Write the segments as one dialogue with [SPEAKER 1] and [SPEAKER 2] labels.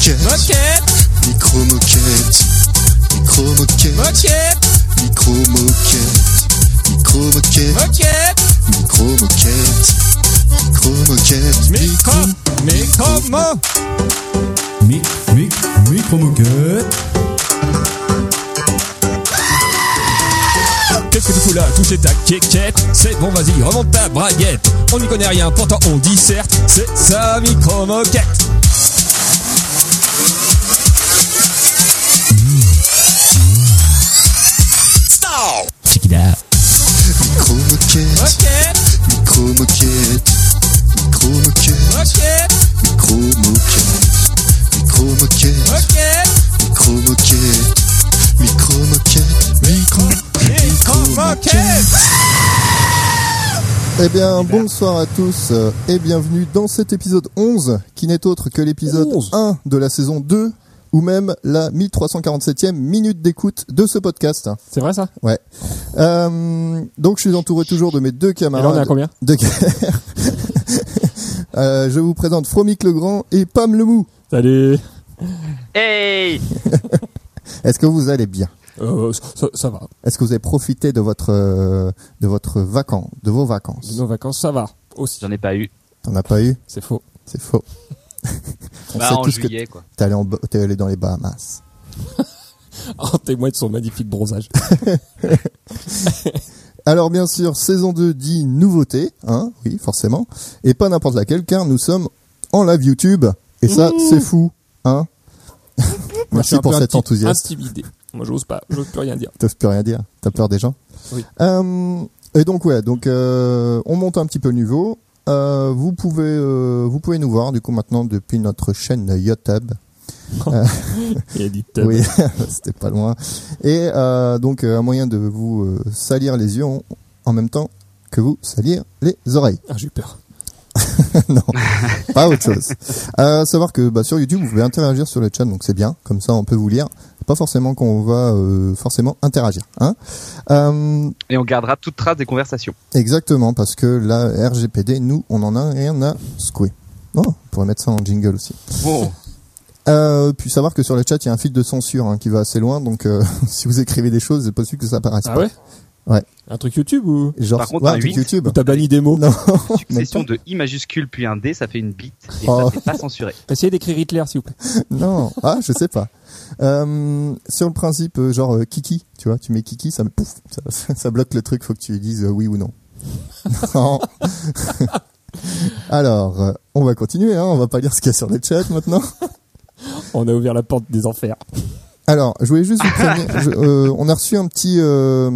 [SPEAKER 1] Moquette,
[SPEAKER 2] micro moquette, micro moquette,
[SPEAKER 1] moquette,
[SPEAKER 2] micro moquette, micro moquette,
[SPEAKER 1] moquette,
[SPEAKER 2] micro moquette, micro moquette,
[SPEAKER 1] micro, micro, mo,
[SPEAKER 3] Mic, mic, micro moquette.
[SPEAKER 1] Qu'est-ce que tu fous là Toucher ta quéquette C'est bon, vas-y, remonte ta braguette. On n'y connaît rien, pourtant on disserte. C'est ça, micro moquette. C'est qui là
[SPEAKER 2] micro moquette,
[SPEAKER 1] Moquette,
[SPEAKER 2] micro moquette, micro moquette,
[SPEAKER 1] moquette,
[SPEAKER 2] micro moquette, micro moquette.
[SPEAKER 1] moquette,
[SPEAKER 2] Micro moquette, micro moquette, micro,
[SPEAKER 1] micro moquette.
[SPEAKER 4] Eh bien, bonsoir à tous euh, et bienvenue dans cet épisode 11 qui n'est autre que l'épisode 1 de la saison 2 ou même la 1347e minute d'écoute de ce podcast.
[SPEAKER 5] C'est vrai ça
[SPEAKER 4] Ouais. Euh, donc je suis entouré toujours de mes deux
[SPEAKER 5] Et là on est à
[SPEAKER 4] camarades
[SPEAKER 5] combien
[SPEAKER 4] de guerre. Euh, je vous présente Fromic Legrand et Pam Lemou.
[SPEAKER 5] Salut
[SPEAKER 6] Hey
[SPEAKER 4] Est-ce que vous allez bien
[SPEAKER 5] euh, ça, ça va.
[SPEAKER 4] Est-ce que vous avez profité de votre euh, de votre vacances, de vos
[SPEAKER 5] De
[SPEAKER 4] vacances
[SPEAKER 5] nos vacances, ça va. Aussi.
[SPEAKER 6] J'en ai pas eu.
[SPEAKER 4] T'en as pas eu
[SPEAKER 5] C'est faux.
[SPEAKER 4] C'est faux. On
[SPEAKER 6] bah,
[SPEAKER 4] sait
[SPEAKER 6] en
[SPEAKER 4] tous que
[SPEAKER 6] juillet, quoi.
[SPEAKER 4] T'es allé, en Ba- t'es allé dans les Bahamas.
[SPEAKER 5] En témoin de son magnifique bronzage.
[SPEAKER 4] Alors bien sûr, saison 2 dit nouveauté, hein, oui, forcément, et pas n'importe laquelle, car nous sommes en live YouTube, et ça, c'est fou, hein.
[SPEAKER 5] Moi, je suis
[SPEAKER 4] Merci
[SPEAKER 5] Mmh. un
[SPEAKER 4] pour
[SPEAKER 5] peu
[SPEAKER 4] cet
[SPEAKER 5] inti-
[SPEAKER 4] enthousiasme.
[SPEAKER 5] Intimidé. Moi j'ose pas, j'ose plus rien dire.
[SPEAKER 4] T'as plus rien dire, t'as peur des gens.
[SPEAKER 5] Oui.
[SPEAKER 4] Euh, et donc ouais, donc euh, on monte un petit peu le niveau. Euh, vous pouvez, euh, vous pouvez nous voir du coup maintenant depuis notre chaîne YouTube.
[SPEAKER 5] Il a dit tab.
[SPEAKER 4] Oui, c'était pas loin. Et euh, donc euh, un moyen de vous euh, salir les yeux en- en même temps que vous salir les oreilles.
[SPEAKER 5] Ah, j'ai eu peur.
[SPEAKER 4] non, pas autre chose. Euh, savoir que bah, sur YouTube, vous pouvez interagir sur le chat, donc c'est bien. Comme ça, on peut vous lire. Pas forcément qu'on va euh, forcément interagir. Hein euh,
[SPEAKER 6] Et on gardera toute trace des conversations.
[SPEAKER 4] exactement, parce que la RGPD, nous, on en a rien à secouer. Oh, on pourrait mettre ça en jingle aussi.
[SPEAKER 6] Bon,
[SPEAKER 4] Euh, puis savoir que sur le chat, il y a un fil de censure hein, qui va assez loin. Donc, euh, si vous écrivez des choses, c'est possible que ça apparaisse.
[SPEAKER 5] Ah
[SPEAKER 4] pas.
[SPEAKER 5] ouais
[SPEAKER 4] Ouais.
[SPEAKER 5] Un truc YouTube ou
[SPEAKER 4] Genre,
[SPEAKER 6] Par contre,
[SPEAKER 4] ouais,
[SPEAKER 6] un
[SPEAKER 4] truc
[SPEAKER 6] huit.
[SPEAKER 4] YouTube.
[SPEAKER 5] Ou t'as banni des mots
[SPEAKER 4] Non.
[SPEAKER 6] succession de I majuscule puis un D, ça fait une bite. Et
[SPEAKER 4] Oh.
[SPEAKER 6] ça, c'est pas censuré.
[SPEAKER 5] Essayez d'écrire Hitler s'il vous plaît.
[SPEAKER 4] Non, ah, je sais pas. Euh, sur le principe, euh, genre euh, Kiki, tu vois, tu mets Kiki, ça, me- pouf, ça, ça bloque le truc, faut que tu dises euh, oui ou non. non. Alors, euh, on va continuer, hein, on va pas lire ce qu'il y a sur le chat maintenant.
[SPEAKER 5] On a ouvert la porte des enfers.
[SPEAKER 4] Alors, je voulais juste vous prévenir, je- euh, on a reçu un petit, euh,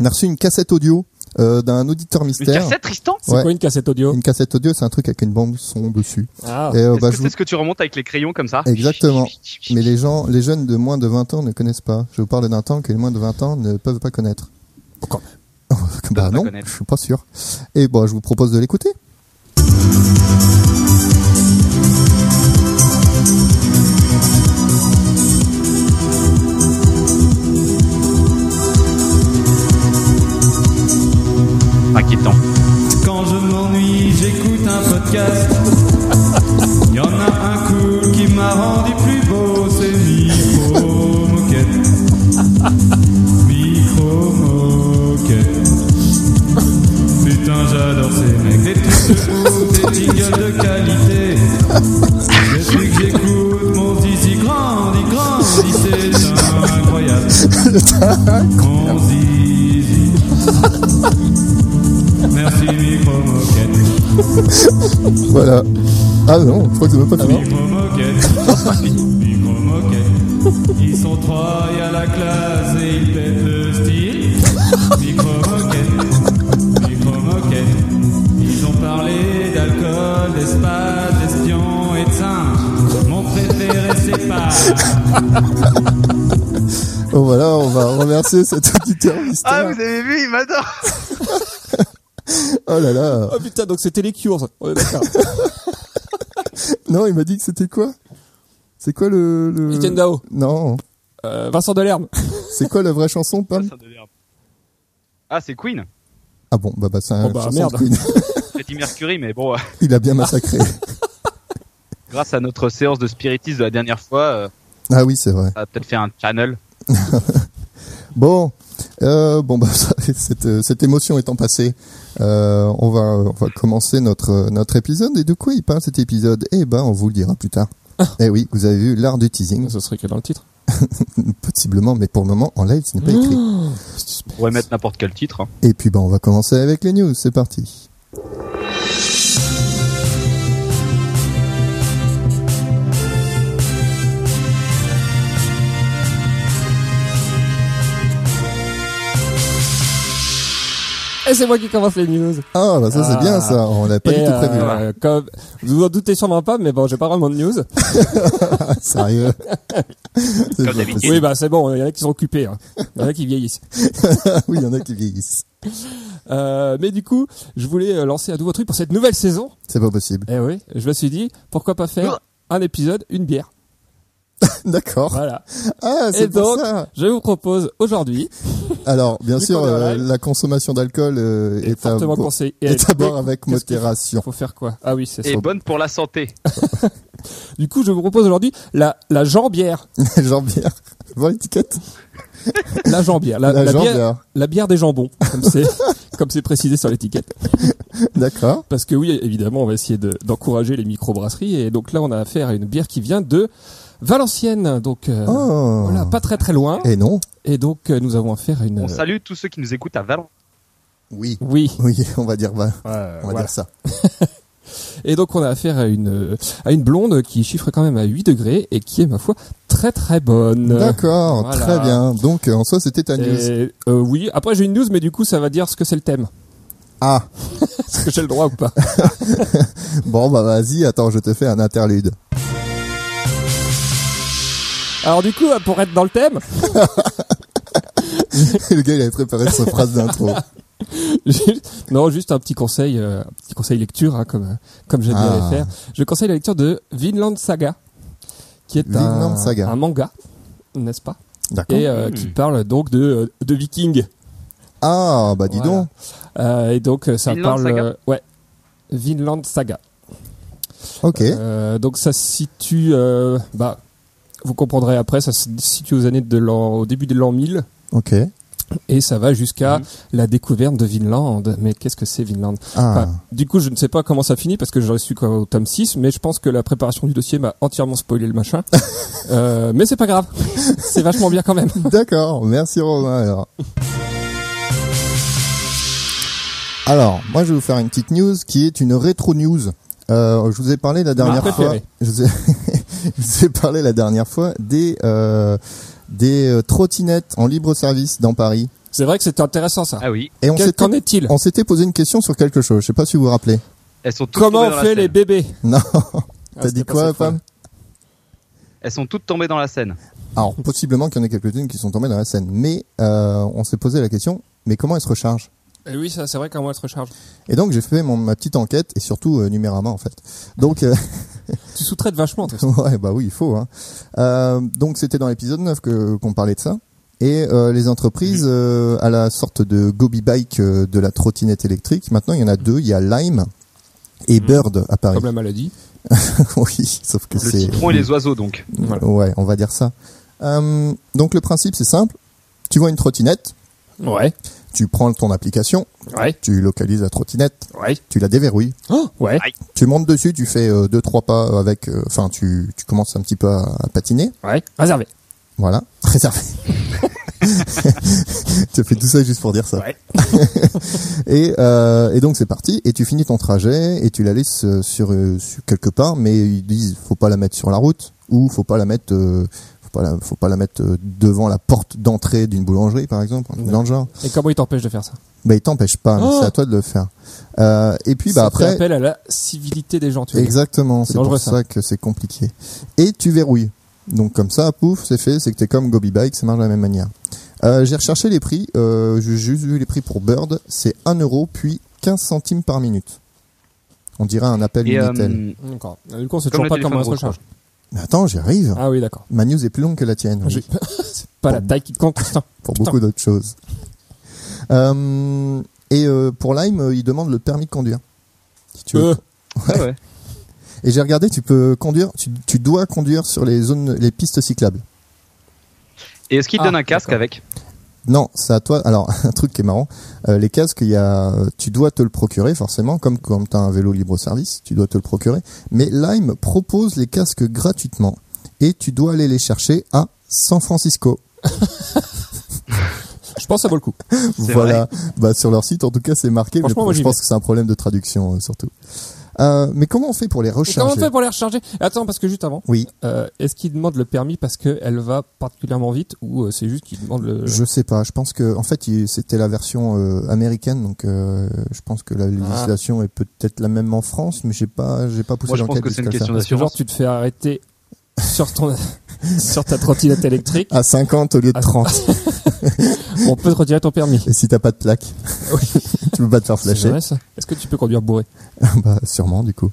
[SPEAKER 4] on a reçu une cassette audio euh, d'un auditeur
[SPEAKER 6] Une
[SPEAKER 4] mystère.
[SPEAKER 6] cassette, Tristan
[SPEAKER 5] C'est
[SPEAKER 4] Ouais.
[SPEAKER 5] quoi une cassette audio
[SPEAKER 4] Une cassette audio, c'est un truc avec une bande son dessus.
[SPEAKER 5] Ah,
[SPEAKER 4] Et, euh,
[SPEAKER 6] Est-ce
[SPEAKER 4] bah,
[SPEAKER 6] que
[SPEAKER 4] je vous-
[SPEAKER 6] c'est ce que tu remontes avec les crayons comme ça
[SPEAKER 4] Exactement. Mais les gens, les jeunes de moins de 20 ans ne connaissent pas. Je vous parle d'un temps que les moins de 20 ans ne peuvent pas connaître.
[SPEAKER 5] Quand
[SPEAKER 4] bah
[SPEAKER 6] pas
[SPEAKER 4] non,
[SPEAKER 6] connaître.
[SPEAKER 4] je suis pas sûr. Et bon, je vous propose de l'écouter.
[SPEAKER 6] Inquiétant.
[SPEAKER 7] Quand je m'ennuie, j'écoute un podcast. Il y en a un cool qui m'a rendu plus beau, c'est Micro Moquette. Micro Moquette. Putain, j'adore ces mecs. Des trucs de ouf, des jingles de qualité. Depuis que j'écoute, mon zizi grandit, grandit, c'est incroyable. Mon zizi. Merci Micro Moquette.
[SPEAKER 4] Voilà. Ah non, je crois que c'est même pas fini.
[SPEAKER 7] Micro moquette, micro moquette. Ils sont trois, il y a la classe et ils pètent le style. Micro moquette, micro moquette. Ils ont parlé d'alcool, d'espace, d'espions et de singes. Mon préféré, c'est pas.
[SPEAKER 4] Bon, Oh, voilà, on va remercier cet auditeur mystère.
[SPEAKER 6] Ah, vous avez vu, il m'adore
[SPEAKER 4] Oh là là.
[SPEAKER 5] Oh putain, donc c'était les cures. ça. On est d'accord.
[SPEAKER 4] Non, il m'a dit que c'était quoi C'est quoi le, le...
[SPEAKER 5] Etienne Dao.
[SPEAKER 4] Non.
[SPEAKER 5] Euh, Vincent Delerme.
[SPEAKER 4] C'est quoi la vraie chanson, Pam
[SPEAKER 6] Ah, c'est Queen
[SPEAKER 4] Ah bon, bah, bah c'est un
[SPEAKER 5] Oh bah,
[SPEAKER 4] chanson de
[SPEAKER 5] merde.
[SPEAKER 4] Queen.
[SPEAKER 6] Freddie Mercury, mais bon, euh,
[SPEAKER 4] Il a bien massacré.
[SPEAKER 6] grâce à notre séance de spiritisme de la dernière fois, euh,
[SPEAKER 4] Ah oui, c'est vrai.
[SPEAKER 6] ça va peut-être faire un channel.
[SPEAKER 4] Bon, euh, bon bah, ça, cette, euh, cette émotion étant passée, euh, on, va, on va commencer notre, euh, notre épisode. Et de quoi il parle cet épisode Eh ben, on vous le dira plus tard.
[SPEAKER 5] Ah.
[SPEAKER 4] eh oui, vous avez vu l'art du teasing,
[SPEAKER 5] Ça serait que dans le titre.
[SPEAKER 4] possiblement, mais pour le moment, en live, ce n'est pas écrit.
[SPEAKER 5] Ah.
[SPEAKER 6] On pourrait mettre n'importe quel titre. hein.
[SPEAKER 4] Et puis, bah, on va commencer avec les news, c'est parti.
[SPEAKER 5] Et c'est moi qui commence les news.
[SPEAKER 4] Ah, bah ça, c'est
[SPEAKER 5] Ah.
[SPEAKER 4] bien ça, on l'a pas
[SPEAKER 5] Et,
[SPEAKER 4] du tout prévu. hein.
[SPEAKER 5] euh, comme- Vous vous en doutez sûrement pas, mais bon, j'ai pas vraiment de news.
[SPEAKER 4] Sérieux. C'est pas
[SPEAKER 6] d'habitude.
[SPEAKER 5] Oui, bah c'est bon, il y en a qui sont occupés. hein. Il y en a qui vieillissent.
[SPEAKER 4] possible. Ah oui, il y en a qui vieillissent.
[SPEAKER 5] Euh, mais du coup, je voulais euh, lancer un nouveau truc pour cette nouvelle saison.
[SPEAKER 4] C'est pas possible.
[SPEAKER 5] Eh oui, je me suis dit, pourquoi pas faire un épisode, une bière.
[SPEAKER 4] D'accord.
[SPEAKER 5] Voilà.
[SPEAKER 4] Ah,
[SPEAKER 5] Et
[SPEAKER 4] c'est pour
[SPEAKER 5] donc,
[SPEAKER 4] ça.
[SPEAKER 5] je vous propose aujourd'hui,
[SPEAKER 4] Alors, bien
[SPEAKER 5] vu
[SPEAKER 4] sûr,
[SPEAKER 5] qu'on est en
[SPEAKER 4] euh,
[SPEAKER 5] live,
[SPEAKER 4] la consommation d'alcool euh,
[SPEAKER 5] et
[SPEAKER 4] est à
[SPEAKER 5] fortement
[SPEAKER 4] bo-
[SPEAKER 5] conseillé. Et
[SPEAKER 4] est à boire avec
[SPEAKER 5] Qu'est-ce qu'il faut
[SPEAKER 4] modération.
[SPEAKER 5] Faut faire quoi Ah oui, c'est ça.
[SPEAKER 6] Et bonne pour la santé.
[SPEAKER 5] Du coup, je vous propose aujourd'hui la, la jambière.
[SPEAKER 4] jambière. Vois l'étiquette
[SPEAKER 5] La jambière. La,
[SPEAKER 4] La,
[SPEAKER 5] Ah, la bière,
[SPEAKER 4] jambière.
[SPEAKER 5] la bière des jambons, comme c'est, comme c'est précisé sur l'étiquette.
[SPEAKER 4] D'accord.
[SPEAKER 5] Parce que oui, évidemment, on va essayer de- d'encourager les microbrasseries. Et donc là, on a affaire à une bière qui vient de Valenciennes. Donc euh,
[SPEAKER 4] Oh.
[SPEAKER 5] voilà, pas très très loin.
[SPEAKER 4] Et non.
[SPEAKER 5] Et donc, euh, nous avons affaire à une... euh,
[SPEAKER 6] On salue tous ceux qui nous écoutent à Valence.
[SPEAKER 4] Oui.
[SPEAKER 5] Oui.
[SPEAKER 4] Oui, on va dire, bah,
[SPEAKER 5] Euh,
[SPEAKER 4] on va
[SPEAKER 5] voilà.
[SPEAKER 4] dire ça.
[SPEAKER 5] Et donc on a affaire à une euh, à une blonde qui chiffre quand même à 8 degrés et qui est ma foi très très bonne.
[SPEAKER 4] D'accord,
[SPEAKER 5] Euh, Voilà.
[SPEAKER 4] très bien. Donc, euh, en soi, c'était ta news.
[SPEAKER 5] Et, euh, oui, après j'ai une news mais du coup ça va dire ce que c'est le thème.
[SPEAKER 4] Ah,
[SPEAKER 5] Est-ce que j'ai le droit ou pas
[SPEAKER 4] bon, bah vas-y, attends, je te fais un interlude.
[SPEAKER 5] Alors du coup pour être dans le thème,
[SPEAKER 4] le gars, il avait préparé sa phrase d'intro.
[SPEAKER 5] j'ai- non juste un petit conseil euh, un petit conseil lecture hein, comme euh, comme j'aime bien
[SPEAKER 4] Ah.
[SPEAKER 5] les faire. Je conseille la lecture de Vinland Saga qui est un,
[SPEAKER 4] Vinland Saga.
[SPEAKER 5] un manga, n'est-ce pas
[SPEAKER 4] D'accord.
[SPEAKER 5] Et euh, qui parle donc de euh, de vikings.
[SPEAKER 4] Ah, bah dis
[SPEAKER 5] Voilà.
[SPEAKER 4] donc.
[SPEAKER 5] Euh, et donc euh, ça
[SPEAKER 6] Vinland
[SPEAKER 5] parle
[SPEAKER 6] Saga
[SPEAKER 5] euh, ouais Vinland Saga.
[SPEAKER 4] Ok.
[SPEAKER 5] Euh, donc ça se situe, euh, bah, vous comprendrez après, ça se situe aux années de l'an, au début de l'an 1000
[SPEAKER 4] Ok.
[SPEAKER 5] et ça va jusqu'à la découverte de Vinland. Mais qu'est-ce que c'est Vinland
[SPEAKER 4] Ah.
[SPEAKER 5] Enfin, Du coup, je ne sais pas comment ça finit parce que j'en suis quoi au tome 6, mais je pense que la préparation du dossier m'a entièrement spoilé le machin. euh, mais c'est pas grave, c'est vachement bien quand même.
[SPEAKER 4] D'accord, merci Romain alors. Alors, moi je vais vous faire une petite news qui est une rétro news. Euh, je vous ai parlé la dernière fois.
[SPEAKER 5] préférée.
[SPEAKER 4] Je vous ai, je vous ai parlé la dernière fois des euh, des euh, trottinettes en libre service dans Paris.
[SPEAKER 5] C'est vrai que c'était intéressant ça.
[SPEAKER 6] Ah oui,
[SPEAKER 4] Et on
[SPEAKER 5] Qu'en
[SPEAKER 4] s'était
[SPEAKER 5] qu'en est-il
[SPEAKER 4] on s'était posé une question sur quelque chose. Je sais pas si vous vous rappelez.
[SPEAKER 6] elles sont toutes
[SPEAKER 5] Comment
[SPEAKER 6] tombées
[SPEAKER 5] on
[SPEAKER 6] dans la
[SPEAKER 5] fait
[SPEAKER 6] scène.
[SPEAKER 5] les bébés
[SPEAKER 4] Non.
[SPEAKER 5] Ah,
[SPEAKER 4] T'as
[SPEAKER 5] c'était
[SPEAKER 4] dit
[SPEAKER 5] pas
[SPEAKER 4] quoi,
[SPEAKER 5] cette fois-là.
[SPEAKER 4] Pam
[SPEAKER 6] Elles sont toutes tombées dans la scène.
[SPEAKER 4] Alors, possiblement qu'il y en a quelques-unes qui sont tombées dans la scène, mais euh, on s'est posé la question. Mais comment elles se rechargent
[SPEAKER 5] Eh oui, ça, c'est vrai comment elle se recharge.
[SPEAKER 4] Et donc j'ai fait mon, ma petite enquête et surtout euh, numérama en fait. Donc euh,
[SPEAKER 5] Tu sous-traites vachement. toi.
[SPEAKER 4] ouais, bah oui, il faut. Hein. Euh, donc c'était dans l'épisode 9 que qu'on parlait de ça. Et euh, les entreprises, euh, à la sorte de Gobi Bike euh, de la trottinette électrique, maintenant il y en a deux. Il y a Lime et Bird à Paris.
[SPEAKER 5] Comme la maladie.
[SPEAKER 4] oui, sauf que
[SPEAKER 6] Hmm. Ah bah. Le
[SPEAKER 4] c'est...
[SPEAKER 6] citron et les oiseaux donc.
[SPEAKER 5] Voilà.
[SPEAKER 4] Ouais, on va dire ça. Euh, donc le principe, c'est simple. Tu vois une trottinette,
[SPEAKER 5] Ouais.
[SPEAKER 4] tu prends ton application,
[SPEAKER 5] Ouais.
[SPEAKER 4] tu localises la trottinette,
[SPEAKER 5] Ouais.
[SPEAKER 4] tu la déverrouilles,
[SPEAKER 5] Oh, ouais.
[SPEAKER 4] Tu montes dessus, tu fais euh, deux trois pas avec, euh, enfin tu, tu commences un petit peu à, à patiner,
[SPEAKER 5] Ouais. Réservé.
[SPEAKER 4] voilà. Réservé. tu as fait tout ça juste pour dire ça.
[SPEAKER 5] Ouais.
[SPEAKER 4] et, euh, et donc c'est parti, et tu finis ton trajet et tu la laisses euh, sur, euh, sur quelque part, mais ils disent faut pas la mettre sur la route ou faut pas la mettre, euh, faut pas la, faut pas la mettre euh, devant la porte d'entrée d'une boulangerie par exemple, un truc dans le genre.
[SPEAKER 5] Et comment il t'empêche de faire ça
[SPEAKER 4] Bah ils t'empêchent pas, mais
[SPEAKER 5] Oh
[SPEAKER 4] c'est à toi de le faire. Euh, et puis
[SPEAKER 5] ça
[SPEAKER 4] bah
[SPEAKER 5] fait
[SPEAKER 4] après.
[SPEAKER 5] appel à la civilité des gens, tu vois.
[SPEAKER 4] Exactement,
[SPEAKER 5] C'est
[SPEAKER 4] c'est pour
[SPEAKER 5] dangereux,
[SPEAKER 4] ça.
[SPEAKER 5] ça.
[SPEAKER 4] que c'est compliqué. Et tu verrouilles. Donc comme ça, pouf, c'est fait, c'est que t'es comme Gobi Bike, ça marche de la même manière. Euh, j'ai recherché les prix, euh, j'ai juste vu les prix pour Bird, c'est 1 euro puis 15 centimes par minute. On dirait un appel
[SPEAKER 6] Et, euh,
[SPEAKER 4] Minitel.
[SPEAKER 5] D'accord. Euh, Du coup, on sait
[SPEAKER 6] Comme
[SPEAKER 5] toujours
[SPEAKER 6] le
[SPEAKER 5] pas comment elle se
[SPEAKER 6] téléphone
[SPEAKER 5] recharge.
[SPEAKER 4] Mais attends, j'y arrive.
[SPEAKER 5] Ah oui, d'accord.
[SPEAKER 4] Ma news est plus longue que la tienne,
[SPEAKER 5] J'ai- C'est pas la taille qui compte. putain.
[SPEAKER 4] pour
[SPEAKER 5] Putain.
[SPEAKER 4] beaucoup d'autres choses. Euh, et euh, pour Lime, euh, ils demandent le permis de conduire. Si tu veux.
[SPEAKER 5] Euh,
[SPEAKER 6] Ah ouais.
[SPEAKER 4] Et j'ai regardé, tu peux conduire, tu, tu dois conduire sur les zones, les pistes cyclables.
[SPEAKER 6] Et est-ce qu'il te
[SPEAKER 5] Ah,
[SPEAKER 6] donne un casque
[SPEAKER 5] d'accord.
[SPEAKER 6] avec
[SPEAKER 4] Non, c'est à toi. Alors, un truc qui est marrant, euh, les casques, il y a, tu dois te le procurer forcément, comme quand tu as un vélo libre-service, tu dois te le procurer. Mais Lime propose les casques gratuitement et tu dois aller les chercher à San Francisco.
[SPEAKER 5] Je pense que ça vaut le coup.
[SPEAKER 4] Voilà, bah, sur leur site en tout cas c'est marqué, mais
[SPEAKER 5] Franchement, moi,
[SPEAKER 4] je
[SPEAKER 5] j'y
[SPEAKER 4] pense que c'est un problème de traduction euh, surtout. Euh, mais comment on fait pour les
[SPEAKER 5] Et comment on
[SPEAKER 4] recharger
[SPEAKER 5] fait pour les recharger Attends, parce que juste avant,
[SPEAKER 4] Oui,
[SPEAKER 5] euh, est-ce qu'il demande le permis parce qu'elle va particulièrement vite ou euh, c'est juste qu'il demande le...
[SPEAKER 4] je sais pas. Je pense que en fait il- c'était la version euh, américaine, donc euh, je pense que la législation est peut-être la même en France, mais j'ai pas, j'ai pas poussé
[SPEAKER 6] Moi, je pense
[SPEAKER 4] l'enquête
[SPEAKER 6] que c'est une
[SPEAKER 4] jusqu'à ça.
[SPEAKER 6] question
[SPEAKER 5] Parce que genre,
[SPEAKER 6] d'assurance.
[SPEAKER 5] tu te fais arrêter sur, ton... sur ta trottinette électrique,
[SPEAKER 4] À 50 au lieu de
[SPEAKER 5] À
[SPEAKER 4] 30.
[SPEAKER 5] on peut te retirer ton permis.
[SPEAKER 4] Et si t'as pas de plaque, tu peux pas te faire
[SPEAKER 5] C'est
[SPEAKER 4] flasher.
[SPEAKER 5] vrai, ça Est-ce que tu peux conduire bourré
[SPEAKER 4] bah, sûrement, du coup.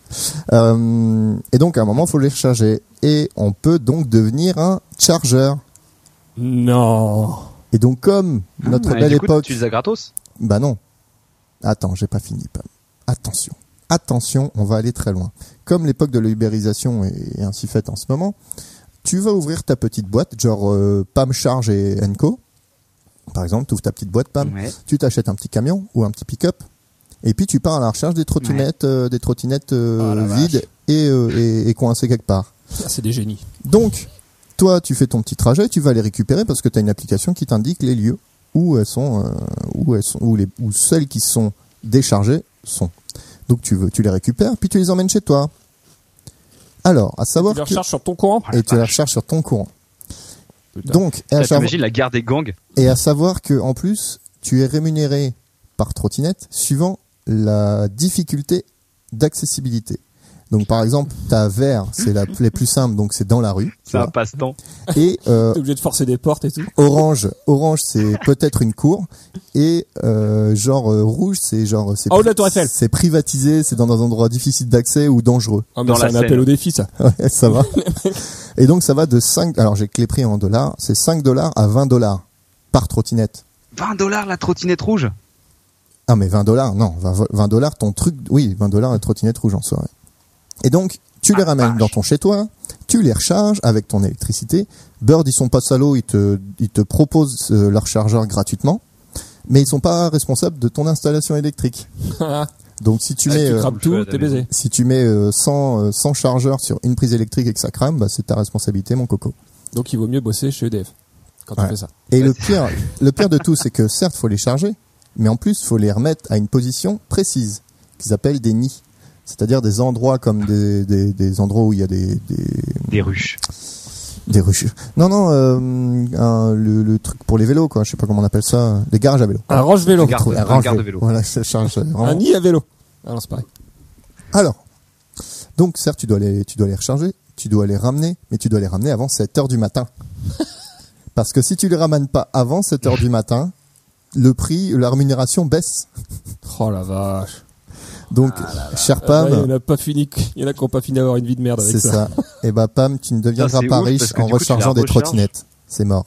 [SPEAKER 4] Euh, et donc, à un moment, faut les recharger. Et on peut donc devenir un chargeur.
[SPEAKER 5] Non.
[SPEAKER 4] Et donc, comme notre
[SPEAKER 6] Ah, et
[SPEAKER 4] belle
[SPEAKER 6] du coup,
[SPEAKER 4] époque.
[SPEAKER 6] Tu les as gratos
[SPEAKER 4] Bah non. Attends, j'ai pas fini. Pam. Attention. Attention, on va aller très loin. Comme l'époque de l'ubérisation est est ainsi faite en ce moment, tu vas ouvrir ta petite boîte, genre euh, Pam Charge et Enco. Par exemple, tu ouvres ta petite boîte,
[SPEAKER 5] Ah,
[SPEAKER 4] Pam.
[SPEAKER 6] Ouais.
[SPEAKER 4] tu t'achètes un petit camion ou un petit pick-up et puis tu pars à la recherche des trottinettes euh, des trottinettes euh,
[SPEAKER 5] Oh la
[SPEAKER 4] vides et, euh, et, et coincées quelque part.
[SPEAKER 5] Ça, C'est des génies.
[SPEAKER 4] Donc toi tu fais ton petit trajet, tu vas les récupérer parce que tu as une application qui t'indique les lieux où elles sont euh, où elles sont où les où celles qui sont déchargées sont. Donc tu veux tu les récupères puis tu les emmènes chez toi. Alors, à savoir
[SPEAKER 5] Tu les
[SPEAKER 4] que-
[SPEAKER 5] recharges sur ton courant
[SPEAKER 6] Oh la
[SPEAKER 4] et tu les
[SPEAKER 6] vache.
[SPEAKER 4] recherches sur ton courant.
[SPEAKER 5] Putain.
[SPEAKER 4] Donc, et à
[SPEAKER 6] Putain,
[SPEAKER 4] savoir-
[SPEAKER 6] T'imagines la guerre des gangs
[SPEAKER 4] et à savoir que en plus, tu es rémunéré par trottinette suivant la difficulté d'accessibilité. Donc par exemple, ta verre, c'est la les plus simple, donc c'est dans la rue. tu
[SPEAKER 6] C'est un
[SPEAKER 4] vois.
[SPEAKER 6] passe-temps.
[SPEAKER 4] Et euh,
[SPEAKER 5] T'es obligé de forcer des portes et tout.
[SPEAKER 4] orange, orange, c'est peut-être une cour. Et euh, genre euh, rouge, c'est genre c'est
[SPEAKER 5] En haut de Oh, la Tour Eiffel.
[SPEAKER 4] c'est privatisé, c'est dans un endroit difficile d'accès ou dangereux.
[SPEAKER 5] Ah, mais
[SPEAKER 6] Dans
[SPEAKER 5] c'est
[SPEAKER 6] la
[SPEAKER 5] un
[SPEAKER 6] scène.
[SPEAKER 5] appel au défi, ça.
[SPEAKER 4] Ouais, ça va. Et donc ça va de 5 alors j'ai que les prix en dollars, c'est 5 dollars à 20 dollars par trottinette.
[SPEAKER 6] 20 dollars la trottinette rouge
[SPEAKER 4] Ah mais 20 dollars, non, 20 20 dollars ton truc, oui, 20 dollars la trottinette rouge en soirée. Et donc,
[SPEAKER 5] Ah,
[SPEAKER 4] tu les ramènes dans ton chez-toi, tu les recharges avec ton électricité. Bird, ils sont pas salauds, ils te, ils te proposent euh, leur chargeur gratuitement, mais ils sont pas responsables de ton installation électrique.
[SPEAKER 5] Ah,
[SPEAKER 4] Donc si
[SPEAKER 5] tu
[SPEAKER 4] tu mets, euh,
[SPEAKER 5] crames tout, t'es baisé.
[SPEAKER 4] si tu mets euh, 100, euh, 100 chargeurs sur une prise électrique et que ça crame, bah, c'est ta responsabilité, mon coco.
[SPEAKER 5] Donc il vaut mieux bosser chez EDF quand
[SPEAKER 4] Ouais.
[SPEAKER 5] tu fais ça.
[SPEAKER 4] Et le pire, le pire de tout, c'est que certes, faut les charger, mais en plus, faut les remettre à une position précise, qu'ils appellent des nids. C'est-à-dire des endroits comme des, des, des endroits où il y a des, des,
[SPEAKER 6] Des ruches.
[SPEAKER 4] des ruches. Non, non, euh, un- le, le truc pour les vélos, quoi. Je sais pas comment on appelle ça. Des garages à vélo.
[SPEAKER 5] Un range-vélo.
[SPEAKER 6] Garde-
[SPEAKER 4] Trouver
[SPEAKER 6] un
[SPEAKER 4] range
[SPEAKER 6] garde vélo.
[SPEAKER 4] Voilà, je charge euh, vraiment.
[SPEAKER 5] Un nid à vélo. Ah non, c'est pareil.
[SPEAKER 4] Alors, donc certes, tu dois les, tu dois les recharger, tu dois les ramener, mais tu dois les ramener avant 7 heures du matin. Parce que si tu les ramènes pas avant 7 heures du matin, le prix, la rémunération baisse.
[SPEAKER 5] Oh la vache.
[SPEAKER 4] Donc, cher
[SPEAKER 5] Ah,
[SPEAKER 4] Pam,
[SPEAKER 5] il y en a pas fini. Il y en a qui ont pas fini d'avoir une vie de merde avec
[SPEAKER 4] c'est
[SPEAKER 5] ça.
[SPEAKER 4] ça. Et bah Pam, tu ne deviendras
[SPEAKER 6] c'est
[SPEAKER 4] pas
[SPEAKER 6] ouf,
[SPEAKER 4] riche
[SPEAKER 6] parce que
[SPEAKER 4] en
[SPEAKER 6] du coup, tu la
[SPEAKER 4] rechargeant des
[SPEAKER 6] recharges.
[SPEAKER 4] trottinettes. C'est mort.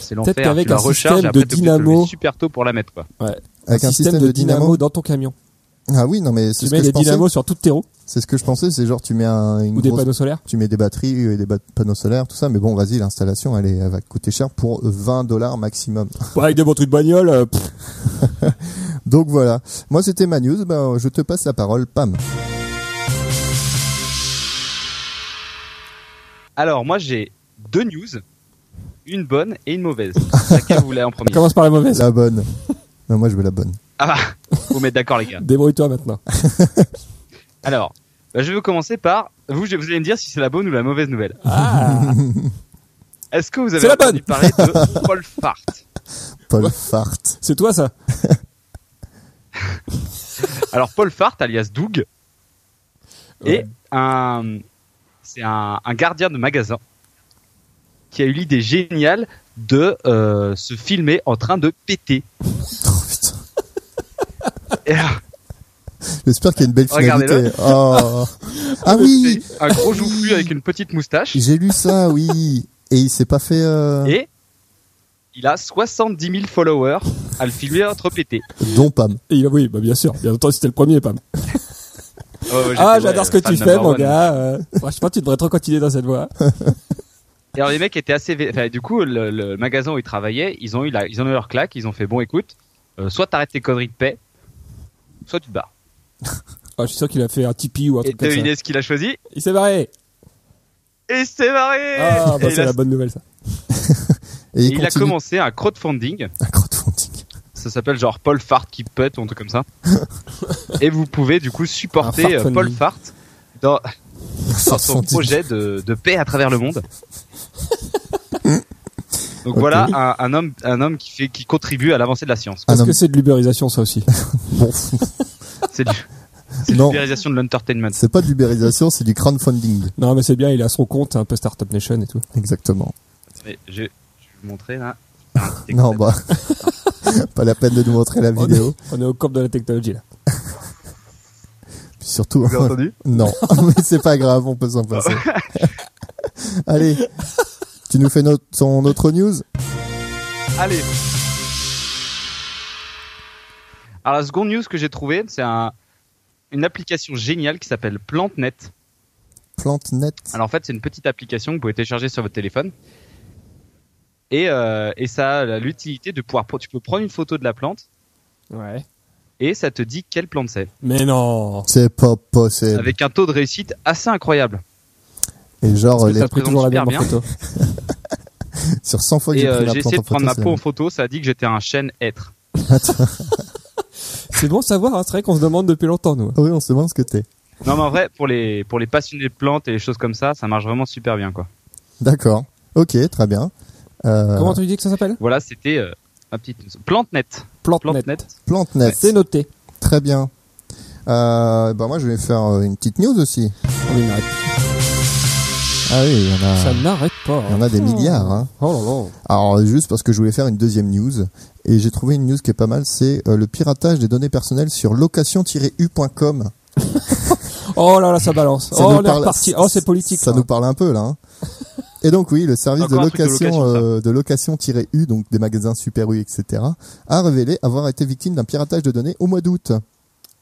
[SPEAKER 6] C'est
[SPEAKER 5] Peut-être
[SPEAKER 6] l'enfer.
[SPEAKER 5] qu'avec
[SPEAKER 6] tu la
[SPEAKER 5] un
[SPEAKER 6] recharges,
[SPEAKER 5] système
[SPEAKER 6] après,
[SPEAKER 5] de
[SPEAKER 6] t'es obligé te lever
[SPEAKER 5] dynamo-
[SPEAKER 6] super tôt pour la mettre quoi.
[SPEAKER 5] Ouais.
[SPEAKER 4] Avec un système, de dynamo.
[SPEAKER 5] dans ton camion.
[SPEAKER 4] Ah oui, non mais c'est
[SPEAKER 5] Tu
[SPEAKER 4] ce
[SPEAKER 5] mets
[SPEAKER 4] que je
[SPEAKER 5] des
[SPEAKER 4] pensais.
[SPEAKER 5] dynamos sur toutes tes roues
[SPEAKER 4] C'est ce que je pensais, c'est genre tu mets un, une
[SPEAKER 5] ou des
[SPEAKER 4] grosse-
[SPEAKER 5] panneaux solaires.
[SPEAKER 4] tu mets des batteries et des ba- panneaux solaires, tout ça. Mais bon, vas-y, l'installation, elle, est- elle va coûter cher pour 20 dollars maximum.
[SPEAKER 5] Ouais, avec des bons trucs de bagnole. euh, pff.
[SPEAKER 4] Donc voilà. Moi, c'était ma news. Ben, je te passe la parole, Pam.
[SPEAKER 6] Alors moi j'ai deux news, une bonne et une mauvaise. Laquelle vous voulez en
[SPEAKER 5] On
[SPEAKER 6] premier
[SPEAKER 5] commence par la mauvaise.
[SPEAKER 4] La bonne. Non, moi, je veux la bonne.
[SPEAKER 6] Ah, vous mettre d'accord les gars.
[SPEAKER 5] Débrouille-toi maintenant.
[SPEAKER 6] Alors, bah, je vais commencer par vous. je- Vous allez me dire si c'est la bonne ou la mauvaise nouvelle.
[SPEAKER 5] Ah.
[SPEAKER 6] Est-ce que vous
[SPEAKER 5] C'est
[SPEAKER 6] avez
[SPEAKER 5] la
[SPEAKER 6] entendu parler de Paul Fart
[SPEAKER 4] Paul Fart.
[SPEAKER 5] c'est toi ça.
[SPEAKER 6] Alors Paul Fart, alias Doug,
[SPEAKER 5] Ouais.
[SPEAKER 6] est un, c'est un, un gardien de magasin qui a eu l'idée géniale de euh, se filmer en train de péter.
[SPEAKER 4] Oh, putain.
[SPEAKER 6] Et alors,
[SPEAKER 4] J'espère qu'il y a une belle finalité.
[SPEAKER 6] Regardez-le.
[SPEAKER 4] Oh. Ah oui,
[SPEAKER 6] c'est un gros joufflu avec une petite moustache
[SPEAKER 4] j'ai lu ça, oui. Et il s'est pas fait. euh,
[SPEAKER 6] et il a 70 000 followers à le filmer entre péter.
[SPEAKER 4] Dont Pam.
[SPEAKER 5] Et il a- oui, bah bien sûr. Bien entendu, c'était le premier, Pam.
[SPEAKER 6] Euh,
[SPEAKER 5] Ah, j'adore ce que tu fais, mon gars. euh, Franchement, tu devrais trop continuer dans cette voie.
[SPEAKER 6] Et alors les mecs étaient assez, vé- enfin, du coup le, le magasin où ils travaillaient, ils ont eu la- ils ont eu leur claque, ils ont fait bon écoute, euh, soit t'arrêtes tes conneries de paix, soit tu te barres.
[SPEAKER 5] Ah, je suis sûr qu'il a fait un Tipeee ou un
[SPEAKER 6] Et
[SPEAKER 5] truc comme ça.
[SPEAKER 6] devinez ce qu'il a choisi
[SPEAKER 5] Il s'est barré.
[SPEAKER 6] Et c'est marré
[SPEAKER 5] Ah, bah,
[SPEAKER 6] Et Eh, il,
[SPEAKER 5] c'est
[SPEAKER 6] a,
[SPEAKER 5] la bonne nouvelle, ça.
[SPEAKER 4] Et
[SPEAKER 6] et
[SPEAKER 4] il,
[SPEAKER 6] il a
[SPEAKER 4] continue
[SPEAKER 6] commencé un crowdfunding,
[SPEAKER 4] un crowdfunding.
[SPEAKER 6] ça s'appelle genre Paul Fart qui pète ou un truc comme ça. et vous pouvez du coup
[SPEAKER 5] Un
[SPEAKER 6] supporter euh,
[SPEAKER 5] fartfunding.
[SPEAKER 6] Paul Fart dans, dans son
[SPEAKER 4] Crowdfunding.
[SPEAKER 6] projet de, de paix à travers le monde. Donc
[SPEAKER 4] Ok.
[SPEAKER 6] voilà un, un homme, un homme qui, fait, qui contribue à l'avancée de la science.
[SPEAKER 4] Ah
[SPEAKER 5] Est-ce
[SPEAKER 4] non,
[SPEAKER 5] que c'est de l'ubérisation, ça aussi
[SPEAKER 4] bon, pff,
[SPEAKER 6] C'est du- c'est
[SPEAKER 4] Non.
[SPEAKER 6] l'ubérisation de l'entertainment.
[SPEAKER 4] c'est pas de l'ubérisation, c'est du crowdfunding.
[SPEAKER 5] Non, mais c'est bien, il a son compte, un peu Startup Nation et tout.
[SPEAKER 4] Exactement.
[SPEAKER 6] Mais Je, je vais vous montrer là. Un petit
[SPEAKER 4] Non,
[SPEAKER 6] extrait.
[SPEAKER 4] bah, pas la peine de nous montrer la
[SPEAKER 5] On
[SPEAKER 4] vidéo.
[SPEAKER 5] est, on est au corps de la technologie, là.
[SPEAKER 4] Puis Surtout,
[SPEAKER 6] Vous avez entendu
[SPEAKER 4] non, mais c'est pas grave, on peut s'en passer. Allez, tu nous fais notre, ton autre news
[SPEAKER 6] Allez. Alors la seconde news que j'ai trouvée, c'est un, une application géniale qui s'appelle PlanteNet.
[SPEAKER 4] Plante net.
[SPEAKER 6] Alors en fait, c'est une petite application que vous pouvez télécharger sur votre téléphone. Et, euh, et ça a l'utilité de pouvoir... Tu peux prendre une photo de la plante
[SPEAKER 5] Ouais.
[SPEAKER 6] et ça te dit quelle plante c'est.
[SPEAKER 5] Mais non
[SPEAKER 4] C'est pas possible.
[SPEAKER 6] Avec un taux de réussite assez incroyable.
[SPEAKER 4] Et genre,
[SPEAKER 5] Parce que
[SPEAKER 4] les,
[SPEAKER 5] T'as pris
[SPEAKER 6] présente
[SPEAKER 5] toujours la
[SPEAKER 6] super
[SPEAKER 5] bonne en
[SPEAKER 6] bien.
[SPEAKER 5] photo.
[SPEAKER 4] sur 100 fois que
[SPEAKER 6] Et
[SPEAKER 4] j'ai pris
[SPEAKER 6] euh,
[SPEAKER 4] la
[SPEAKER 6] j'ai
[SPEAKER 4] plante
[SPEAKER 6] essayé de
[SPEAKER 4] en photo,
[SPEAKER 6] prendre ma
[SPEAKER 4] c'est
[SPEAKER 6] peau en photo, ça a dit que j'étais un chêne être.
[SPEAKER 5] C'est bon de savoir, hein, c'est vrai qu'on se demande depuis longtemps, nous.
[SPEAKER 4] la- Ah Oui, on se demande ce que t'es.
[SPEAKER 6] Non mais en vrai, pour les, pour les passionnés de plantes et les choses comme ça, ça marche vraiment super bien quoi.
[SPEAKER 4] D'accord. Ok, très bien. Euh,
[SPEAKER 5] Comment tu dis que ça s'appelle
[SPEAKER 6] Voilà, c'était euh, ma petite news. PlanteNet.
[SPEAKER 5] PlanteNet.
[SPEAKER 6] PlanteNet.
[SPEAKER 4] plante net.
[SPEAKER 5] C'est noté.
[SPEAKER 4] Très bien. Euh, bah moi, je vais faire euh, une petite news aussi.
[SPEAKER 5] On y arrête.
[SPEAKER 4] Ah oui, il y en a,
[SPEAKER 5] Ça n'arrête pas.
[SPEAKER 4] il y en a des milliards. Hein.
[SPEAKER 5] Oh là là.
[SPEAKER 4] Alors juste parce que je voulais faire une deuxième news et j'ai trouvé une news qui est pas mal, c'est euh, le piratage des données personnelles sur location-u.com.
[SPEAKER 5] Oh là là, ça balance.
[SPEAKER 4] Ça
[SPEAKER 5] oh,
[SPEAKER 4] nous
[SPEAKER 5] on est
[SPEAKER 4] parle-
[SPEAKER 5] reparti. Oh, c'est politique.
[SPEAKER 4] Ça
[SPEAKER 5] là.
[SPEAKER 4] nous parle un peu là. hein. Et donc oui, le service de
[SPEAKER 6] Encore un truc de
[SPEAKER 4] location
[SPEAKER 6] location, ça.
[SPEAKER 4] euh, de location-u, donc des magasins Super U, etc., a révélé avoir été victime d'un piratage de données au mois d'août.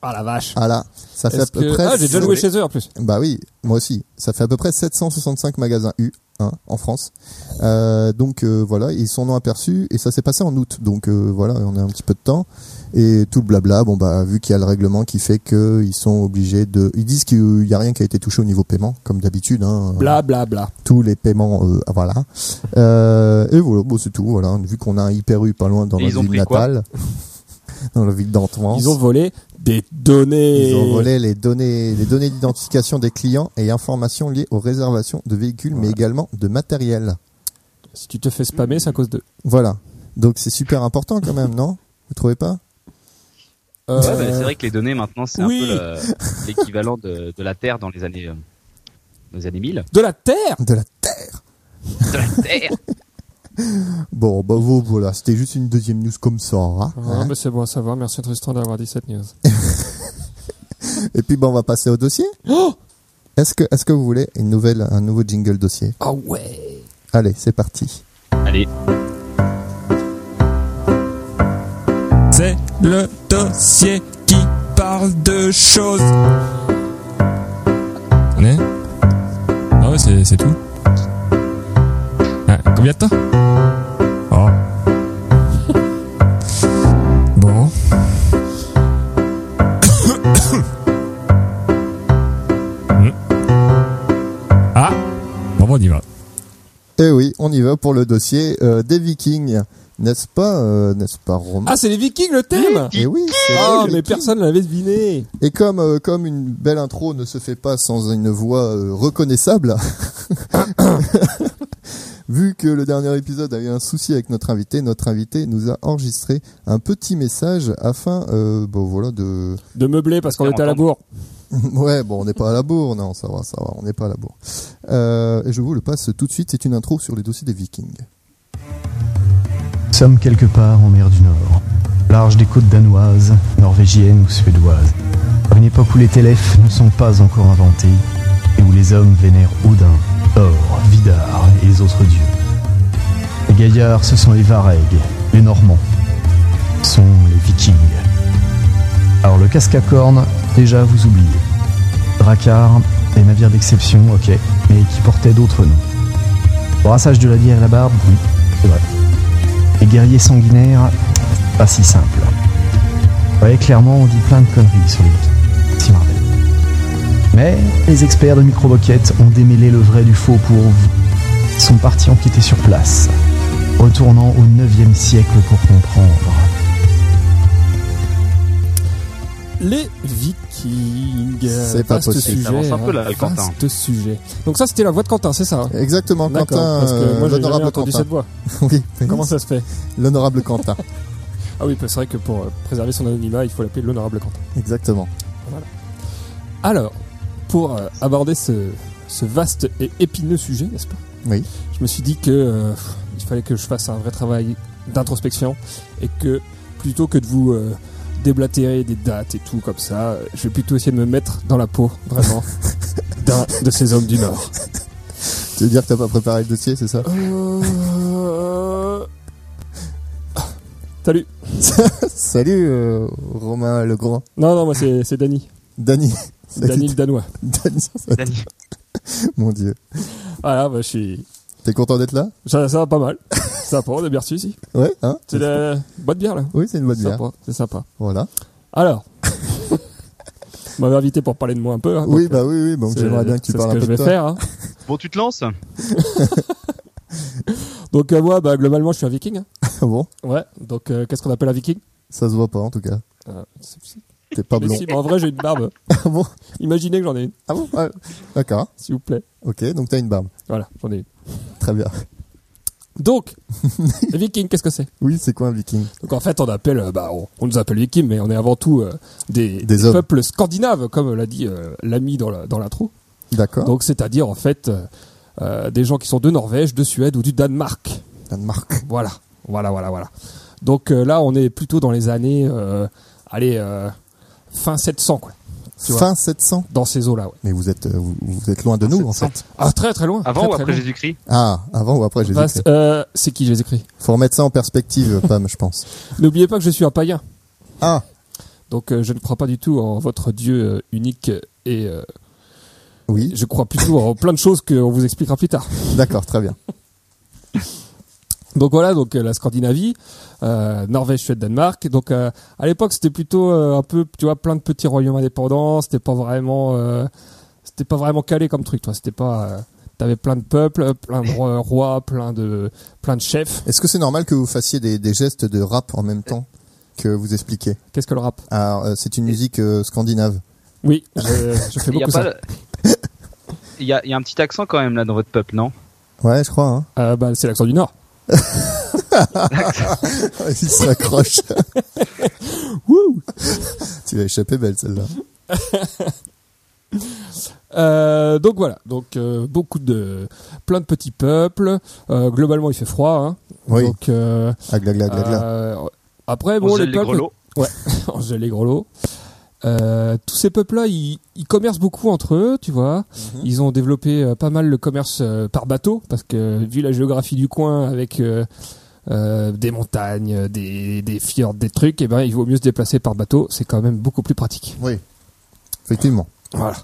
[SPEAKER 5] Ah la vache.
[SPEAKER 4] Ah là, ça fait à
[SPEAKER 5] Est-ce
[SPEAKER 4] peu
[SPEAKER 5] que-
[SPEAKER 4] près.
[SPEAKER 5] Ah, j'ai déjà loué chez eux en plus.
[SPEAKER 4] Bah oui, moi aussi. Ça fait à peu près 765 magasins U. hein, en France, Euh, donc euh, voilà, ils s'en ont aperçus et ça s'est passé en août, donc euh, voilà, on a un petit peu de temps et tout le blabla. Bon bah vu qu'il y a le règlement qui fait que ils sont obligés de, ils disent qu'il y a rien qui a été touché au niveau paiement, comme d'habitude, hein, euh,
[SPEAKER 5] Bla bla bla.
[SPEAKER 4] tous les paiements, euh, voilà. Euh, et voilà, bon c'est tout, voilà. Vu qu'on a un hyper U pas loin dans
[SPEAKER 6] Et
[SPEAKER 4] la
[SPEAKER 6] ils ont
[SPEAKER 4] ville
[SPEAKER 6] pris quoi
[SPEAKER 4] natale, dans la ville d'Antoine,
[SPEAKER 5] Ils ont volé des données.
[SPEAKER 4] ils ont volé les données, les données d'identification des clients et informations liées aux réservations de véhicules, mais également de matériel.
[SPEAKER 5] Si tu te fais spammer, c'est à cause de.
[SPEAKER 4] Voilà. Donc c'est super important quand même, non Vous trouvez pas
[SPEAKER 5] Euh,
[SPEAKER 6] Ouais, bah, c'est vrai que les données maintenant, c'est
[SPEAKER 5] oui.
[SPEAKER 6] un peu le- l'équivalent de, de la Terre dans les années, euh, dans les années 1000.
[SPEAKER 5] De la terre.
[SPEAKER 4] De la terre.
[SPEAKER 6] De la Terre
[SPEAKER 4] Bon, bah vo- voilà, c'était juste une deuxième news comme ça. hein.
[SPEAKER 5] Ah, bah, c'est bon à savoir. Merci Tristan d'avoir dit cette news.
[SPEAKER 4] Et puis bah on va passer au dossier. Oh est-ce que est-ce que vous voulez une nouvelle un nouveau jingle dossier
[SPEAKER 5] Ah ouais.
[SPEAKER 4] Allez, c'est parti.
[SPEAKER 6] Allez,
[SPEAKER 1] C'est le dossier qui parle de choses. On est Ah ouais, c'est, c'est tout. Ah, combien de temps Oh. Bon. Hmm. ah, bon, on y va.
[SPEAKER 4] Eh oui, on y va pour le dossier euh, des Vikings, n'est-ce pas euh, N'est-ce pas Romain
[SPEAKER 5] Ah, c'est les Vikings le thème.
[SPEAKER 4] Eh oui. c'est
[SPEAKER 5] Ah,
[SPEAKER 4] vrai,
[SPEAKER 5] mais
[SPEAKER 4] les
[SPEAKER 5] personne l'avait deviné.
[SPEAKER 4] Et comme, euh, comme une belle intro ne se fait pas sans une voix euh, reconnaissable, vu que le dernier épisode a eu un souci avec notre invité, notre invité nous a enregistré un petit message afin, euh, bon voilà, de...
[SPEAKER 5] De meubler parce qu'on était à la bourre.
[SPEAKER 4] ouais, bon, on n'est pas à la bourre, non, ça va, ça va, on n'est pas à la bourre. Euh, et je vous le passe tout de suite, c'est une intro sur les dossiers des vikings.
[SPEAKER 8] Nous sommes quelque part en mer du Nord, au large des côtes danoises, norvégiennes ou suédoises. À une époque où les téléphes ne sont pas encore inventés et où les hommes vénèrent Odin, Thor, Vidar et les autres dieux. Les gaillards, ce sont les Varegs, les Normands. Ce sont les Vikings. Alors le casque à cornes, déjà vous oubliez. Drakkar et navires d'exception, ok, mais qui portaient d'autres noms. Brassage de la bière et la barbe, oui, c'est vrai. Et guerriers sanguinaires, pas si simple. Ouais, clairement, on dit plein de conneries sur les geeks. Si Marvel. Mais les experts de Microboquette ont démêlé le vrai du faux pour vous. Ils sont partis enquêter sur place, retournant au 9e siècle pour comprendre.
[SPEAKER 5] Les Vikings.
[SPEAKER 4] C'est pas
[SPEAKER 5] Vaste
[SPEAKER 4] possible.
[SPEAKER 5] Sujet,
[SPEAKER 6] T'avances un peu, là,
[SPEAKER 5] hein,
[SPEAKER 6] Quentin.
[SPEAKER 5] vaste sujet. Donc ça, c'était la voix de Quentin, c'est ça hein
[SPEAKER 4] Exactement,
[SPEAKER 5] D'accord,
[SPEAKER 4] Quentin,
[SPEAKER 5] parce que
[SPEAKER 4] euh,
[SPEAKER 5] moi j'ai jamais
[SPEAKER 4] l'honorable
[SPEAKER 5] entendu
[SPEAKER 4] Quentin.
[SPEAKER 5] cette voix.
[SPEAKER 4] Oui,
[SPEAKER 5] Comment ça se fait
[SPEAKER 4] L'honorable Quentin,
[SPEAKER 5] Ah oui, c'est vrai que pour euh, préserver son anonymat, il faut l'appeler l'honorable Quentin.
[SPEAKER 4] exactement.
[SPEAKER 5] Alors, pour euh, aborder ce, ce vaste et épineux sujet, n'est-ce pas
[SPEAKER 4] Oui.
[SPEAKER 5] Je me suis dit que euh, pff, il fallait que je fasse un vrai travail d'introspection et que plutôt que de vous euh, déblatérer des dates et tout comme ça, euh, je vais plutôt essayer de me mettre dans la peau, vraiment, d'un de ces hommes du Nord.
[SPEAKER 4] Tu veux dire que t'as pas préparé le dossier, c'est ça
[SPEAKER 5] Euh, Salut.
[SPEAKER 4] Salut euh, Romain Legrand.
[SPEAKER 5] Non, non, moi c'est c'est Danny.
[SPEAKER 4] Dany. Ça
[SPEAKER 5] Danny
[SPEAKER 4] dit-
[SPEAKER 5] le Danois.
[SPEAKER 4] Dany, ça-
[SPEAKER 6] Dany.
[SPEAKER 4] Mon dieu.
[SPEAKER 5] Voilà, bah, je suis.
[SPEAKER 4] T'es content d'être là
[SPEAKER 5] Ça, ça va pas mal. Ça va, on est bien reçu ici.
[SPEAKER 4] Ouais, hein
[SPEAKER 5] C'est la bonne bière là.
[SPEAKER 4] Oui, c'est une bonne bière.
[SPEAKER 5] Sympa, C'est sympa.
[SPEAKER 4] Voilà.
[SPEAKER 5] Alors, vous m'avez invité pour parler de moi un peu. hein,
[SPEAKER 4] Oui,
[SPEAKER 5] donc,
[SPEAKER 4] bah oui, oui, donc
[SPEAKER 5] c'est-
[SPEAKER 4] j'aimerais bien que tu
[SPEAKER 5] c'est
[SPEAKER 4] parles
[SPEAKER 5] ce que
[SPEAKER 4] un
[SPEAKER 5] je
[SPEAKER 4] peu
[SPEAKER 5] vais
[SPEAKER 4] de toi.
[SPEAKER 5] faire. hein.
[SPEAKER 6] Bon, tu te lances
[SPEAKER 5] Donc euh, moi, bah, globalement, je suis un Viking. hein.
[SPEAKER 4] Ah bon,
[SPEAKER 5] Ouais. Donc euh, qu'est-ce qu'on appelle un Viking
[SPEAKER 4] ça se voit pas en tout cas.
[SPEAKER 5] Euh, c'est- c'est-
[SPEAKER 4] T'es pas
[SPEAKER 5] mais
[SPEAKER 4] blond.
[SPEAKER 5] si, bah, en vrai, j'ai une barbe.
[SPEAKER 4] Ah bon
[SPEAKER 5] Imaginez que j'en ai une,
[SPEAKER 4] Ah bon Ah, D'accord.
[SPEAKER 5] s'il vous plaît.
[SPEAKER 4] Ok, donc t'as une barbe.
[SPEAKER 5] Voilà, j'en ai une.
[SPEAKER 4] Très bien.
[SPEAKER 5] Donc, les Vikings, qu'est-ce que c'est
[SPEAKER 4] Oui, c'est quoi un viking
[SPEAKER 5] Donc en fait, on appelle, euh, bah, on, on nous appelle Vikings, mais on est avant tout euh, des,
[SPEAKER 4] hommes.
[SPEAKER 5] peuples scandinaves, comme l'a dit euh, l'ami dans la- dans l'intro.
[SPEAKER 4] D'accord.
[SPEAKER 5] Donc c'est-à-dire en fait euh, euh, des gens qui sont de Norvège, de Suède ou du Danemark.
[SPEAKER 4] Danemark.
[SPEAKER 5] Voilà, voilà, voilà, voilà. Donc euh, là, on est plutôt dans les années, euh, allez, euh, fin 700, quoi. Tu vois.
[SPEAKER 4] Fin 700.
[SPEAKER 5] Dans ces eaux-là, ouais.
[SPEAKER 4] Mais vous êtes, euh, vous, vous êtes loin de nous en fait.
[SPEAKER 5] Ah, très très loin.
[SPEAKER 6] Avant
[SPEAKER 5] très,
[SPEAKER 6] ou
[SPEAKER 5] très
[SPEAKER 6] après
[SPEAKER 5] loin.
[SPEAKER 6] Jésus-Christ
[SPEAKER 4] Ah, avant ou après Jésus
[SPEAKER 5] Vaste, euh, C'est qui Jésus-Christ
[SPEAKER 4] Faut remettre ça en perspective, Pam, je pense.
[SPEAKER 5] N'oubliez pas que je suis un païen.
[SPEAKER 4] Ah,
[SPEAKER 5] Donc euh, je ne crois pas du tout en votre Dieu euh, unique et euh,
[SPEAKER 4] oui,
[SPEAKER 5] je crois plutôt en plein de choses qu'on vous expliquera plus tard.
[SPEAKER 4] d'accord, très bien.
[SPEAKER 5] Donc voilà, donc euh, la Scandinavie, euh, Norvège, Suède, Danemark. Donc euh, à l'époque, c'était plutôt euh, un peu, tu vois, plein de petits royaumes indépendants. C'était pas vraiment, euh, c'était pas vraiment calé comme truc, toi. C'était pas, euh, t'avais plein de peuples, euh, plein de ro- rois, plein de, plein de chefs.
[SPEAKER 4] Est-ce que c'est normal que vous fassiez des, des gestes de rap en même temps que vous expliquez
[SPEAKER 5] Qu'est-ce que le rap
[SPEAKER 4] Alors, euh, c'est une musique euh, scandinave.
[SPEAKER 5] Oui, je, je fais
[SPEAKER 6] Il y a
[SPEAKER 5] beaucoup
[SPEAKER 6] pas.
[SPEAKER 5] ça.
[SPEAKER 6] le- Il y a, il y a un petit accent quand même là dans votre peuple, non
[SPEAKER 4] Ouais, je crois. Hein.
[SPEAKER 5] Euh, bah, c'est l'accent du Nord. Ah,
[SPEAKER 4] Il s'accroche.
[SPEAKER 5] Wouh
[SPEAKER 4] tu l'as échappé belle celle-là.
[SPEAKER 5] Euh, donc voilà, donc euh, beaucoup de, plein de petits peuples. Euh, globalement, il fait froid. Hein.
[SPEAKER 4] Oui.
[SPEAKER 5] Donc euh,
[SPEAKER 4] Agla, gla, gla, gla.
[SPEAKER 5] euh, après,
[SPEAKER 6] On
[SPEAKER 5] bon,
[SPEAKER 6] gèle
[SPEAKER 5] les
[SPEAKER 6] les
[SPEAKER 5] peuples,
[SPEAKER 6] grelots.
[SPEAKER 5] en gel les grelots. Euh, tous ces peuples-là, ils, ils commercent beaucoup entre eux, tu vois. Ils ont développé euh, pas mal le commerce euh, par bateau, parce que vu la géographie du coin, avec euh, euh, des montagnes, euh, des, des fjords, des trucs, et ben il vaut mieux se déplacer par bateau. C'est quand même beaucoup plus pratique.
[SPEAKER 4] Oui. Effectivement.
[SPEAKER 5] Voilà.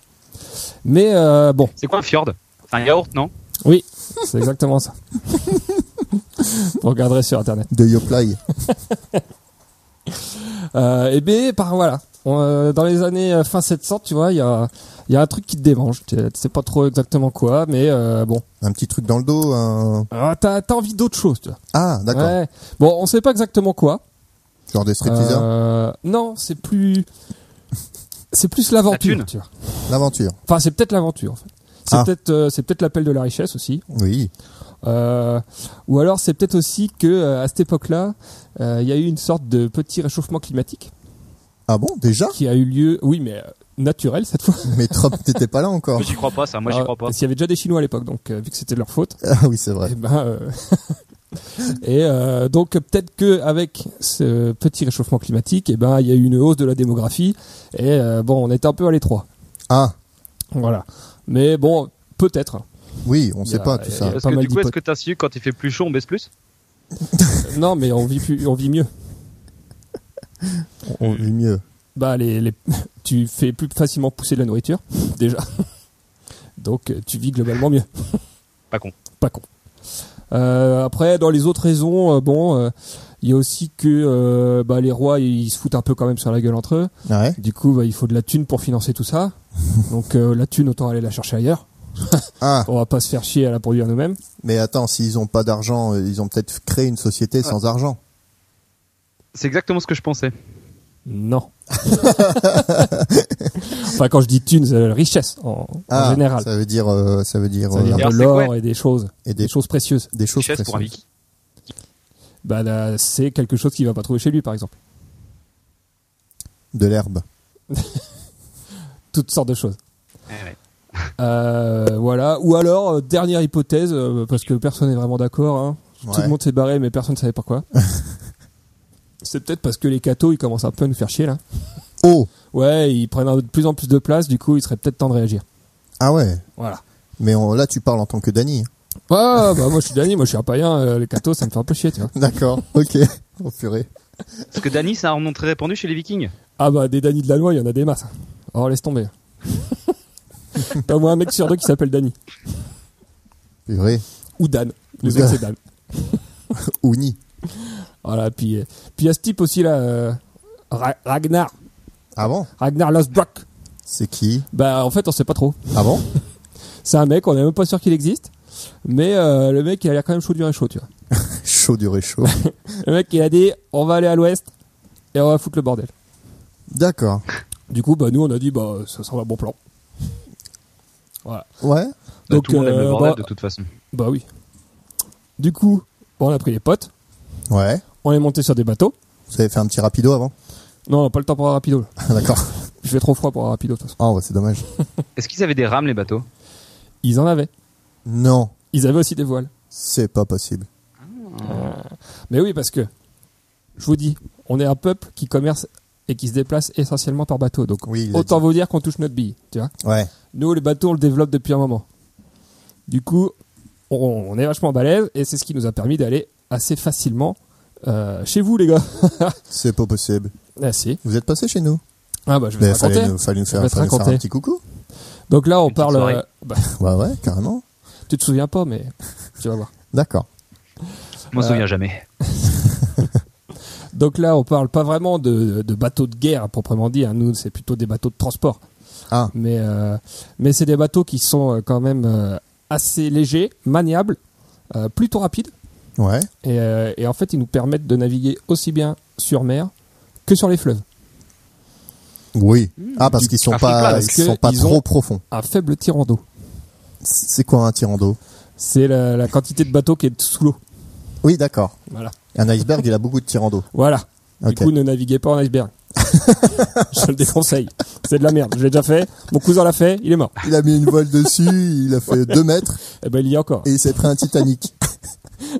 [SPEAKER 5] Mais euh, bon,
[SPEAKER 6] C'est quoi un fjord C'est un yaourt, non
[SPEAKER 5] oui, c'est exactement ça. Vous regarderez sur internet.
[SPEAKER 4] De Yoplai.
[SPEAKER 5] Euh, et ben par voilà. On, euh, dans les années euh, fin 700, tu vois, il y a, il y a un truc qui te démange. Tu tu sais pas trop exactement quoi, mais euh, bon.
[SPEAKER 4] Un petit truc dans le dos. Un...
[SPEAKER 5] Ah, T'as as envie d'autre chose, tu vois.
[SPEAKER 4] Ah, d'accord.
[SPEAKER 5] Ouais. Bon, on sait pas exactement quoi.
[SPEAKER 4] Genre des street teasers.
[SPEAKER 5] Euh, non, c'est plus. C'est plus l'aventure,
[SPEAKER 6] thune.
[SPEAKER 5] tu vois.
[SPEAKER 4] L'aventure.
[SPEAKER 5] Enfin, c'est peut-être l'aventure, en fait. C'est
[SPEAKER 4] Ah.
[SPEAKER 5] peut-être euh, c'est peut-être l'appel de la richesse aussi.
[SPEAKER 4] Oui.
[SPEAKER 5] Euh, ou alors, c'est peut-être aussi que euh, à cette époque-là, euh, il y a eu une sorte de petit réchauffement climatique
[SPEAKER 4] Ah bon, déjà
[SPEAKER 5] qui a eu lieu. Oui, mais euh, naturel cette fois.
[SPEAKER 4] Mais trop, t'étais pas là encore.
[SPEAKER 6] Moi j'y crois pas ça, moi j'y
[SPEAKER 5] Alors,
[SPEAKER 6] crois pas.
[SPEAKER 5] Ah, parce qu'il y avait déjà des Chinois à l'époque, donc euh, vu que c'était de leur faute,
[SPEAKER 4] Ah oui, c'est vrai.
[SPEAKER 5] eh ben, euh, et euh, donc peut-être que avec ce petit réchauffement climatique, eh ben il y a eu une hausse de la démographie et euh, bon, on était un peu à l'étroit,
[SPEAKER 4] Ah,
[SPEAKER 5] voilà. Mais bon, peut-être. hein.
[SPEAKER 4] oui, on
[SPEAKER 5] Il y
[SPEAKER 4] sait
[SPEAKER 5] a-
[SPEAKER 4] pas tout
[SPEAKER 5] il y a-
[SPEAKER 4] ça.
[SPEAKER 6] Parce
[SPEAKER 5] pas
[SPEAKER 6] que
[SPEAKER 5] mal
[SPEAKER 6] du coup, est-ce
[SPEAKER 5] d'hypothèses.
[SPEAKER 6] que t'as su quand il fait plus chaud, on baisse plus
[SPEAKER 5] Non, mais on vit plus, on vit mieux.
[SPEAKER 4] On vit mieux.
[SPEAKER 5] bah, les, les- tu fais plus facilement pousser de la nourriture, déjà. Donc, euh, tu vis globalement mieux.
[SPEAKER 6] Pas con.
[SPEAKER 5] Pas con. Euh, après, dans les autres raisons, euh, bon, euh, il y a aussi que euh, bah, les rois, ils se foutent un peu quand même sur la gueule entre eux.
[SPEAKER 4] Ouais.
[SPEAKER 5] Du coup, bah, il faut de la thune pour financer tout ça. Donc, euh, la thune, autant aller la chercher ailleurs.
[SPEAKER 4] Ah,
[SPEAKER 5] On va pas se faire chier à la produire nous-mêmes.
[SPEAKER 4] mais attends, s'ils ont pas d'argent, euh, ils ont peut-être créé une société sans argent.
[SPEAKER 6] C'est exactement ce que je pensais.
[SPEAKER 5] Non. enfin, quand je dis thune, c'est la richesse en, en
[SPEAKER 4] Ah,
[SPEAKER 5] général.
[SPEAKER 4] Ça veut dire, euh, ça veut dire,
[SPEAKER 5] Ça veut dire
[SPEAKER 4] euh,
[SPEAKER 6] Alors,
[SPEAKER 5] de
[SPEAKER 6] c'est quoi
[SPEAKER 5] l'or et des choses,
[SPEAKER 4] et
[SPEAKER 5] des
[SPEAKER 4] des,
[SPEAKER 5] choses précieuses.
[SPEAKER 4] des choses
[SPEAKER 6] Richesse pour un
[SPEAKER 4] précieuses.
[SPEAKER 6] viking.
[SPEAKER 5] Bah là, c'est quelque chose qu'il va pas trouver chez lui, par exemple.
[SPEAKER 4] de l'herbe.
[SPEAKER 5] Toutes sortes de choses.
[SPEAKER 6] Eh ouais.
[SPEAKER 5] Euh, voilà. Ou alors, euh, dernière hypothèse, euh, parce que personne n'est vraiment d'accord. Hein. Tout
[SPEAKER 4] Ouais.
[SPEAKER 5] le monde s'est barré, mais personne ne savait pourquoi. c'est peut-être parce que les cathos, ils commencent un peu à nous faire chier là.
[SPEAKER 4] Oh,
[SPEAKER 5] Ouais, ils prennent de plus en plus de place, du coup, il serait peut-être temps de réagir.
[SPEAKER 4] ah ouais.
[SPEAKER 5] Voilà.
[SPEAKER 4] Mais on- là, tu parles en tant que Dany.
[SPEAKER 5] Ah, bah moi je suis Dany, moi je suis un païen, euh, les cathos, ça me fait un peu chier, tu vois.
[SPEAKER 4] D'accord. ok. Oh purée.
[SPEAKER 6] Parce que Dany, c'est un nom très répandu chez les Vikings.
[SPEAKER 5] Ah bah des Dany de la loi, il y en a des masses. Oh laisse tomber. T'as au moins un mec sur deux qui s'appelle Dany.
[SPEAKER 4] Purée.
[SPEAKER 5] Ou Dan.
[SPEAKER 4] Ou
[SPEAKER 5] Les
[SPEAKER 4] Dan.
[SPEAKER 5] autres c'est Dan.
[SPEAKER 4] Ou ni.
[SPEAKER 5] Voilà, puis euh, puis il y a ce type aussi là, euh, Ra- Ragnar.
[SPEAKER 4] Ah bon
[SPEAKER 5] Ragnar Losbrock.
[SPEAKER 4] C'est qui
[SPEAKER 5] Bah en fait on sait pas trop.
[SPEAKER 4] Ah bon
[SPEAKER 5] C'est un mec, on est même pas sûr qu'il existe. Mais euh, le mec il a l'air quand même chaud du réchaud, tu vois.
[SPEAKER 4] Chaud du réchaud.
[SPEAKER 5] Le mec il a dit on va aller à l'ouest et on va foutre le bordel.
[SPEAKER 4] D'accord.
[SPEAKER 5] Du coup bah nous on a dit bah ça semble un bon plan.
[SPEAKER 4] Ouais.
[SPEAKER 6] Bah,
[SPEAKER 5] Donc,
[SPEAKER 6] tout le monde aime le
[SPEAKER 5] euh,
[SPEAKER 6] bordel
[SPEAKER 5] bah,
[SPEAKER 6] de toute façon.
[SPEAKER 5] Bah oui. Du coup, bon, on a pris les potes,
[SPEAKER 4] Ouais.
[SPEAKER 5] on est monté sur des bateaux.
[SPEAKER 4] Vous avez fait un petit rapido avant
[SPEAKER 5] Non, on n'a pas le temps pour un rapido.
[SPEAKER 4] Ah, D'accord.
[SPEAKER 5] Il fait trop froid pour un rapido de toute façon.
[SPEAKER 4] Ah ouais, c'est dommage.
[SPEAKER 6] Est-ce qu'ils avaient des rames, les bateaux
[SPEAKER 5] Ils en avaient.
[SPEAKER 4] Non,
[SPEAKER 5] Ils avaient aussi des voiles.
[SPEAKER 4] c'est pas possible.
[SPEAKER 5] Mais oui, parce que, je vous dis, on est un peuple qui commerce et qui se déplace essentiellement par bateau. Donc,
[SPEAKER 4] Oui, il l'a
[SPEAKER 5] autant vous dire qu'on touche notre bille, tu vois.
[SPEAKER 4] Ouais.
[SPEAKER 5] Nous, les bateaux, on le développe depuis un moment. Du coup, on, on est vachement balèze et c'est ce qui nous a permis d'aller assez facilement euh, chez vous, les gars.
[SPEAKER 4] C'est pas possible.
[SPEAKER 5] Ah si.
[SPEAKER 4] Vous êtes passé chez nous
[SPEAKER 5] Ah bah, je vais
[SPEAKER 4] Mais
[SPEAKER 5] vous raconter.
[SPEAKER 4] fallait nous, fallait nous faire,
[SPEAKER 5] va se
[SPEAKER 4] fallait nous faire
[SPEAKER 5] raconter.
[SPEAKER 4] un petit coucou.
[SPEAKER 5] Donc là, on
[SPEAKER 6] petite
[SPEAKER 5] parle...
[SPEAKER 6] soirée.
[SPEAKER 5] euh, bah,
[SPEAKER 4] Ouais, ouais, carrément.
[SPEAKER 5] tu te souviens pas, mais tu vas voir.
[SPEAKER 4] D'accord.
[SPEAKER 6] Je m'en
[SPEAKER 5] Euh,
[SPEAKER 6] souviens jamais.
[SPEAKER 5] Donc là, on parle pas vraiment de, de bateaux de guerre proprement dit. hein. Nous, c'est plutôt des bateaux de transport.
[SPEAKER 4] Ah.
[SPEAKER 5] Mais euh, mais c'est des bateaux qui sont euh, quand même euh, assez légers, maniables, euh, plutôt rapides.
[SPEAKER 4] Ouais.
[SPEAKER 5] Et, euh, et en fait, ils nous permettent de naviguer aussi bien sur mer que sur les fleuves.
[SPEAKER 4] Oui. Ah, parce qu'ils sont
[SPEAKER 6] Ah,
[SPEAKER 4] pas,
[SPEAKER 5] parce
[SPEAKER 4] ils
[SPEAKER 5] que
[SPEAKER 4] sont pas
[SPEAKER 5] ils
[SPEAKER 4] trop
[SPEAKER 5] ont-
[SPEAKER 4] profonds.
[SPEAKER 5] Un faible tirant d'eau.
[SPEAKER 4] C'est quoi un tirant d'eau
[SPEAKER 5] C'est la, la quantité de bateaux qui est sous l'eau.
[SPEAKER 4] Oui, d'accord.
[SPEAKER 5] Voilà.
[SPEAKER 4] Un iceberg, il a beaucoup de tirant d'eau.
[SPEAKER 5] Voilà.
[SPEAKER 4] Ok.
[SPEAKER 5] Du coup, ne naviguez pas en iceberg. je le déconseille. C'est de la merde. Je l'ai déjà fait. Mon cousin l'a fait. Il est mort.
[SPEAKER 4] Il a mis une voile dessus, il a fait 2 mètres
[SPEAKER 5] Eh ben, il y est encore.
[SPEAKER 4] et il s'est pris un Titanic.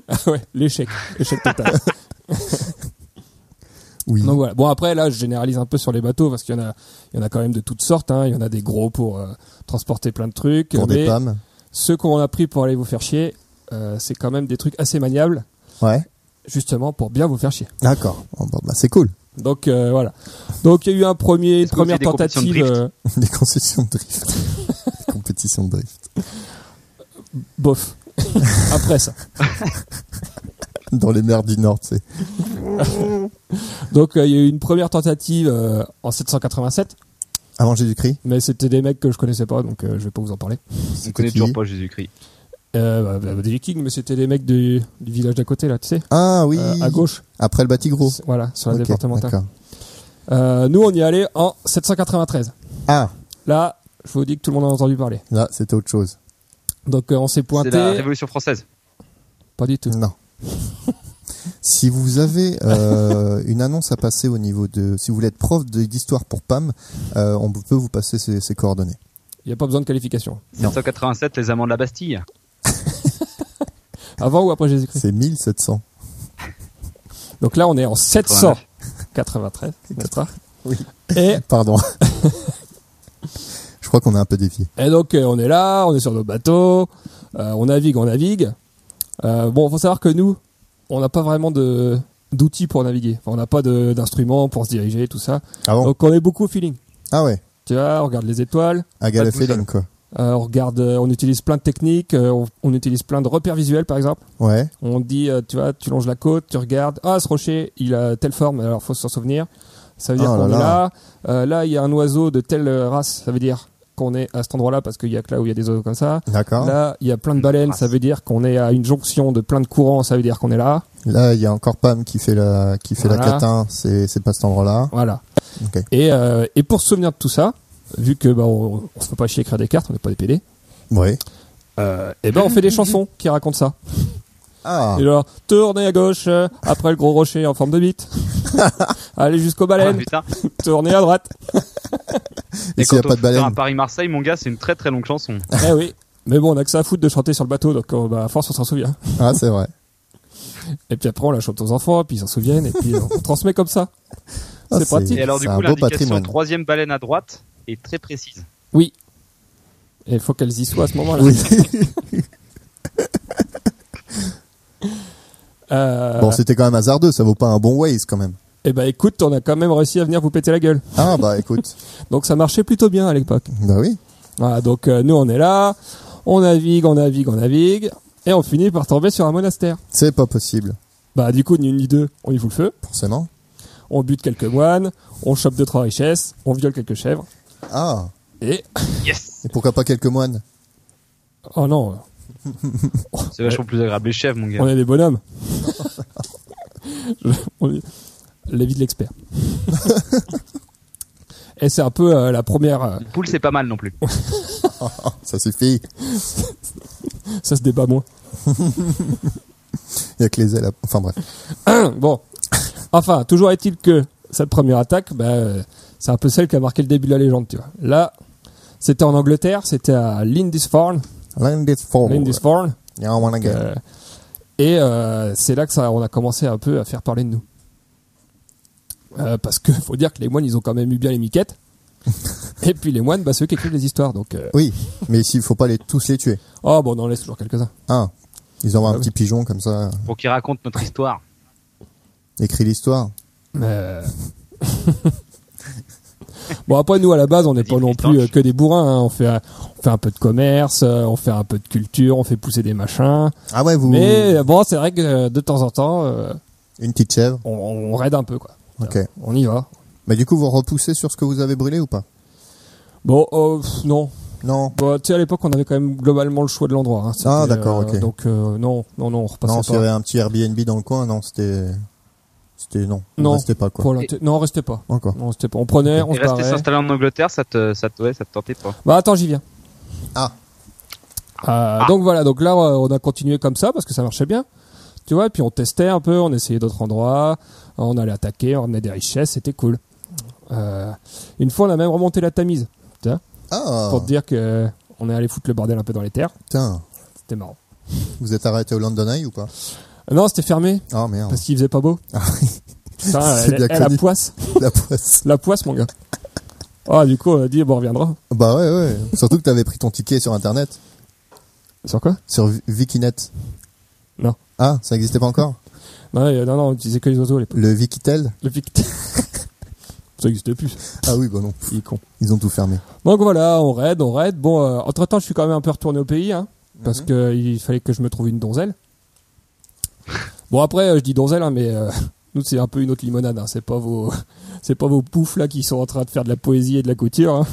[SPEAKER 5] Ah ouais, l'échec. Échec total.
[SPEAKER 4] Oui.
[SPEAKER 5] Donc voilà. Bon après là, je généralise un peu sur les bateaux parce qu'il y en a, il y en a quand même de toutes sortes. hein. Il y en a des gros pour euh, transporter plein de trucs.
[SPEAKER 4] Pour
[SPEAKER 5] mais
[SPEAKER 4] des pommes.
[SPEAKER 5] ceux qu'on a pris pour aller vous faire chier, euh, c'est quand même des trucs assez maniables,
[SPEAKER 4] Ouais.
[SPEAKER 5] justement pour bien vous faire chier.
[SPEAKER 4] D'accord. Oh, bah, bah, c'est cool.
[SPEAKER 5] Donc euh, voilà. Donc il y a eu un premier, une
[SPEAKER 6] Est-ce que vous
[SPEAKER 5] première
[SPEAKER 6] faites des compétitions de
[SPEAKER 5] tentative
[SPEAKER 6] drift
[SPEAKER 5] euh,
[SPEAKER 4] Des concessions de drift. Des compétitions de drift.
[SPEAKER 5] bof. après ça.
[SPEAKER 4] Dans les mers du Nord, c'est.
[SPEAKER 5] Donc euh, il y a eu une première tentative euh, en 787,
[SPEAKER 4] Avant Jésus-Christ
[SPEAKER 5] mais c'était des mecs que je connaissais pas, donc euh, je vais pas vous en parler.
[SPEAKER 6] On connaît
[SPEAKER 4] qui
[SPEAKER 6] toujours pas Jésus-Christ.
[SPEAKER 5] Euh, bah, bah, des Vikings, mais c'était des mecs du, du village d'à côté là, tu sais,
[SPEAKER 4] Ah oui.
[SPEAKER 5] euh, à gauche.
[SPEAKER 4] Après le Batigro.
[SPEAKER 5] Voilà, sur la
[SPEAKER 4] Ok,
[SPEAKER 5] départementale.
[SPEAKER 4] d'accord.
[SPEAKER 5] Euh, nous, on y allait en 793.
[SPEAKER 4] Ah,
[SPEAKER 5] Là, je vous dis que tout le monde en a entendu parler.
[SPEAKER 4] là, c'était autre chose.
[SPEAKER 5] Donc, euh, on s'est
[SPEAKER 6] C'est la
[SPEAKER 5] pointé.
[SPEAKER 6] Révolution française.
[SPEAKER 5] Pas du tout.
[SPEAKER 4] Non. si vous avez euh, une annonce à passer au niveau de. Si vous voulez être prof de- d'histoire pour PAM, euh, on peut vous passer ses, ses coordonnées.
[SPEAKER 5] Il n'y a pas besoin de qualification.
[SPEAKER 4] Non.
[SPEAKER 6] 787, les amants de la Bastille.
[SPEAKER 5] Avant ou après Jésus-Christ
[SPEAKER 4] C'est 1700.
[SPEAKER 5] Donc là, on est en 793. n'est-ce pas
[SPEAKER 4] Oui.
[SPEAKER 5] Et,
[SPEAKER 4] Pardon. Je crois qu'on a un peu dévié.
[SPEAKER 5] et donc, euh, on est là, on est sur nos bateaux, euh, on navigue, on navigue. Euh, bon, faut savoir que nous, on n'a pas vraiment de, d'outils pour naviguer. Enfin, on n'a pas de- d'instruments pour se diriger, tout ça.
[SPEAKER 4] Ah bon
[SPEAKER 5] Donc on est beaucoup au feeling.
[SPEAKER 4] Ah ouais,
[SPEAKER 5] Tu vois, on regarde les étoiles,
[SPEAKER 4] à Galafélène, quoi.
[SPEAKER 5] euh, on regarde, euh, on utilise plein de techniques, euh, on, on utilise plein de repères visuels par exemple.
[SPEAKER 4] Ouais,
[SPEAKER 5] On dit, euh, tu vois, tu longes la côte, tu regardes, ah ce rocher, il a telle forme, alors faut s'en souvenir. Ça veut dire
[SPEAKER 4] Oh
[SPEAKER 5] qu'on
[SPEAKER 4] là
[SPEAKER 5] est
[SPEAKER 4] là.
[SPEAKER 5] là. Euh, là, il y a un oiseau de telle euh, race, ça veut dire qu'on est à cet endroit-là parce qu'il y a que là où il y a des oiseaux comme ça.
[SPEAKER 4] d'accord.
[SPEAKER 5] Là, il y a plein de baleines, ça veut dire qu'on est à une jonction de plein de courants, ça veut dire qu'on est là.
[SPEAKER 4] Là, il y a encore Pam qui fait la, qui fait la
[SPEAKER 5] Voilà.
[SPEAKER 4] catin. C'est, c'est pas cet endroit-là.
[SPEAKER 5] Voilà.
[SPEAKER 4] Ok.
[SPEAKER 5] Et, euh, et pour se souvenir de tout ça, vu que bah, on, on se fait pas chier à écrire des cartes, on n'est pas des PD,
[SPEAKER 4] Ouais.
[SPEAKER 5] et ben on fait des chansons qui racontent ça.
[SPEAKER 4] Ah.
[SPEAKER 5] Et là, tournez à gauche, euh, après le gros rocher en forme de bite. Allez jusqu'aux
[SPEAKER 6] Ah,
[SPEAKER 5] baleines,
[SPEAKER 6] putain.
[SPEAKER 5] tournez à droite.
[SPEAKER 4] Et
[SPEAKER 6] Et
[SPEAKER 4] s'il y a
[SPEAKER 6] quand
[SPEAKER 4] pas de
[SPEAKER 6] on à
[SPEAKER 4] baleine?
[SPEAKER 6] Paris-Marseille, mon gars, c'est une très très longue chanson.
[SPEAKER 5] eh oui. Mais bon, on a que ça à foutre de chanter sur le bateau, donc euh, bah, à force on s'en souvient.
[SPEAKER 4] Ah, c'est vrai.
[SPEAKER 5] Et puis après on la chante aux enfants, puis ils s'en souviennent, et puis on, on transmet comme ça.
[SPEAKER 4] Ah,
[SPEAKER 5] C'est pratique.
[SPEAKER 6] Et alors du
[SPEAKER 4] c'est un
[SPEAKER 6] coup,
[SPEAKER 4] beau
[SPEAKER 6] l'indication
[SPEAKER 4] patrimoine.
[SPEAKER 6] troisième baleine à droite est très précise.
[SPEAKER 5] Et il faut qu'elles y soient à ce moment-là.
[SPEAKER 4] Oui.
[SPEAKER 5] Euh,
[SPEAKER 4] Bon, c'était quand même hasardeux. Ça vaut pas un bon Waze, quand même.
[SPEAKER 5] et bah écoute, on a quand même réussi à venir vous péter la gueule.
[SPEAKER 4] Ah, bah, écoute.
[SPEAKER 5] Donc ça marchait plutôt bien à l'époque.
[SPEAKER 4] bah oui.
[SPEAKER 5] Voilà, donc euh, nous on est là, on navigue, on navigue, on navigue, et on finit par tomber sur un monastère.
[SPEAKER 4] C'est pas possible.
[SPEAKER 5] Bah du coup, ni une ni deux, on y fout le feu,
[SPEAKER 4] Forcément.
[SPEAKER 5] on bute quelques moines, on chope deux trois richesses, on viole quelques chèvres,
[SPEAKER 4] Ah.
[SPEAKER 5] et...
[SPEAKER 6] Yes
[SPEAKER 4] Et pourquoi pas quelques moines?
[SPEAKER 5] Oh non,
[SPEAKER 6] C'est vachement plus agréable. Les chefs, mon gars.
[SPEAKER 5] on est des bonhommes Je- on est- L'avis de l'expert. et c'est un peu euh, la première... euh,
[SPEAKER 6] Une poule, c'est pas mal non plus.
[SPEAKER 4] Ça suffit.
[SPEAKER 5] ça se débat moins.
[SPEAKER 4] Il y a que les ailes. à- Enfin, bref.
[SPEAKER 5] bon. Enfin, toujours est-il que cette première attaque, bah, euh, c'est un peu celle qui a marqué le début de la légende, tu vois. Là, c'était en Angleterre, c'était à Lindisfarne,
[SPEAKER 4] Land is forward.
[SPEAKER 5] Lindisfarne,
[SPEAKER 4] Yeah, I wanna go.
[SPEAKER 5] euh, et euh, c'est là que ça, on a commencé un peu à faire parler de nous. Euh, parce que faut dire que les moines, ils ont quand même eu bien les miquettes. et puis les moines, bah, ceux qui écrivent les histoires. Donc, euh,
[SPEAKER 4] Oui. Mais ici, il faut pas les, tous les tuer.
[SPEAKER 5] oh, bon, on en laisse toujours quelques-uns.
[SPEAKER 4] Ah. Ils envoient
[SPEAKER 5] Ah
[SPEAKER 4] un
[SPEAKER 5] oui.
[SPEAKER 4] petit pigeon comme ça.
[SPEAKER 6] Pour qu'ils racontent notre histoire.
[SPEAKER 4] Écrit l'histoire.
[SPEAKER 5] Euh, bon après nous à la base on n'est pas non plus euh, que des bourrins, hein. on fait euh, on fait un peu de commerce, euh, on fait un peu de culture, on fait pousser des machins.
[SPEAKER 4] Ah ouais, vous.
[SPEAKER 5] Mais euh, bon c'est vrai que euh, de temps en temps euh,
[SPEAKER 4] Une petite chèvre.
[SPEAKER 5] on, on raide un peu quoi.
[SPEAKER 4] Ok.
[SPEAKER 5] On y va.
[SPEAKER 4] Mais du coup, vous repoussez sur ce que vous avez brûlé ou pas?
[SPEAKER 5] Bon euh, pff, non,
[SPEAKER 4] Non.
[SPEAKER 5] Bon, tu sais à l'époque on avait quand même globalement le choix de l'endroit. hein. C'était,
[SPEAKER 4] Ah, d'accord,
[SPEAKER 5] euh,
[SPEAKER 4] ok.
[SPEAKER 5] Donc euh, non non non on repassait
[SPEAKER 4] Non, s'il y avait
[SPEAKER 5] pas.
[SPEAKER 4] un petit Airbnb dans le coin, non, c'était. C'était non.
[SPEAKER 5] Non.
[SPEAKER 4] C'était pas quoi.
[SPEAKER 5] Pour l'inté- non on restait pas.
[SPEAKER 4] Encore.
[SPEAKER 5] Non, on restait pas. On prenait, on
[SPEAKER 6] Et
[SPEAKER 5] se
[SPEAKER 6] rester
[SPEAKER 5] barrait.
[SPEAKER 6] s'installer en Angleterre, ça te, ça te, ouais, ça te tentait pas.
[SPEAKER 5] Bah attends, j'y viens.
[SPEAKER 4] Ah.
[SPEAKER 5] Euh, Donc voilà, donc là euh, on a continué comme ça parce que ça marchait bien. Tu vois, et puis on testait un peu, on essayait d'autres endroits, on allait attaquer, on ramenait des richesses, c'était cool. Euh, une fois on a même remonté la Tamise
[SPEAKER 4] Ah
[SPEAKER 5] pour te dire que euh, on est allé foutre le bordel un peu dans les terres,
[SPEAKER 4] putain.
[SPEAKER 5] c'était marrant.
[SPEAKER 4] Vous êtes arrêté au London Eye ou pas
[SPEAKER 5] Euh, Non, c'était fermé
[SPEAKER 4] Ah merde.
[SPEAKER 5] parce qu'il faisait pas beau. Putain,
[SPEAKER 4] Ah C'est
[SPEAKER 5] elle-
[SPEAKER 4] bien
[SPEAKER 5] elle, la
[SPEAKER 4] connu.
[SPEAKER 5] poisse,
[SPEAKER 4] La poisse.
[SPEAKER 5] la poisse mon gars. Ah, du coup on a dit bon on reviendra.
[SPEAKER 4] Bah ouais, ouais. Surtout que t'avais pris ton ticket sur internet.
[SPEAKER 5] Sur quoi
[SPEAKER 4] Sur Vi- Wikinet.
[SPEAKER 5] Non.
[SPEAKER 4] Ah, ça n'existait pas encore
[SPEAKER 5] non, euh, non, non, on utilisait que les oiseaux à l'époque.
[SPEAKER 4] Le Wikitel
[SPEAKER 5] Le pic- ça existe plus.
[SPEAKER 4] Ah oui, bah non.
[SPEAKER 5] Il est con.
[SPEAKER 4] Ils ont tout fermé.
[SPEAKER 5] Donc voilà, on raid, on raid. Bon, entre temps, je suis quand même un peu retourné au pays, hein, parce que il fallait que je me trouve une donzelle. Bon après, euh, je dis donzelle, hein, mais euh, nous c'est un peu une autre limonade. Hein, c'est pas vos, c'est pas vos poufs là qui sont en train de faire de la poésie et de la couture. hein.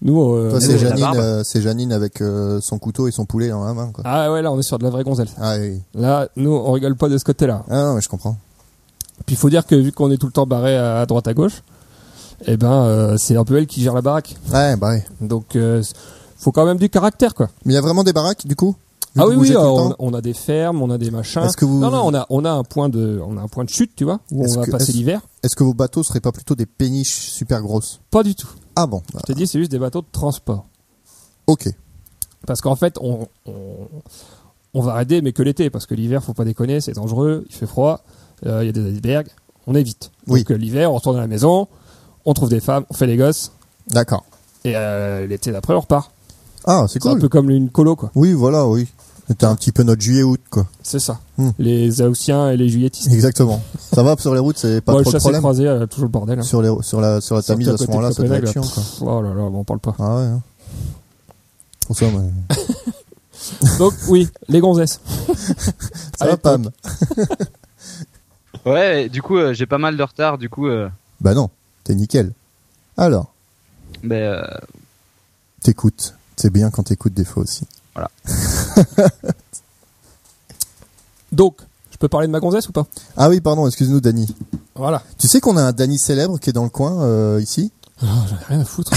[SPEAKER 5] Nous, euh,
[SPEAKER 4] Toi,
[SPEAKER 6] Mais
[SPEAKER 4] c'est
[SPEAKER 6] oui, la
[SPEAKER 4] Janine,
[SPEAKER 6] barbe.
[SPEAKER 4] euh, c'est Janine avec euh, son couteau et son poulet dans la main, quoi.
[SPEAKER 5] ah ouais, là on est sur de la vraie gonzelle.
[SPEAKER 4] Ah oui.
[SPEAKER 5] Là, nous on rigole pas de ce côté-là.
[SPEAKER 4] Ah non, mais je comprends.
[SPEAKER 5] Puis il faut dire que vu qu'on est tout le temps barré à, à droite à gauche, eh ben euh, c'est un peu elle qui gère la baraque.
[SPEAKER 4] Ouais, bah ouais.
[SPEAKER 5] Donc euh, faut quand même du caractère quoi.
[SPEAKER 4] Mais il y a vraiment des baraques, du coup Vu
[SPEAKER 5] Ah
[SPEAKER 4] que
[SPEAKER 5] oui
[SPEAKER 4] vous
[SPEAKER 5] oui,
[SPEAKER 4] bougez tout le
[SPEAKER 5] on,
[SPEAKER 4] temps
[SPEAKER 5] on a des fermes, on a des machins.
[SPEAKER 4] Est-ce que vous-
[SPEAKER 5] Non non, on a on a un point de on a un point de chute, tu vois, où
[SPEAKER 4] Est-ce
[SPEAKER 5] on va
[SPEAKER 4] que-
[SPEAKER 5] passer
[SPEAKER 4] est-ce-
[SPEAKER 5] l'hiver.
[SPEAKER 4] Est-ce que vos bateaux seraient pas plutôt des péniches super grosses
[SPEAKER 5] Pas du tout.
[SPEAKER 4] Ah bon, bah,
[SPEAKER 5] Je te dis, c'est juste des bateaux de transport.
[SPEAKER 4] ok.
[SPEAKER 5] Parce qu'en fait, on, on on va raider mais que l'été parce que l'hiver, faut pas déconner, c'est dangereux, il fait froid, euh, il y a des icebergs, on évite.
[SPEAKER 4] Oui.
[SPEAKER 5] Donc euh, l'hiver, on retourne à la maison, on trouve des femmes, on fait les gosses
[SPEAKER 4] D'accord.
[SPEAKER 5] et euh, l'été d'après, on repart.
[SPEAKER 4] Ah, c'est
[SPEAKER 5] C'est un
[SPEAKER 4] cool.
[SPEAKER 5] peu comme une colo quoi.
[SPEAKER 4] Oui, voilà, oui. C'était un petit peu notre juillet-août, quoi.
[SPEAKER 5] C'est ça.
[SPEAKER 4] Hmm.
[SPEAKER 5] Les Haussiens et les Juilletistes.
[SPEAKER 4] Exactement. Ça va sur les routes, c'est pas
[SPEAKER 5] Ouais,
[SPEAKER 4] trop
[SPEAKER 5] le
[SPEAKER 4] le
[SPEAKER 5] chassé
[SPEAKER 4] problème.
[SPEAKER 5] croisé, euh, toujours le bordel. hein.
[SPEAKER 4] Sur, les, sur la, sur la
[SPEAKER 5] Surtout
[SPEAKER 4] Tamise
[SPEAKER 5] à
[SPEAKER 4] à ce
[SPEAKER 5] côté de
[SPEAKER 4] moment-là, ça devait
[SPEAKER 5] Copenhague,
[SPEAKER 4] être
[SPEAKER 5] là.
[SPEAKER 4] chiant, quoi.
[SPEAKER 5] Pff, Oh là là, on parle pas.
[SPEAKER 4] Ah ouais. hein. Pour ça, ouais.
[SPEAKER 5] Donc oui, les gonzesses.
[SPEAKER 4] ça
[SPEAKER 5] À
[SPEAKER 4] va,
[SPEAKER 5] l'époque.
[SPEAKER 4] Pam
[SPEAKER 6] Ouais, du coup, euh, j'ai pas mal de retard, du coup, euh,
[SPEAKER 4] Bah non, t'es nickel. Alors,
[SPEAKER 6] mais, euh,
[SPEAKER 4] t'écoutes. C'est bien quand t'écoutes des fois aussi.
[SPEAKER 5] Donc, je peux parler de ma gonzesse ou pas
[SPEAKER 4] Ah oui, pardon, excuse-nous, Dany.
[SPEAKER 5] Voilà.
[SPEAKER 4] Tu sais qu'on a un Dany célèbre qui est dans le coin, euh, ici
[SPEAKER 5] Oh, J'en ai rien à foutre.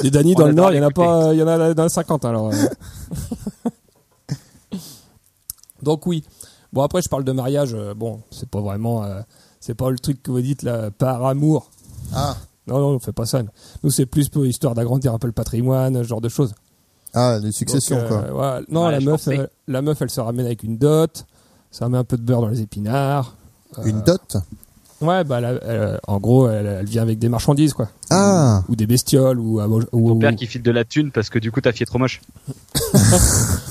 [SPEAKER 5] Des Dany
[SPEAKER 6] On
[SPEAKER 5] dans le
[SPEAKER 6] adore
[SPEAKER 5] Nord, il y en a
[SPEAKER 6] l'écouter.
[SPEAKER 5] pas, il y en a dans les 50 alors. euh. Donc oui. Bon après je parle de mariage. euh, Bon, c'est pas vraiment, euh, c'est pas le truc que vous dites là par amour.
[SPEAKER 4] Ah.
[SPEAKER 5] Non non, on fait pas ça. nous. Nous c'est plus pour histoire d'agrandir un peu le patrimoine, ce genre de choses.
[SPEAKER 4] Ah, les successions,
[SPEAKER 5] Donc,
[SPEAKER 4] quoi.
[SPEAKER 5] euh, voilà. Non,
[SPEAKER 6] Ouais,
[SPEAKER 5] la
[SPEAKER 6] je
[SPEAKER 5] meuf,
[SPEAKER 6] pensais.
[SPEAKER 5] euh, la meuf, elle se ramène avec une dot. Ça met un peu de beurre dans les épinards. Euh,
[SPEAKER 4] Une dot
[SPEAKER 5] Ouais, bah, elle a- elle- en gros, elle, elle vient avec des marchandises, quoi.
[SPEAKER 4] Ah
[SPEAKER 5] Ou des bestioles, ou. à- ou-
[SPEAKER 6] ton
[SPEAKER 5] ou-
[SPEAKER 6] père qui file de la thune parce que du coup, ta fille est trop moche.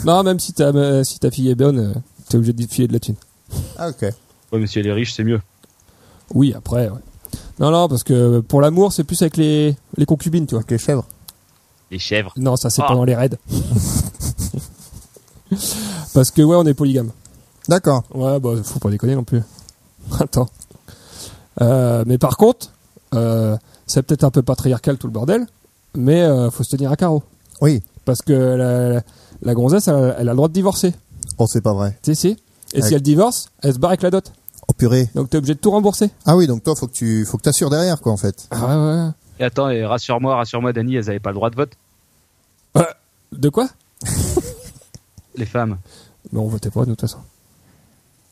[SPEAKER 5] Non, même si ta, euh, si ta fille est bonne, euh, t'es obligé de lui filer de la thune.
[SPEAKER 4] Ah, ok.
[SPEAKER 6] Ouais, mais si elle est riche, c'est mieux.
[SPEAKER 5] Oui, après, ouais. Non, non, parce que euh, pour l'amour, c'est plus avec les, les concubines, tu vois.
[SPEAKER 4] Avec les chèvres.
[SPEAKER 6] Les chèvres.
[SPEAKER 5] Non, ça, c'est
[SPEAKER 6] Ah.
[SPEAKER 5] pendant les raids. parce que, ouais, on est polygame.
[SPEAKER 4] D'accord.
[SPEAKER 5] Ouais, bah, faut pas déconner non plus. Attends. Euh, mais par contre, euh, c'est peut-être un peu patriarcal tout le bordel, mais euh, faut se tenir à carreau.
[SPEAKER 4] Oui.
[SPEAKER 5] Parce que la, la gonzesse, elle, elle a le droit de divorcer.
[SPEAKER 4] Oh, c'est pas vrai.
[SPEAKER 5] Tu sais, si. Et
[SPEAKER 4] Ouais.
[SPEAKER 5] si elle divorce, elle se barre avec la dot.
[SPEAKER 4] Oh, purée.
[SPEAKER 5] Donc t'es obligé de tout rembourser.
[SPEAKER 4] Ah oui, donc toi, faut que tu faut que t'assures derrière, quoi, en fait.
[SPEAKER 5] Ah ouais,
[SPEAKER 6] Et attends, et rassure-moi, rassure-moi, Dani, elles avaient pas le droit de vote,
[SPEAKER 5] ouais. De quoi
[SPEAKER 6] les femmes.
[SPEAKER 5] Non, on votait pas, nous, de toute façon.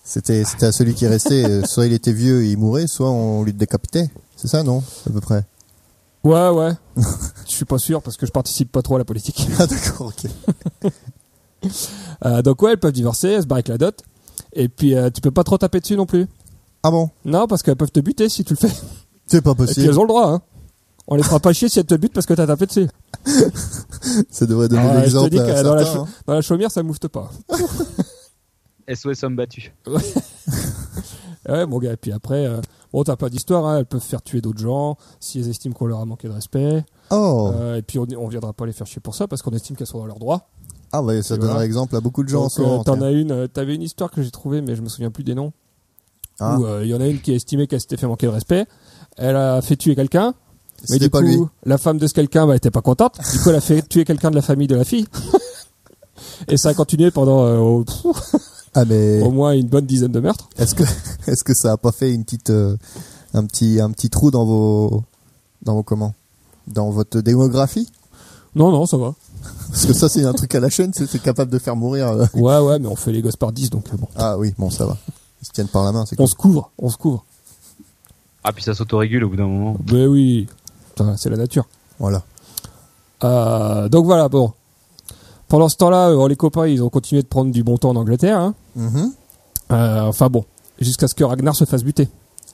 [SPEAKER 4] C'était c'était à celui qui restait. euh, soit il était vieux et il mourait, soit on lui décapitait. C'est ça, non À peu près.
[SPEAKER 5] Ouais, ouais. Je suis pas sûr parce que je participe pas trop à la politique.
[SPEAKER 4] Ah, d'accord, ok.
[SPEAKER 5] Euh, donc ouais, elles peuvent divorcer, elles se barrent avec la dot. Et puis euh, tu peux pas trop taper dessus non plus.
[SPEAKER 4] Ah bon
[SPEAKER 5] Non, parce qu'elles peuvent te buter si tu le fais.
[SPEAKER 4] C'est pas
[SPEAKER 5] Et puis
[SPEAKER 4] possible.
[SPEAKER 5] elles ont le droit, hein. On les fera pas chier si elles te butent parce que t'as tapé dessus.
[SPEAKER 4] Ça devrait donner
[SPEAKER 5] Ah, je te
[SPEAKER 4] l'exemple
[SPEAKER 5] dis
[SPEAKER 4] à
[SPEAKER 5] que dans la
[SPEAKER 4] certains,
[SPEAKER 5] chou-
[SPEAKER 4] hein.
[SPEAKER 5] Dans la chaumière, ça moufte pas.
[SPEAKER 6] SOS hommes battus.
[SPEAKER 5] Eh Ouais, mon gars. Et puis après, euh, bon, t'as pas d'histoire, hein. Elles peuvent faire tuer d'autres gens si elles estiment qu'on leur a manqué de respect.
[SPEAKER 4] Oh
[SPEAKER 5] Euh, et puis on, on viendra pas les faire chier pour ça parce qu'on estime qu'elles sont dans leurs droits.
[SPEAKER 4] Ah ouais, ça
[SPEAKER 5] tu
[SPEAKER 4] donnerait
[SPEAKER 5] vois.
[SPEAKER 4] exemple à beaucoup de gens en
[SPEAKER 5] Donc,
[SPEAKER 4] ce moment.
[SPEAKER 5] euh, t'en
[SPEAKER 4] tiens.
[SPEAKER 5] as une, euh, t'avais une histoire que j'ai trouvée, mais je me souviens plus des noms.
[SPEAKER 4] Ah.
[SPEAKER 5] Où euh, il y en a une qui a estimé qu'elle s'était fait manquer de respect. Elle a fait tuer quelqu'un. Mais
[SPEAKER 4] C'était
[SPEAKER 5] du
[SPEAKER 4] pas
[SPEAKER 5] coup,
[SPEAKER 4] lui.
[SPEAKER 5] la femme de ce quelqu'un, bah, elle était pas contente. Du coup, elle a fait tuer quelqu'un de la famille de la fille. Et ça a continué pendant euh, au, pff,
[SPEAKER 4] Ah mais
[SPEAKER 5] au moins une bonne dizaine de meurtres.
[SPEAKER 4] est-ce que est-ce que ça a pas fait une petite euh, un petit un petit trou dans vos dans vos comment dans votre démographie
[SPEAKER 5] Non, non, ça va.
[SPEAKER 4] Parce que ça c'est un truc à la chaîne, c'est c'est capable de faire mourir. euh.
[SPEAKER 5] Ouais, ouais, mais on fait les gosses par 10, donc euh, bon.
[SPEAKER 4] Ah oui, bon ça va. Ils se tiennent par la main, c'est
[SPEAKER 5] On
[SPEAKER 4] cool.
[SPEAKER 5] se couvre, on se couvre.
[SPEAKER 6] Ah, puis ça s'autorégule au bout d'un moment.
[SPEAKER 5] Ben oui, Putain, c'est la nature.
[SPEAKER 4] Voilà.
[SPEAKER 5] Euh, donc voilà, bon. Pendant ce temps-là, euh, les copains, ils ont continué de prendre du bon temps en Angleterre. hein.
[SPEAKER 4] Mhm.
[SPEAKER 5] Euh, enfin bon, jusqu'à ce que Ragnar se fasse buter.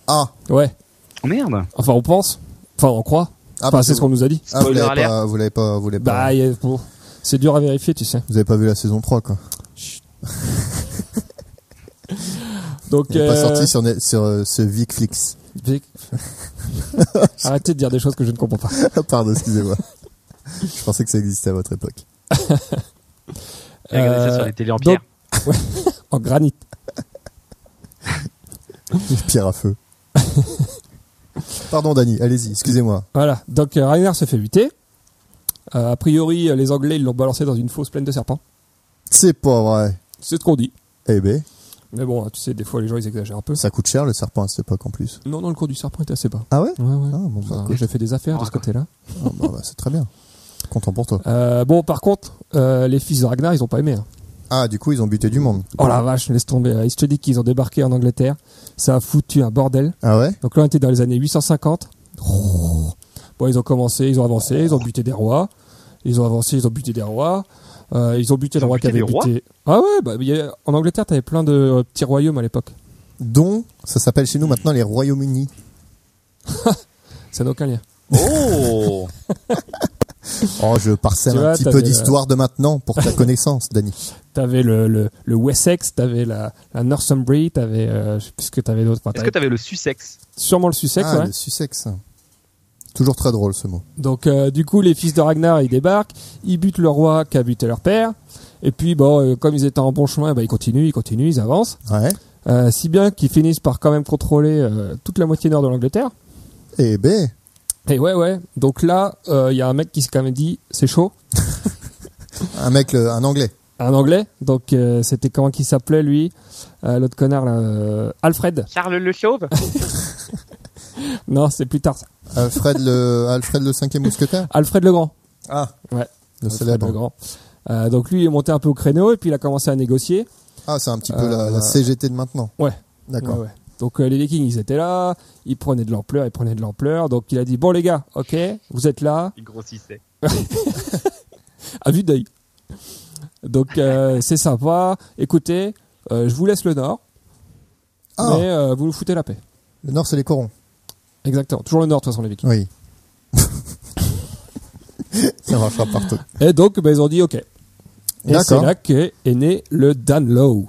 [SPEAKER 4] Ah,
[SPEAKER 5] Ouais,
[SPEAKER 6] Oh, merde
[SPEAKER 5] enfin on pense, enfin on croit.
[SPEAKER 4] ah
[SPEAKER 5] enfin
[SPEAKER 4] parce
[SPEAKER 5] c'est
[SPEAKER 4] que
[SPEAKER 5] ce qu'on nous a dit.
[SPEAKER 4] ah, vous
[SPEAKER 6] Spoiler
[SPEAKER 4] l'avez
[SPEAKER 6] alert.
[SPEAKER 4] pas vous l'avez pas vous l'avez pas
[SPEAKER 5] Bah, y a- bon, c'est dur à vérifier, tu sais.
[SPEAKER 4] vous avez pas vu la saison 3 quoi.
[SPEAKER 5] Donc,
[SPEAKER 4] Il est pas
[SPEAKER 5] euh,
[SPEAKER 4] sorti sur Net- sur euh, ce Vicflix.
[SPEAKER 5] Vic- Arrêtez de dire des choses que je ne comprends pas.
[SPEAKER 4] Pardon, excusez-moi. Je pensais que ça existait à votre époque.
[SPEAKER 6] Regardez ça
[SPEAKER 5] Euh,
[SPEAKER 6] sur les télés en
[SPEAKER 5] donc-
[SPEAKER 6] pierre.
[SPEAKER 5] En granit.
[SPEAKER 4] Pierre à feu. Pardon Dani, allez-y, excusez-moi.
[SPEAKER 5] Voilà, donc euh, Ragnar se fait buter. Euh, a priori, euh, les Anglais, ils l'ont balancé dans une fosse pleine de serpents.
[SPEAKER 4] C'est pas vrai.
[SPEAKER 5] C'est ce qu'on dit.
[SPEAKER 4] Eh ben,
[SPEAKER 5] Mais bon, tu sais, des fois, les gens, ils exagèrent un peu.
[SPEAKER 4] ça coûte cher le serpent à cette époque en plus.
[SPEAKER 5] Non, non, le cours du serpent était assez bas.
[SPEAKER 4] Ah ouais
[SPEAKER 5] Ouais, ouais.
[SPEAKER 4] Ah bon, bah,
[SPEAKER 5] Enfin,
[SPEAKER 4] cool.
[SPEAKER 5] J'ai fait des affaires de ce côté-là.
[SPEAKER 4] Ah, bah, bah, c'est très bien. Content pour toi.
[SPEAKER 5] Euh, bon, par contre, euh, les fils de Ragnar, ils ont pas aimé. hein.
[SPEAKER 4] Ah, du coup, ils ont buté du monde.
[SPEAKER 5] Oh la vache, laisse tomber. Ils te disent qu'ils ont débarqué en Angleterre. Ça a foutu un bordel.
[SPEAKER 4] Ah ouais
[SPEAKER 5] Donc là, on était dans les années 850. Oh. Bon, ils ont commencé, ils ont avancé, ils ont buté des rois. Ils ont avancé, ils ont buté des rois. Euh, ils ont buté
[SPEAKER 6] Ils
[SPEAKER 5] le
[SPEAKER 6] ont
[SPEAKER 5] roi qui
[SPEAKER 6] buté
[SPEAKER 5] avait
[SPEAKER 6] des rois
[SPEAKER 5] buté. Ah ouais, bah, il y a- en Angleterre, t'avais plein de euh, petits royaumes à l'époque.
[SPEAKER 4] Dont, ça s'appelle chez nous maintenant les Royaumes-Unis.
[SPEAKER 5] Ça n'a aucun lien.
[SPEAKER 6] Oh
[SPEAKER 4] Oh, je parcelle
[SPEAKER 5] Tu
[SPEAKER 4] un
[SPEAKER 5] vois,
[SPEAKER 4] petit
[SPEAKER 5] t'as
[SPEAKER 4] peu
[SPEAKER 5] des-
[SPEAKER 4] d'histoire de maintenant pour ta connaissance, Dany.
[SPEAKER 5] T'avais le, le, le Wessex, t'avais la, la Northumbrie, t'avais, euh, je sais plus ce que t'avais d'autre. Enfin,
[SPEAKER 6] Est-ce que
[SPEAKER 5] t'avais
[SPEAKER 6] t'avais le Sussex
[SPEAKER 5] sûrement le Sussex,
[SPEAKER 4] Ah,
[SPEAKER 5] ouais.
[SPEAKER 4] le Sussex. Toujours très drôle ce mot.
[SPEAKER 5] Donc, euh, du coup, les fils de Ragnar, ils débarquent, ils butent le roi qui a buté leur père. Et puis, bon, euh, comme ils étaient en bon chemin, bah, ils continuent, ils continuent, ils avancent.
[SPEAKER 4] Ah Ouais.
[SPEAKER 5] Euh, si bien qu'ils finissent par quand même contrôler euh, toute la moitié nord de l'Angleterre.
[SPEAKER 4] Eh ben,
[SPEAKER 5] Et ouais, ouais. Donc là, euh, il y a un mec qui s'est quand même dit, c'est chaud.
[SPEAKER 4] un mec, le- un anglais.
[SPEAKER 5] Un anglais. Donc, euh, c'était comment qu'il s'appelait, lui Euh, L'autre connard, là, euh, Alfred.
[SPEAKER 6] Charles le Chauve
[SPEAKER 5] Non, c'est plus tard. ça.
[SPEAKER 4] Alfred le, Alfred le cinquième mousquetaire.
[SPEAKER 5] Alfred le Grand.
[SPEAKER 4] Ah.
[SPEAKER 5] Ouais.
[SPEAKER 4] Le
[SPEAKER 5] Alfred
[SPEAKER 4] célèbre.
[SPEAKER 5] Legrand. Euh, donc lui il est monté un peu au créneau et puis il a commencé à négocier.
[SPEAKER 4] Ah, c'est un petit peu la,
[SPEAKER 5] Euh,
[SPEAKER 4] la CGT de maintenant.
[SPEAKER 5] Ouais.
[SPEAKER 4] D'accord.
[SPEAKER 5] Ouais, ouais. Donc euh, les Vikings ils étaient là, ils prenaient de l'ampleur, ils prenaient de l'ampleur. Donc il a dit bon les gars, ok, vous êtes là,
[SPEAKER 6] Il grossissait.
[SPEAKER 5] à vue d'œil. Donc euh, c'est sympa. Écoutez, euh, je vous laisse le Nord,
[SPEAKER 4] Ah,
[SPEAKER 5] mais euh, vous nous foutez la paix.
[SPEAKER 4] le nord, c'est les corons.
[SPEAKER 5] Exactement. Toujours le Nord de toute façon les Vikings.
[SPEAKER 4] Oui. Ça marchera partout.
[SPEAKER 5] Et donc bah, ils ont dit ok. Et c'est
[SPEAKER 4] D'accord.
[SPEAKER 5] là qu'est est né le Danlow,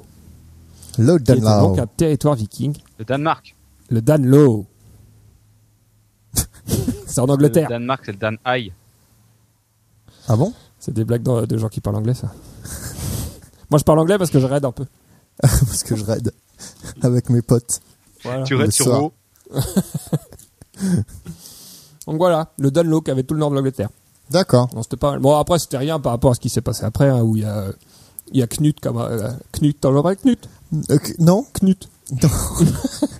[SPEAKER 4] Le
[SPEAKER 5] qui était
[SPEAKER 4] Danelaw.
[SPEAKER 5] donc un territoire viking.
[SPEAKER 6] Le Danemark.
[SPEAKER 5] Le Danlow. c'est en Angleterre.
[SPEAKER 6] Le Danemark, c'est le Dan High.
[SPEAKER 4] Ah bon
[SPEAKER 5] C'est des blagues dans- de gens qui parlent anglais, ça. Moi, je parle anglais parce que je raide un peu.
[SPEAKER 4] Parce que je raid avec mes potes.
[SPEAKER 5] Voilà.
[SPEAKER 6] Tu restes
[SPEAKER 4] Le
[SPEAKER 6] sur
[SPEAKER 4] soir.
[SPEAKER 6] WoW.
[SPEAKER 5] Donc voilà, le Dunlow qui avait tout le nord de l'Angleterre.
[SPEAKER 4] D'accord.
[SPEAKER 5] Non, c'était pas mal. Bon, après, c'était rien par rapport à ce qui s'est passé après, hein, où il y a, euh, il y a Knut, comme, euh, Knut, t'en vois pas Knut
[SPEAKER 4] Euh, que- non
[SPEAKER 5] Knut.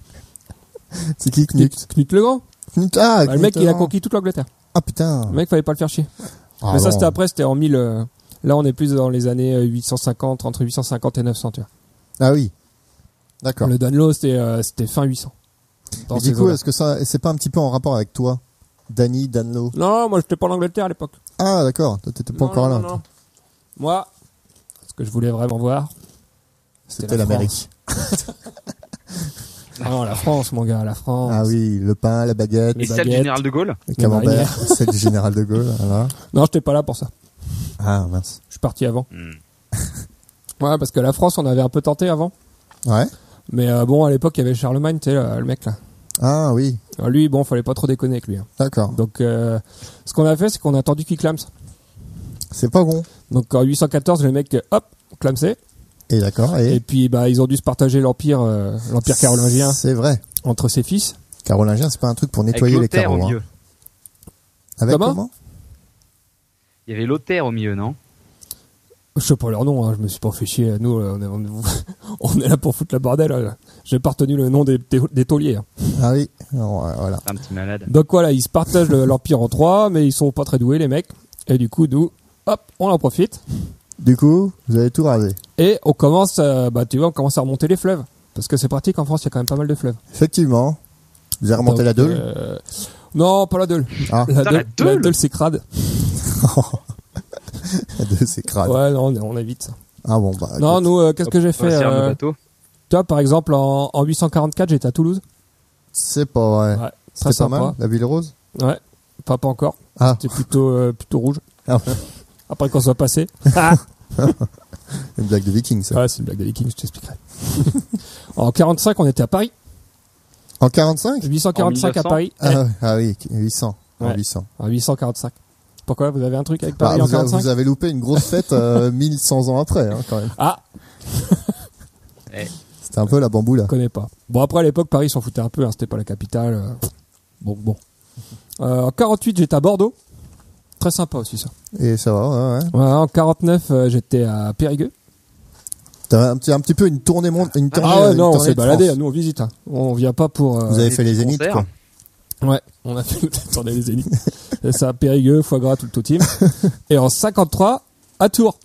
[SPEAKER 4] C'est qui
[SPEAKER 5] Knut,
[SPEAKER 4] Knut
[SPEAKER 5] Knut le Grand.
[SPEAKER 4] Knut Ah,
[SPEAKER 5] Bah, le mec,
[SPEAKER 4] Knut,
[SPEAKER 5] il a
[SPEAKER 4] non.
[SPEAKER 5] conquis toute l'Angleterre.
[SPEAKER 4] Ah putain.
[SPEAKER 5] Le mec, fallait pas le faire chier.
[SPEAKER 4] Ah,
[SPEAKER 5] Mais ça,
[SPEAKER 4] bon.
[SPEAKER 5] c'était après, c'était en 1000. euh, là, on est plus dans les années euh, 850, entre 850 et 900, tu vois.
[SPEAKER 4] Ah oui. D'accord.
[SPEAKER 5] Le Dunlow, c'était euh, c'était fin 800. Dans
[SPEAKER 4] Mais
[SPEAKER 5] ces
[SPEAKER 4] Du coup,
[SPEAKER 5] eaux-là.
[SPEAKER 4] est-ce que ça, c'est pas un petit peu en rapport avec toi, Danny, Danlo
[SPEAKER 5] Non, moi, j'étais pas en Angleterre à l'époque.
[SPEAKER 4] Ah d'accord. Toi, t'étais pas
[SPEAKER 5] Non,
[SPEAKER 4] encore
[SPEAKER 5] non,
[SPEAKER 4] là.
[SPEAKER 5] non, non. Moi, ce que je voulais vraiment voir,
[SPEAKER 4] C'était l'Amérique.
[SPEAKER 5] France. Ah non, la France, mon gars, la France.
[SPEAKER 4] Ah oui, le pain, la baguette,
[SPEAKER 6] Et
[SPEAKER 5] Les
[SPEAKER 6] celle du
[SPEAKER 5] baguettes.
[SPEAKER 6] général de Gaulle
[SPEAKER 4] le camembert, celle du général de Gaulle. Voilà.
[SPEAKER 5] Non, j'étais pas là pour ça.
[SPEAKER 4] Ah mince.
[SPEAKER 5] Je suis parti avant.
[SPEAKER 6] Hmm.
[SPEAKER 5] Ouais, parce que la France, on avait un peu tenté avant.
[SPEAKER 4] Ouais.
[SPEAKER 5] Mais euh, bon, à l'époque, il y avait Charlemagne, tu sais, là, le mec là.
[SPEAKER 4] Ah oui.
[SPEAKER 5] Alors, lui, bon, fallait pas trop déconner avec lui. hein.
[SPEAKER 4] D'accord.
[SPEAKER 5] Donc, euh, ce qu'on a fait, c'est qu'on a attendu qu'il clame.
[SPEAKER 4] C'est pas bon.
[SPEAKER 5] Donc, en 814, le mec, hop, clamsait.
[SPEAKER 4] Et d'accord.
[SPEAKER 5] Et,
[SPEAKER 4] Et,
[SPEAKER 5] puis, bah, ils ont dû se partager l'empire, euh, l'empire carolingien
[SPEAKER 4] C'est vrai.
[SPEAKER 5] entre ses fils.
[SPEAKER 4] Carolingien, c'est pas un truc pour
[SPEAKER 6] Avec
[SPEAKER 4] nettoyer les
[SPEAKER 6] Lothaire au
[SPEAKER 4] carreaux. hein.
[SPEAKER 6] milieu.
[SPEAKER 4] Avec
[SPEAKER 5] Comment
[SPEAKER 4] comment
[SPEAKER 6] Il y avait Lothaire au milieu, non
[SPEAKER 5] Je sais pas leur nom, hein, je me suis pas fait chier. Nous, euh, on est, on est- on est là pour foutre la bordel. hein. J'ai pas retenu le nom des, des, des tauliers. hein.
[SPEAKER 4] Ah oui. Non, euh, voilà.
[SPEAKER 6] C'est Un petit malade.
[SPEAKER 5] Donc voilà, ils se partagent le- l'empire en trois, mais ils sont pas très doués, les mecs. Et du coup, nous, hop, on en profite.
[SPEAKER 4] Du coup, vous avez tout rasé.
[SPEAKER 5] Et on commence, euh, bah, tu vois, on commence à remonter les fleuves. Parce que c'est pratique, en France, il y a quand même pas mal de fleuves.
[SPEAKER 4] Effectivement. Vous avez
[SPEAKER 5] Donc,
[SPEAKER 4] remonté la Deule
[SPEAKER 5] euh, Non, pas la Deule.
[SPEAKER 4] Ah.
[SPEAKER 5] La
[SPEAKER 6] Putain, la
[SPEAKER 5] Deule,
[SPEAKER 6] Deule
[SPEAKER 5] la Deule, c'est crade.
[SPEAKER 4] La Deule, c'est crade.
[SPEAKER 5] Ouais, non, on, on évite ça.
[SPEAKER 4] Ah bon, bah.
[SPEAKER 5] non,
[SPEAKER 4] écoute.
[SPEAKER 5] nous, euh, qu'est-ce que j'ai
[SPEAKER 6] On va
[SPEAKER 5] fait
[SPEAKER 6] se servir de
[SPEAKER 5] euh,
[SPEAKER 6] bateau.
[SPEAKER 5] Tu vois, par exemple, en, en 844, j'étais à Toulouse.
[SPEAKER 4] C'est pas vrai.
[SPEAKER 5] Ouais,
[SPEAKER 4] C'est
[SPEAKER 5] Ah, très
[SPEAKER 4] pas
[SPEAKER 5] sympa.
[SPEAKER 4] mal, la ville rose
[SPEAKER 5] Ouais, pas, pas encore.
[SPEAKER 4] Ah.
[SPEAKER 5] C'était plutôt, euh, plutôt rouge.
[SPEAKER 4] Ah.
[SPEAKER 5] Après qu'on soit passé.
[SPEAKER 4] Une blague de viking, ça.
[SPEAKER 5] Ouais, c'est une blague de Vikings, je t'expliquerai. en 45, on était à Paris. Ah.
[SPEAKER 4] En 45
[SPEAKER 5] 845 à
[SPEAKER 6] En
[SPEAKER 5] Paris.
[SPEAKER 4] ah, oui, ah oui, 800. en
[SPEAKER 5] Ouais.
[SPEAKER 4] 800.
[SPEAKER 5] En 845. Pourquoi Vous avez un truc avec
[SPEAKER 4] Bah,
[SPEAKER 5] Paris en
[SPEAKER 4] vous, avez,
[SPEAKER 5] 45
[SPEAKER 4] vous avez loupé une grosse fête euh, 1100 ans après, hein, quand même.
[SPEAKER 5] Ah,
[SPEAKER 4] C'était un peu la bamboula.
[SPEAKER 5] je connais pas. Bon, après, à l'époque, Paris s'en foutait un peu. hein, C'était pas la capitale. euh, Bon, bon. Euh, en 48, j'étais à Bordeaux. Très sympa aussi, ça.
[SPEAKER 4] Et ça va, ouais, ouais.
[SPEAKER 5] Ouais, en 49, euh, j'étais à Périgueux.
[SPEAKER 4] T'as un petit, un petit peu une tournée monde, une tournée.
[SPEAKER 5] Ah ouais,
[SPEAKER 4] une
[SPEAKER 5] non, on
[SPEAKER 4] tournée
[SPEAKER 5] s'est
[SPEAKER 4] de France.
[SPEAKER 5] baladé. Nous, on visite. hein. On vient pas pour... euh,
[SPEAKER 4] Vous avez
[SPEAKER 6] Des
[SPEAKER 4] fait les
[SPEAKER 6] petits
[SPEAKER 4] zéniths,
[SPEAKER 6] concerts.
[SPEAKER 4] quoi.
[SPEAKER 5] Ouais, on a fait le tournée des élites. Et ça, Périgueux, foie gras, tout le tout team. Et en 53, à Tours.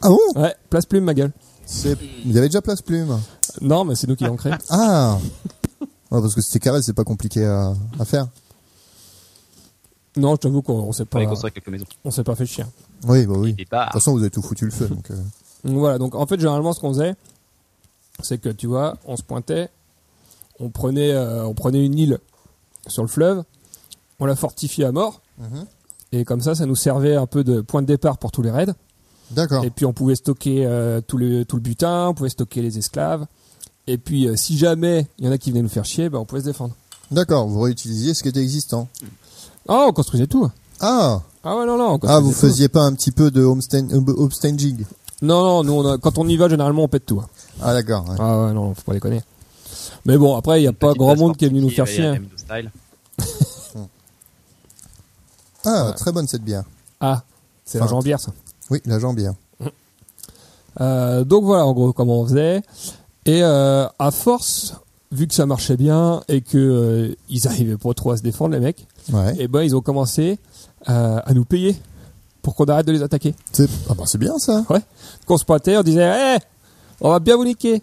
[SPEAKER 4] Ah bon
[SPEAKER 5] Ouais, place plume, ma gueule.
[SPEAKER 4] C'est- Vous avez déjà place plume.
[SPEAKER 5] Non, mais c'est nous qui l'avons créé.
[SPEAKER 4] Ah Ouais, Parce que c'était carré, c'est pas compliqué à, à faire.
[SPEAKER 5] Non, je t'avoue qu'on on s'est
[SPEAKER 6] On
[SPEAKER 5] pas,
[SPEAKER 6] va construire quelques maisons.
[SPEAKER 5] on s'est pas fait chier.
[SPEAKER 4] Oui, bah oui. De
[SPEAKER 6] Et
[SPEAKER 4] toute
[SPEAKER 6] bah,
[SPEAKER 4] façon, vous avez tout foutu le feu. Donc, euh,
[SPEAKER 5] Donc voilà, donc en fait, généralement, ce qu'on faisait, c'est que tu vois, on se pointait, on prenait, euh, on prenait une île sur le fleuve, on la fortifiait à mort, Et comme ça, ça nous servait un peu de point de départ pour tous les raids.
[SPEAKER 4] D'accord.
[SPEAKER 5] Et puis on pouvait stocker euh, tout, le, tout le butin, on pouvait stocker les esclaves. Et puis euh, si jamais il y en a qui venaient nous faire chier, ben, on pouvait se défendre.
[SPEAKER 4] D'accord, vous réutilisiez ce qui était existant.
[SPEAKER 5] Ah, on construisait tout.
[SPEAKER 4] Ah,
[SPEAKER 5] Ah ouais, non, non. on
[SPEAKER 4] ah vous
[SPEAKER 5] construisait tout.
[SPEAKER 4] faisiez pas un petit peu de homestand- euh, homestaging
[SPEAKER 5] Non, non, nous, on a- quand on y va, généralement, on pète tout. hein.
[SPEAKER 4] Ah d'accord. ouais.
[SPEAKER 5] Ah ouais, non, faut pas déconner. Mais bon, après, il n'y a pas
[SPEAKER 6] Petite
[SPEAKER 5] grand
[SPEAKER 6] place
[SPEAKER 5] monde qui est venu nous faire
[SPEAKER 6] particulière et
[SPEAKER 5] chier. hein.
[SPEAKER 6] un Amido Style.
[SPEAKER 4] Ah,
[SPEAKER 5] Ouais.
[SPEAKER 4] très bonne cette bière.
[SPEAKER 5] Ah, c'est la
[SPEAKER 4] Enfin,
[SPEAKER 5] jambière, ça.
[SPEAKER 4] Oui, la jambière.
[SPEAKER 5] Euh, donc voilà, en gros, comment on faisait. Et euh, à force, vu que ça marchait bien et que euh, ils arrivaient pas trop à se défendre, les mecs,
[SPEAKER 4] Ouais.
[SPEAKER 5] et ben ils ont commencé euh, à nous payer pour qu'on arrête de les attaquer.
[SPEAKER 4] C'est ah bah, c'est bien ça.
[SPEAKER 5] Qu'on se pointait, on disait, hé, on va bien vous niquer.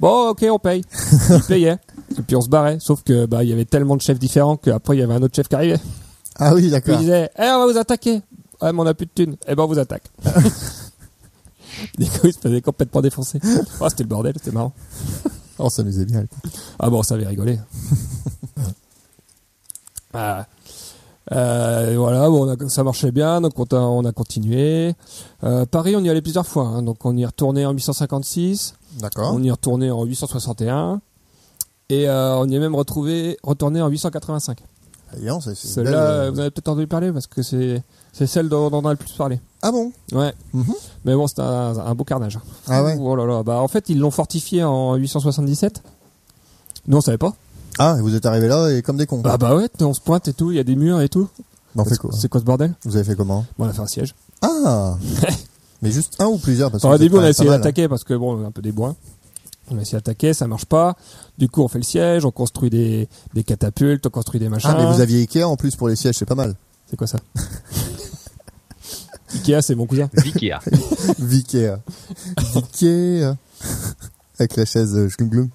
[SPEAKER 5] bon, ok, on paye. Ils payaient. Et puis on se barrait. Sauf que bah il y avait tellement de chefs différents qu'après il y avait un autre chef qui arrivait.
[SPEAKER 4] Ah oui,
[SPEAKER 5] Puis il
[SPEAKER 4] d'accord.
[SPEAKER 5] disait, eh, on va vous attaquer. Ah, mais on a plus de thunes. Eh ben, on vous attaque. du coup, il se faisait complètement défoncer. Oh, c'était le bordel, c'était marrant.
[SPEAKER 4] Oh, ça nous est bien.
[SPEAKER 5] Ah bon, ça avait rigolé. ah. Euh, voilà, bon, on a- ça marchait bien, donc on a, on a continué. Euh, Paris, on y allait plusieurs fois, hein. donc on y est retourné en 856,
[SPEAKER 4] D'accord.
[SPEAKER 5] on y est retourné en 861, et euh, on y est même retrouvé, retourné en 885.
[SPEAKER 4] Voyons, c'est- c'est une belle,
[SPEAKER 5] Celle-là,
[SPEAKER 4] euh,
[SPEAKER 5] vous en avez peut-être entendu parler, parce que c'est c'est celle dont dont on a le plus parlé.
[SPEAKER 4] Ah bon
[SPEAKER 5] Ouais.
[SPEAKER 4] Mhm.
[SPEAKER 5] Mais bon, c'est un, un beau carnage.
[SPEAKER 4] Ah ouais
[SPEAKER 5] Oh là là. Bah, en fait, ils l'ont fortifié en 877. Nous, on savait pas.
[SPEAKER 4] Ah, et vous êtes arrivé là et comme des cons.
[SPEAKER 5] Bah, bah ouais, on se pointe et tout, il y a des murs et tout.
[SPEAKER 4] Bah, on fait
[SPEAKER 5] C'est-
[SPEAKER 4] quoi
[SPEAKER 5] C'est quoi ce bordel
[SPEAKER 4] Vous avez fait comment
[SPEAKER 5] Bon, On a fait un siège.
[SPEAKER 4] Ah Mais juste un ou plusieurs parce que
[SPEAKER 5] Enfin, au
[SPEAKER 4] vous êtes
[SPEAKER 5] début, on
[SPEAKER 4] pas-
[SPEAKER 5] a
[SPEAKER 4] pas
[SPEAKER 5] essayé
[SPEAKER 4] mal. hein.
[SPEAKER 5] d'attaquer parce que bon, on est un peu des bois. On a essayé d'attaquer, ça marche pas. Du coup, on fait le siège, on construit des, des catapultes, on construit des machins.
[SPEAKER 4] Ah, mais vous aviez Ikea en plus pour les sièges, c'est pas mal.
[SPEAKER 5] C'est quoi ça Ikea, c'est mon cousin.
[SPEAKER 6] Ikea.
[SPEAKER 4] Vikea. Vikea. Avec la chaise euh, glum glum.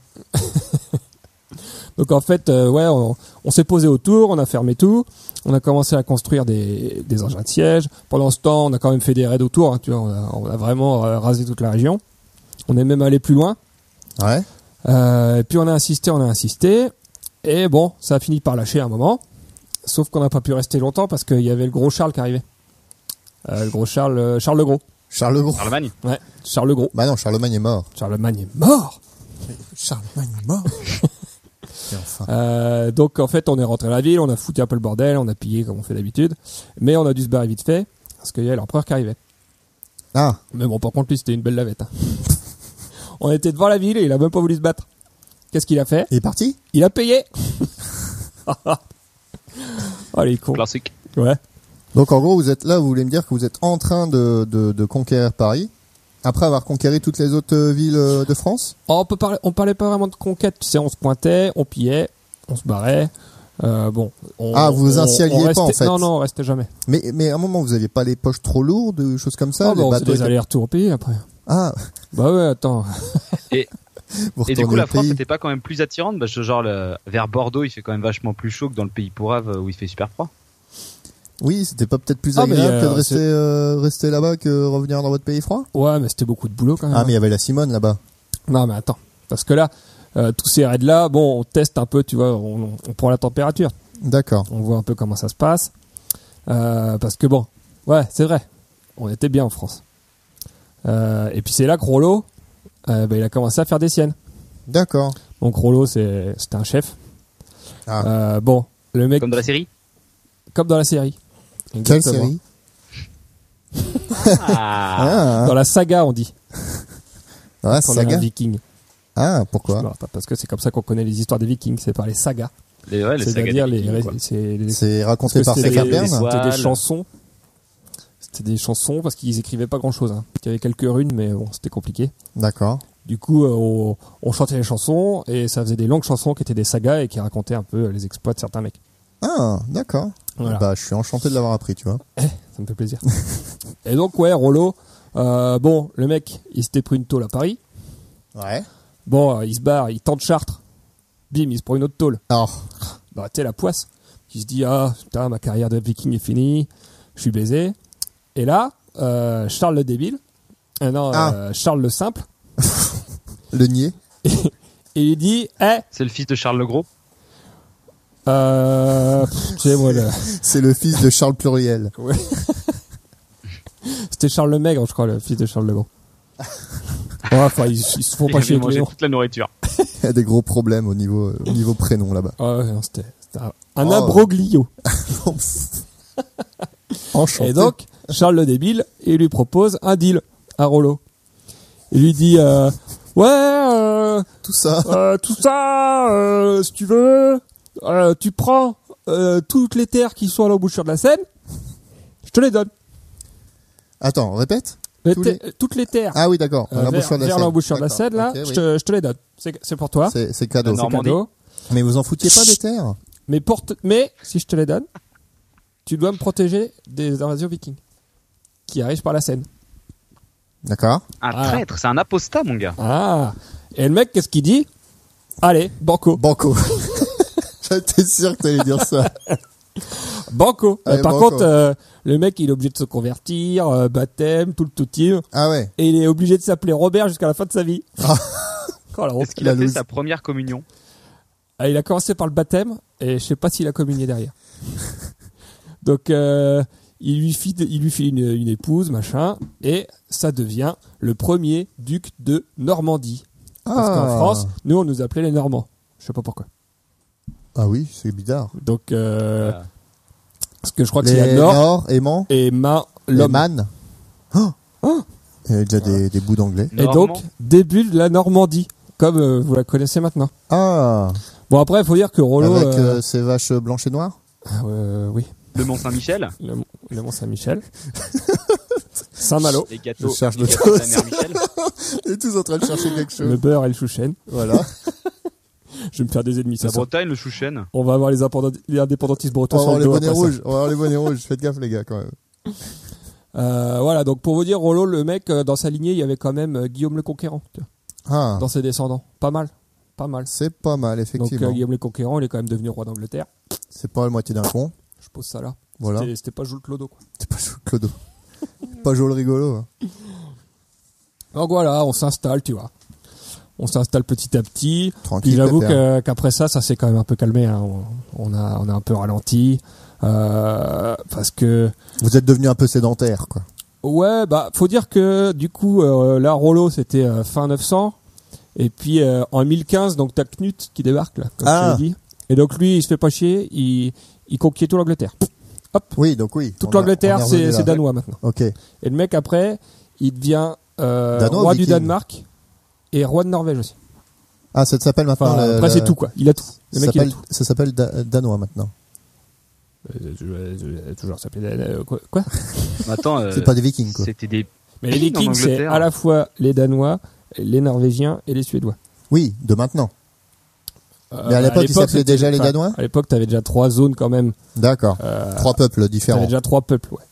[SPEAKER 5] Donc en fait, euh, ouais, on, on s'est posé autour, on a fermé tout, on a commencé à construire des, des engins de siège. Pendant ce temps, on a quand même fait des raids autour. hein, tu vois, on a, on a vraiment euh, rasé toute la région. On est même allé plus loin.
[SPEAKER 4] Ouais.
[SPEAKER 5] Euh, et puis on a insisté, on a insisté. Et bon, ça a fini par lâcher à un moment. Sauf qu'on n'a pas pu rester longtemps parce qu'il y avait le gros Charles qui arrivait. Euh, le gros Charles, euh, Charles le Gros.
[SPEAKER 4] Charles le Gros.
[SPEAKER 6] Charlemagne.
[SPEAKER 5] Ouais, Charles le Gros.
[SPEAKER 4] Bah non, Charlemagne est mort.
[SPEAKER 5] Charlemagne est mort.
[SPEAKER 4] Charlemagne est mort. Et enfin.
[SPEAKER 5] Euh, donc en fait, on est rentré à la ville, on a foutu un peu le bordel, on a pillé comme on fait d'habitude, mais on a dû se barrer vite fait parce qu'il y a l'empereur qui arrivait.
[SPEAKER 4] Ah,
[SPEAKER 5] Mais bon, par contre, lui, c'était une belle lavette. hein. on était devant la ville et il a même pas voulu se battre. Qu'est-ce qu'il a fait
[SPEAKER 4] il est parti
[SPEAKER 5] Il a payé. oh les cons.
[SPEAKER 6] Classique.
[SPEAKER 5] Ouais.
[SPEAKER 4] Donc en gros, vous êtes là, vous voulez me dire que vous êtes en train de, de, de conquérir Paris après avoir conquéri toutes les autres euh, villes euh, de France
[SPEAKER 5] Oh, On peut parler, on parlait pas vraiment de conquête. Tu sais, on se pointait, on pillait, on se barrait. Euh, bon. on-
[SPEAKER 4] Ah, vous vous
[SPEAKER 5] on-
[SPEAKER 4] installiez
[SPEAKER 5] on
[SPEAKER 4] pas,
[SPEAKER 5] restait-
[SPEAKER 4] en fait.
[SPEAKER 5] Non, non, on restait jamais.
[SPEAKER 4] mais, mais à un moment, vous aviez pas les poches trop lourdes, des choses comme ça
[SPEAKER 5] Ah,
[SPEAKER 4] les
[SPEAKER 5] bah, on faisait
[SPEAKER 4] bateaux
[SPEAKER 5] des
[SPEAKER 4] étaient-
[SPEAKER 5] allers-retours au pays après.
[SPEAKER 4] Ah,
[SPEAKER 5] Bah ouais, attends.
[SPEAKER 4] vous
[SPEAKER 6] Et du coup,
[SPEAKER 4] retournez
[SPEAKER 6] la
[SPEAKER 4] au
[SPEAKER 6] France
[SPEAKER 4] pays.
[SPEAKER 6] n'était pas quand même plus attirante parce que genre le- vers Bordeaux, il fait quand même vachement plus chaud que dans le pays pourrave où il fait super froid.
[SPEAKER 4] Oui, c'était pas peut-être plus
[SPEAKER 5] Ah, mais,
[SPEAKER 4] agréable que de
[SPEAKER 5] euh,
[SPEAKER 4] rester,
[SPEAKER 5] c'est-
[SPEAKER 4] euh, rester là-bas que revenir dans votre pays froid
[SPEAKER 5] Ouais, mais c'était beaucoup de boulot quand même.
[SPEAKER 4] Ah, mais il y avait la Simone là-bas.
[SPEAKER 5] Non, mais attends. Parce que là, euh, tous ces raids-là, bon, on teste un peu, tu vois, on, on prend la température.
[SPEAKER 4] D'accord.
[SPEAKER 5] On voit un peu comment ça se passe. Euh, parce que bon, ouais, c'est vrai. On était bien en France. Euh, et puis c'est là que Rollo, euh, ben, il a commencé à faire des siennes.
[SPEAKER 4] D'accord.
[SPEAKER 5] Donc Rollo, c'est- c'était un chef.
[SPEAKER 4] Ah.
[SPEAKER 5] Euh, bon, le mec,
[SPEAKER 6] Comme dans la série.
[SPEAKER 5] comme dans la série.
[SPEAKER 4] Quelle
[SPEAKER 5] Exactement.
[SPEAKER 4] série
[SPEAKER 6] Ah,
[SPEAKER 4] Ah,
[SPEAKER 5] Dans la saga, on dit.
[SPEAKER 4] ah,
[SPEAKER 5] Quand on est un
[SPEAKER 4] saga.
[SPEAKER 5] viking.
[SPEAKER 4] Ah, pourquoi
[SPEAKER 5] Non, pas parce que c'est comme ça qu'on connaît les histoires des vikings, c'est par les sagas.
[SPEAKER 6] les, ouais, les sagas
[SPEAKER 5] C'est-à-dire
[SPEAKER 6] des
[SPEAKER 5] les,
[SPEAKER 6] Vikings, quoi.
[SPEAKER 5] c'est les
[SPEAKER 4] C'est
[SPEAKER 5] Parce
[SPEAKER 4] raconté
[SPEAKER 5] que
[SPEAKER 4] par hein.
[SPEAKER 5] c'était
[SPEAKER 4] Saga
[SPEAKER 5] des,
[SPEAKER 6] Bern.
[SPEAKER 5] c'était des
[SPEAKER 6] Voilà.
[SPEAKER 5] chansons. C'était des chansons parce qu'ils écrivaient pas grand chose. Hein. Il y avait quelques runes, mais bon, c'était compliqué.
[SPEAKER 4] D'accord.
[SPEAKER 5] Du coup, euh, on, on chantait les chansons et ça faisait des longues chansons qui étaient des sagas et qui racontaient un peu euh, les exploits de certains mecs.
[SPEAKER 4] Ah, d'accord.
[SPEAKER 5] Voilà,
[SPEAKER 4] Bah, je suis enchanté de l'avoir appris, tu vois.
[SPEAKER 5] ça me fait plaisir. et donc, ouais, Rollo, euh, bon, le mec, il s'était pris une tôle à Paris.
[SPEAKER 4] Ouais.
[SPEAKER 5] Bon, euh, il se barre, il tente Chartres. Bim, il se prend une autre tôle.
[SPEAKER 4] Alors,
[SPEAKER 5] bah, t'es la poisse. Qui se dit, ah, putain, ma carrière de viking est finie, je suis baisé. Et là, euh, Charles le débile, euh, non,
[SPEAKER 4] Ah.
[SPEAKER 5] euh, Charles le simple,
[SPEAKER 4] le nier.
[SPEAKER 5] et il dit, eh,
[SPEAKER 6] C'est le fils de Charles le Gros.
[SPEAKER 5] euh, pff, je sais sais, moi, le-
[SPEAKER 4] C'est le fils de Charles Pluriel.
[SPEAKER 5] c'était Charles le Maigre, je crois, le fils de Charles le Grand. Ouais, enfin, ils, ils se font
[SPEAKER 6] Il
[SPEAKER 5] pas
[SPEAKER 6] avait
[SPEAKER 5] chier avec
[SPEAKER 6] mangé
[SPEAKER 5] Léon.
[SPEAKER 6] toute la nourriture.
[SPEAKER 4] Il y a des gros problèmes au niveau, au niveau prénom là-bas.
[SPEAKER 5] Ah ouais, non, c'était c'était un, un
[SPEAKER 4] Oh.
[SPEAKER 5] abroglio.
[SPEAKER 4] Enchanté.
[SPEAKER 5] Et donc, Charles le débile, il lui propose un deal à Rollo. Il lui dit, euh, ouais, euh,
[SPEAKER 4] tout ça.
[SPEAKER 5] euh, tout ça, euh, si tu veux, euh, tu prends euh, toutes les terres qui sont à l'embouchure de la Seine, je te les donne.
[SPEAKER 4] Attends, répète.
[SPEAKER 5] Les
[SPEAKER 4] Tous les-
[SPEAKER 5] ter- Toutes les terres
[SPEAKER 4] Ah oui, d'accord.
[SPEAKER 5] euh,
[SPEAKER 4] l'embouchure
[SPEAKER 5] vers,
[SPEAKER 4] de la
[SPEAKER 5] vers
[SPEAKER 4] Seine.
[SPEAKER 5] l'embouchure de la
[SPEAKER 4] D'accord.
[SPEAKER 5] Seine, là,
[SPEAKER 4] Ok,
[SPEAKER 5] je,
[SPEAKER 4] oui.
[SPEAKER 5] te, je te les donne. C'est c'est pour toi.
[SPEAKER 4] C'est- C'est cadeau.
[SPEAKER 6] Non. Normandie.
[SPEAKER 5] cadeau.
[SPEAKER 4] Mais vous en foutiez pas des terres
[SPEAKER 5] Mais, pour te- mais si je te les donne, tu dois me protéger des invasions vikings qui arrivent par la Seine.
[SPEAKER 4] D'accord.
[SPEAKER 6] Un
[SPEAKER 5] Ah.
[SPEAKER 6] traître, c'est un apostat, mon gars.
[SPEAKER 5] Ah Et le mec, qu'est-ce qu'il dit Allez, banco.
[SPEAKER 4] Banco. J'étais sûr que t'allais dire ça.
[SPEAKER 5] Banco. Euh,
[SPEAKER 4] Allez,
[SPEAKER 5] par
[SPEAKER 4] banco.
[SPEAKER 5] contre, euh, le mec, il est obligé de se convertir, euh, baptême, tout le toutim,
[SPEAKER 4] Ah ouais.
[SPEAKER 5] et il est obligé de s'appeler Robert jusqu'à la fin de sa vie. Oh, la honte.
[SPEAKER 6] Est-ce qu'il a
[SPEAKER 4] la
[SPEAKER 6] fait
[SPEAKER 4] loose.
[SPEAKER 6] sa première communion
[SPEAKER 5] Ah, il a commencé par le baptême, et je sais pas s'il a communié derrière. Donc, euh, il lui fit, il lui fit une, une épouse, machin, et ça devient le premier duc de Normandie. Parce qu'en
[SPEAKER 4] Ah.
[SPEAKER 5] France, nous, on nous appelait les Normands. Je sais pas pourquoi.
[SPEAKER 4] Ah oui, c'est bizarre.
[SPEAKER 5] Donc, euh,
[SPEAKER 6] Ah.
[SPEAKER 5] parce que je crois qu'il y a
[SPEAKER 4] Les
[SPEAKER 5] Nord,
[SPEAKER 4] Nord, aimants,
[SPEAKER 5] et ma
[SPEAKER 4] les
[SPEAKER 5] l'homme. Oh.
[SPEAKER 4] man. Il y avait déjà des, des bouts d'anglais.
[SPEAKER 5] Et
[SPEAKER 6] Normand.
[SPEAKER 5] donc, début de la Normandie, comme euh, vous la connaissez maintenant.
[SPEAKER 4] Ah,
[SPEAKER 5] Bon, après, il faut dire que Rollo.
[SPEAKER 4] avec
[SPEAKER 5] euh,
[SPEAKER 4] euh, ces vaches blanches et noires
[SPEAKER 5] euh, oui,
[SPEAKER 6] Le Mont-Saint-Michel
[SPEAKER 5] le, le Mont-Saint-Michel. Saint-Malo,
[SPEAKER 6] Les gâteaux.
[SPEAKER 4] Je cherche
[SPEAKER 6] les
[SPEAKER 4] le
[SPEAKER 6] gâteaux de la mère Michel.
[SPEAKER 4] Et tous en train de chercher quelque
[SPEAKER 5] le beurre et le chouchen.
[SPEAKER 4] Voilà.
[SPEAKER 5] Je vais me faire des ennemis, ça.
[SPEAKER 6] La Bretagne, le Chouchen.
[SPEAKER 5] On va avoir les, indépendant- les indépendantistes
[SPEAKER 4] On
[SPEAKER 5] bretons
[SPEAKER 4] va
[SPEAKER 5] sur
[SPEAKER 4] avoir
[SPEAKER 5] le
[SPEAKER 4] les
[SPEAKER 5] dos
[SPEAKER 4] bonnets
[SPEAKER 5] après ça.
[SPEAKER 4] rouges. On va avoir les bonnets rouges. Faites gaffe, les gars, quand même.
[SPEAKER 5] Euh, voilà, donc pour vous dire, Rollo, le mec, euh, dans sa lignée, il y avait quand même euh, Guillaume le Conquérant, tu vois,
[SPEAKER 4] Ah,
[SPEAKER 5] dans ses descendants. Pas mal, pas mal.
[SPEAKER 4] c'est pas mal,
[SPEAKER 5] Donc
[SPEAKER 4] effectivement.
[SPEAKER 5] euh, Guillaume le Conquérant, il est quand même devenu roi d'Angleterre.
[SPEAKER 4] C'est pas la moitié d'un con.
[SPEAKER 5] Je pose ça là.
[SPEAKER 4] Voilà.
[SPEAKER 5] C'était- C'était pas Jules Clodo, quoi.
[SPEAKER 4] C'est pas Jules Clodo. pas Joel Rigolo. hein.
[SPEAKER 5] Donc voilà, on s'installe, tu vois. On s'installe petit à petit. Puis
[SPEAKER 4] Tranquille.
[SPEAKER 5] j'avoue que-
[SPEAKER 4] pépère.
[SPEAKER 5] qu'après ça, ça s'est quand même un peu calmé. hein. On, on a, on a un peu ralenti. Euh, parce que,
[SPEAKER 4] Vous êtes devenu un peu sédentaire, quoi.
[SPEAKER 5] ouais, bah, faut dire que du coup, euh, là, Rollo, c'était euh, fin 900. Et puis euh, en 1015, donc t'as Knut qui débarque, là, comme
[SPEAKER 4] Ah.
[SPEAKER 5] je l'ai dit. Et donc lui, il se fait pas chier, il, il conquiert tout l'Angleterre.
[SPEAKER 4] Oui, donc oui.
[SPEAKER 5] Toute
[SPEAKER 4] on a- on
[SPEAKER 5] l'Angleterre,
[SPEAKER 4] est
[SPEAKER 5] c'est
[SPEAKER 4] revenu
[SPEAKER 5] c'est
[SPEAKER 4] là.
[SPEAKER 5] danois maintenant.
[SPEAKER 4] Ok.
[SPEAKER 5] Et le mec, après, il devient euh,
[SPEAKER 4] Danois ou
[SPEAKER 5] roi du
[SPEAKER 4] viking
[SPEAKER 5] Danemark et roi de Norvège aussi.
[SPEAKER 4] Ah, ça s'appelle maintenant.
[SPEAKER 5] Enfin,
[SPEAKER 4] le-
[SPEAKER 5] après,
[SPEAKER 4] le-
[SPEAKER 5] c'est tout, quoi. Il a tout. Le
[SPEAKER 4] Ça
[SPEAKER 5] mec, il a
[SPEAKER 4] s'appelle,
[SPEAKER 5] tout.
[SPEAKER 4] ça s'appelle da- danois maintenant.
[SPEAKER 5] Euh, toujours s'appeler quoi, quoi
[SPEAKER 6] Mais Attends, euh,
[SPEAKER 4] C'est pas des vikings, quoi.
[SPEAKER 6] c'était des.
[SPEAKER 5] Mais les
[SPEAKER 6] Pire en
[SPEAKER 5] Vikings, c'est
[SPEAKER 6] Angleterre.
[SPEAKER 5] à la fois les Danois, les Norvégiens et les Suédois.
[SPEAKER 4] Oui, de maintenant.
[SPEAKER 5] Euh,
[SPEAKER 4] Mais à l'époque, ils s'appelaient
[SPEAKER 5] c'était-
[SPEAKER 4] déjà les
[SPEAKER 5] enfin,
[SPEAKER 4] Danois
[SPEAKER 5] À l'époque, t'avais déjà trois zones quand même.
[SPEAKER 4] D'accord.
[SPEAKER 5] Euh,
[SPEAKER 4] Trois peuples
[SPEAKER 5] t'avais
[SPEAKER 4] différents
[SPEAKER 5] déjà trois peuples, ouais.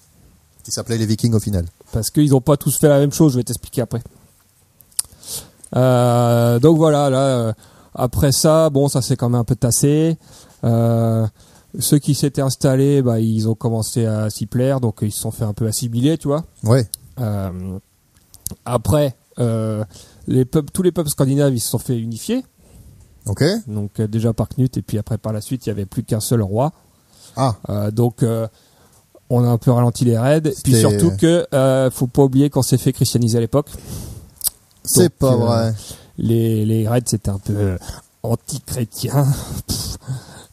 [SPEAKER 4] qui s'appelaient les vikings au final.
[SPEAKER 5] Parce qu'ils n'ont pas tous fait la même chose. Je vais t'expliquer après. Euh, donc voilà, là, euh, après ça, bon, ça s'est quand même un peu tassé. Euh, ceux qui s'étaient installés, bah, ils ont commencé à s'y plaire, donc ils se sont fait un peu assimiler, tu vois.
[SPEAKER 4] Ouais.
[SPEAKER 5] Euh, après, euh, les peuples, tous les peuples scandinaves, ils se sont fait unifier.
[SPEAKER 4] Ok.
[SPEAKER 5] Donc euh, déjà par Knut et puis après par la suite, il y avait plus qu'un seul roi.
[SPEAKER 4] Ah.
[SPEAKER 5] Euh, donc euh, on a un peu ralenti les raids. Puis
[SPEAKER 4] C'était-
[SPEAKER 5] surtout que euh, faut pas oublier qu'on s'est fait christianiser à l'époque.
[SPEAKER 4] C'est
[SPEAKER 5] Donc,
[SPEAKER 4] pas
[SPEAKER 5] euh,
[SPEAKER 4] vrai.
[SPEAKER 5] Les les raids c'était un peu euh, anti-chrétien. Pff.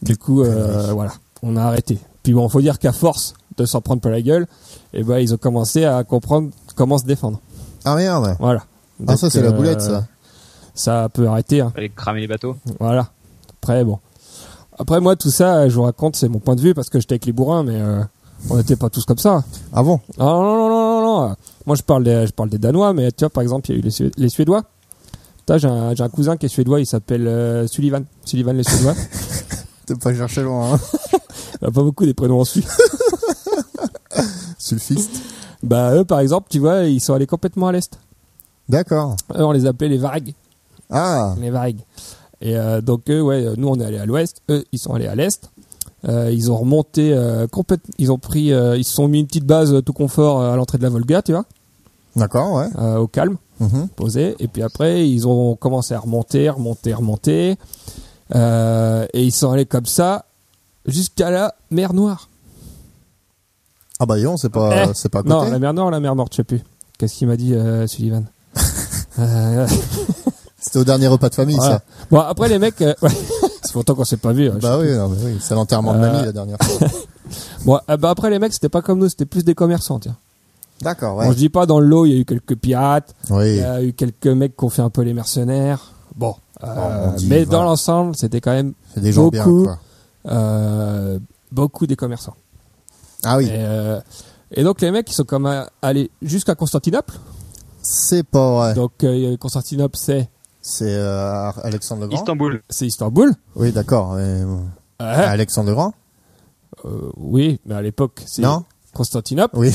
[SPEAKER 5] du coup euh, voilà, on a arrêté. Puis bon, faut dire qu'à force de s'en prendre plein la gueule, eh ben ils ont commencé à comprendre comment se défendre.
[SPEAKER 4] Ah merde.
[SPEAKER 5] Voilà.
[SPEAKER 4] Ah
[SPEAKER 5] Donc,
[SPEAKER 4] ça c'est la
[SPEAKER 5] euh,
[SPEAKER 4] boulette ça.
[SPEAKER 5] Ça peut arrêter. Hein.
[SPEAKER 6] Fallait cramer les bateaux.
[SPEAKER 5] Voilà. Après, bon. Après, moi, tout ça, je vous raconte, c'est mon point de vue parce que j'étais avec les bourrins, mais euh, on n'était pas tous comme ça.
[SPEAKER 4] Ah bon.
[SPEAKER 5] Ah non, non, non, non, non, non. Moi, je parle des, je parle des Danois, mais tu vois, par exemple, il y a eu les, Sué- les Suédois. Putain, J'ai un, j'ai un cousin qui est suédois, il s'appelle euh, Sullivan. Sullivan, les Suédois.
[SPEAKER 4] T'as pas cherché loin. Hein.
[SPEAKER 5] Il y a pas beaucoup des prénoms en Suisse.
[SPEAKER 4] Sulfiste.
[SPEAKER 5] bah, eux, par exemple, tu vois, ils sont allés complètement à l'est.
[SPEAKER 4] D'accord.
[SPEAKER 5] Eux, on les appelait les Vargues.
[SPEAKER 4] Ah.
[SPEAKER 5] Les Vargues. Et euh, donc, eux, ouais, euh, nous, on est allés à l'ouest. Eux, ils sont allés à l'est. Euh, ils ont remonté euh, complètement. Ils ont pris, euh, ils se sont mis une petite base euh, tout confort euh, à l'entrée de la Volga, tu vois,
[SPEAKER 4] D'accord. Ouais.
[SPEAKER 5] euh, au calme,
[SPEAKER 4] Mhm.
[SPEAKER 5] posé. Et puis après, ils ont commencé à remonter, remonter, remonter. Euh, et ils sont allés comme ça jusqu'à la mer Noire.
[SPEAKER 4] Ah bah non, c'est pas, c'est pas à côté.
[SPEAKER 5] Eh. Non, la mer Noire, la mer Morte, je sais plus. Qu'est-ce qu'il m'a dit euh, Sullivan Euh,
[SPEAKER 4] C'était au dernier repas de famille,
[SPEAKER 5] voilà. Bon, après les mecs, euh, ouais, c'est pourtant qu'on s'est pas vu. hein,
[SPEAKER 4] ça.
[SPEAKER 5] je
[SPEAKER 4] Bah
[SPEAKER 5] sais
[SPEAKER 4] oui, non, mais oui, c'est l'enterrement de
[SPEAKER 5] Euh,
[SPEAKER 4] mamie la dernière fois.
[SPEAKER 5] Bon, ah bah après les mecs, c'était pas comme nous, c'était plus des commerçants. Tiens.
[SPEAKER 4] D'accord,
[SPEAKER 5] Bon, je dis pas dans le lot, il y a eu quelques pirates, il
[SPEAKER 4] Oui.
[SPEAKER 5] y a eu quelques mecs qui ont fait un peu les mercenaires. Bon, euh,
[SPEAKER 4] on dit,
[SPEAKER 5] mais dans
[SPEAKER 4] Oh, voilà.
[SPEAKER 5] l'ensemble, c'était quand même
[SPEAKER 4] C'est des gens bien,
[SPEAKER 5] beaucoup.
[SPEAKER 4] quoi.
[SPEAKER 5] euh, beaucoup des commerçants.
[SPEAKER 4] Ah oui,
[SPEAKER 5] Et, euh, et donc les mecs, ils sont comme euh, allés jusqu'à Constantinople.
[SPEAKER 4] c'est pas vrai.
[SPEAKER 5] Donc euh, Constantinople, c'est
[SPEAKER 4] C'est euh, Alexandre le Grand.
[SPEAKER 6] Istanbul.
[SPEAKER 5] c'est Istanbul.
[SPEAKER 4] Oui, d'accord. mais, euh,
[SPEAKER 5] Ouais.
[SPEAKER 4] Alexandre le Grand
[SPEAKER 5] Euh, oui, mais à l'époque, c'est
[SPEAKER 4] Non
[SPEAKER 5] Constantinople.
[SPEAKER 4] Oui.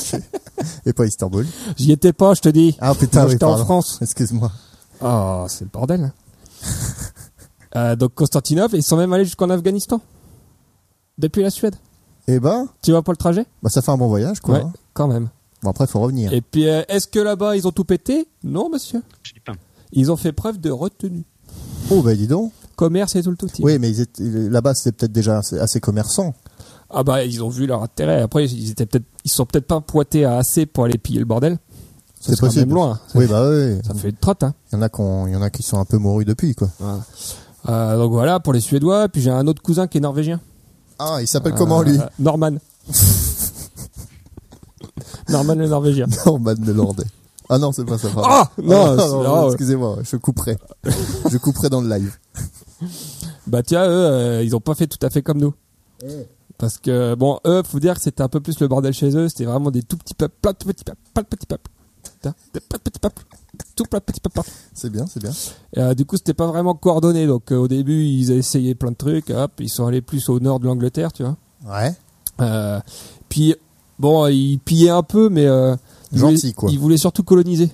[SPEAKER 4] Et pas Istanbul.
[SPEAKER 5] J'y étais pas, je te dis.
[SPEAKER 4] Ah putain,
[SPEAKER 5] Moi,
[SPEAKER 4] oui,
[SPEAKER 5] j'étais en
[SPEAKER 4] pardon.
[SPEAKER 5] France.
[SPEAKER 4] Excuse-moi.
[SPEAKER 5] Oh, c'est le bordel. hein. Euh, donc Constantinople, ils sont même allés jusqu'en Afghanistan. Depuis la Suède.
[SPEAKER 4] Eh ben,
[SPEAKER 5] Tu vois pas le trajet
[SPEAKER 4] bah, ça fait un bon voyage, quoi.
[SPEAKER 5] Ouais, quand même.
[SPEAKER 4] Bon, après, faut revenir.
[SPEAKER 5] Et puis, euh, est-ce que là-bas, ils ont tout pété Non, monsieur.
[SPEAKER 6] Je dis pas.
[SPEAKER 5] Ils ont fait preuve de retenue.
[SPEAKER 4] Oh, bah dis donc.
[SPEAKER 5] Commerce et tout le tout.
[SPEAKER 4] Oui, mais ils étaient- là-bas, c'était peut-être déjà assez, assez commerçant.
[SPEAKER 5] Ah bah, ils ont vu leur intérêt. Après, ils étaient peut-être, ils sont peut-être pas pointés à assez pour aller piller le bordel. Ça
[SPEAKER 4] C'est
[SPEAKER 5] sera
[SPEAKER 4] possible.
[SPEAKER 5] même loin.
[SPEAKER 4] Oui, bah oui.
[SPEAKER 5] Ça fait une trotte, hein.
[SPEAKER 4] Il y en a qu'on- il y en a qui sont un peu mourus depuis, quoi.
[SPEAKER 5] Euh, donc voilà, pour les Suédois. Puis j'ai un autre cousin qui est norvégien.
[SPEAKER 4] Ah, il s'appelle comment, lui
[SPEAKER 5] Euh, Norman. Norman le Norvégien.
[SPEAKER 4] Norman de Landais. Ah non, c'est pas ça. pardon.
[SPEAKER 5] Ah Non,
[SPEAKER 4] non,
[SPEAKER 5] c'est-
[SPEAKER 4] non,
[SPEAKER 5] ah, ouais.
[SPEAKER 4] excusez-moi, je couperai. je couperai dans le live.
[SPEAKER 5] Bah tiens, eux, euh, ils ont pas fait tout à fait comme nous.
[SPEAKER 4] Mmh.
[SPEAKER 5] Parce que, bon, eux, faut dire que c'était un peu plus le bordel chez eux. C'était vraiment des tout petits peuples, plein de petits peuples, plein de petits peuples. Putain, des plein de petits peuples, tout plein de petits peuples.
[SPEAKER 4] C'est bien, c'est bien.
[SPEAKER 5] Et, euh, du coup, c'était pas vraiment coordonné. Donc euh, au début, ils essayaient plein de trucs. Hop, ils sont allés plus au nord de l'Angleterre, tu vois.
[SPEAKER 4] Ouais.
[SPEAKER 5] Euh, puis, bon, ils pillaient un peu, mais... Euh, ils
[SPEAKER 4] Gentil,
[SPEAKER 5] voulaient-
[SPEAKER 4] quoi.
[SPEAKER 5] Ils voulaient surtout coloniser.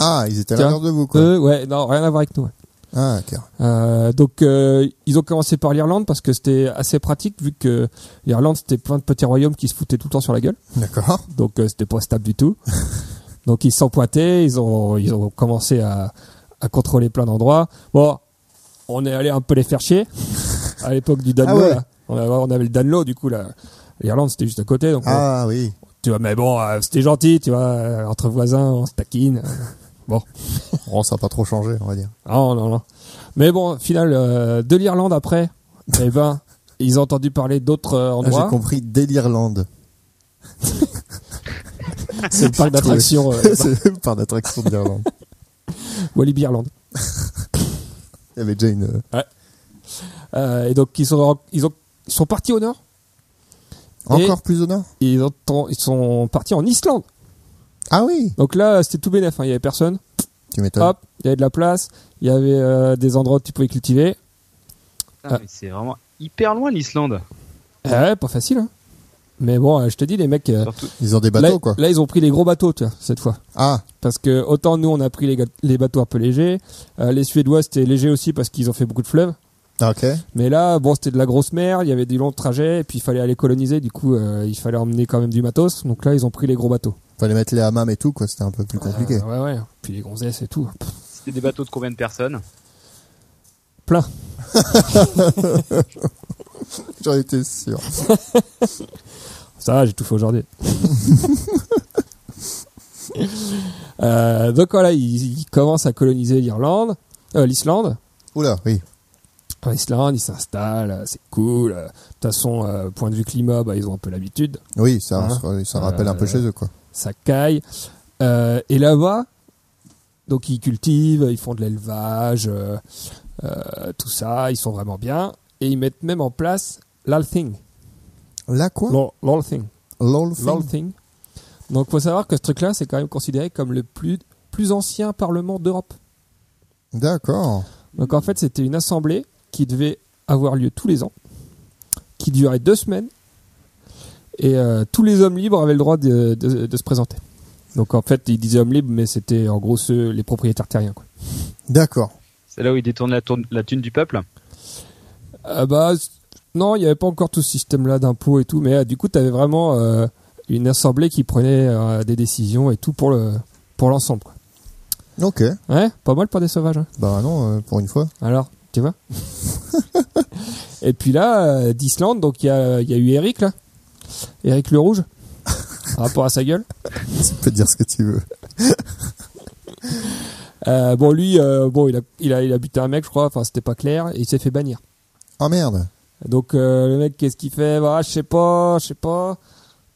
[SPEAKER 4] Ah, ils étaient à
[SPEAKER 5] Tiens. Euh.
[SPEAKER 4] l'heure de vous, quoi.
[SPEAKER 5] Eux, ouais, non, rien à voir avec nous. ouais.
[SPEAKER 4] Ah, ok.
[SPEAKER 5] Euh, donc euh, ils ont commencé par l'Irlande parce que c'était assez pratique vu que l'Irlande c'était plein de petits royaumes qui se foutaient tout le temps sur la gueule
[SPEAKER 4] D'accord.
[SPEAKER 5] donc euh, c'était pas stable du tout donc ils se sont pointés ils ont ils ont commencé à, à contrôler plein d'endroits bon on est allé un peu les faire chier à l'époque du Danelaw
[SPEAKER 4] Ah ouais.
[SPEAKER 5] là. on, avait, on avait le Danelaw du coup là l'Irlande c'était juste à côté donc euh,
[SPEAKER 4] Ah oui.
[SPEAKER 5] tu vois mais bon euh, c'était gentil tu vois euh, entre voisins on se taquine
[SPEAKER 4] Bon, Oh, ça n'a pas trop changé, on va dire.
[SPEAKER 5] Ah, Non, non, non. Mais bon, au final, euh, de l'Irlande après, eh ben, ils ont entendu parler d'autres euh,
[SPEAKER 4] Ah, J'ai
[SPEAKER 5] endroits.
[SPEAKER 4] compris dès l'Irlande.
[SPEAKER 5] C'est le parc d'attractions euh,
[SPEAKER 4] C'est le parc d'attraction de l'Irlande.
[SPEAKER 5] Walibi Irlande.
[SPEAKER 4] Il y avait déjà une. euh,
[SPEAKER 5] Euh, et donc, ils sont, ils, ont, ils sont partis au nord.
[SPEAKER 4] Encore plus au nord
[SPEAKER 5] Et ils, ont- ils sont partis en Islande.
[SPEAKER 4] Ah oui
[SPEAKER 5] Donc là, c'était tout bénef. hein, Il y avait personne.
[SPEAKER 4] Tu m'étonnes.
[SPEAKER 5] Hop, il y avait de la place. Il y avait euh, des endroits où tu pouvais cultiver.
[SPEAKER 6] Putain,
[SPEAKER 5] Ah.
[SPEAKER 6] mais c'est vraiment hyper loin l'Islande.
[SPEAKER 5] Eh ouais, pas facile. hein. Mais bon, euh, je te dis, les mecs. euh,
[SPEAKER 6] Surtout,
[SPEAKER 4] Ils ont des
[SPEAKER 5] là,
[SPEAKER 4] bateaux, quoi.
[SPEAKER 5] là, ils ont pris les gros bateaux, tu vois, cette fois.
[SPEAKER 4] Ah,
[SPEAKER 5] Parce que autant nous on a pris les, ga- les bateaux un peu légers, Euh, les Suédois c'était léger aussi parce qu'ils ont fait beaucoup de fleuves.
[SPEAKER 4] ah, ok.
[SPEAKER 5] Mais là, bon, c'était de la grosse mer, il y avait des longs trajets, et puis il fallait aller coloniser, du coup, euh, il fallait emmener quand même du matos. Donc là, ils ont pris les gros bateaux.
[SPEAKER 4] Fallait mettre les hammams et tout, quoi. C'était un peu plus compliqué.
[SPEAKER 5] Euh, ouais, ouais. Puis les gonzesses et tout. Pff,
[SPEAKER 6] c'était des bateaux de combien de personnes
[SPEAKER 5] Plein.
[SPEAKER 4] J'en étais sûr.
[SPEAKER 5] Ça va, j'ai tout fait aujourd'hui. Euh, donc voilà, ils, ils commencent à coloniser l'Irlande, euh, l'Islande.
[SPEAKER 4] Oula, oui.
[SPEAKER 5] En Islande, ils s'installent, euh, c'est cool. Euh, De toute façon, euh, point de vue climat, bah, ils ont un peu l'habitude.
[SPEAKER 4] Oui, ça,
[SPEAKER 5] Hein
[SPEAKER 4] ça- ça rappelle un peu
[SPEAKER 5] Euh,
[SPEAKER 4] chez eux, quoi.
[SPEAKER 5] ça caille. Euh, et là-bas, donc ils cultivent, ils font de l'élevage, euh, euh, tout ça, ils sont vraiment bien. Et ils mettent même en place l'Althing.
[SPEAKER 4] Là, quoi
[SPEAKER 5] L'Al- L'Althing.
[SPEAKER 4] LOL
[SPEAKER 5] L'Althing. Donc faut savoir que ce truc-là, c'est quand même considéré comme le plus, plus ancien parlement d'Europe.
[SPEAKER 4] D'accord.
[SPEAKER 5] Donc en fait, c'était une assemblée qui devait avoir lieu tous les ans, qui durait deux semaines, et euh, tous les hommes libres avaient le droit de, de- de se présenter. Donc en fait, ils disaient hommes libres, mais c'était en gros ceux, les propriétaires terriens. Quoi.
[SPEAKER 4] D'accord.
[SPEAKER 6] C'est là où ils détournent la, tourne- la thune du peuple.
[SPEAKER 5] Ah bah c- non, il n'y avait pas encore tout ce système-là d'impôts et tout, mais euh, du coup, tu avais vraiment euh, une assemblée qui prenait euh, des décisions et tout pour le pour l'ensemble. quoi.
[SPEAKER 4] Ok.
[SPEAKER 5] Ouais, pas mal pour des sauvages. hein.
[SPEAKER 4] Bah non, euh, pour une fois.
[SPEAKER 5] Alors, tu vois. et puis là, euh, d'Islande, donc il y a, il y a eu Eric là, Eric le rouge, par rapport à sa gueule.
[SPEAKER 4] Tu peux dire ce que tu veux.
[SPEAKER 5] Euh, bon lui, euh, bon il a, il a, il a buté un mec, je crois. Enfin c'était pas clair, et il s'est fait bannir.
[SPEAKER 4] Oh merde.
[SPEAKER 5] Donc euh, le mec, qu'est-ce qu'il fait Bah je sais pas, je sais pas.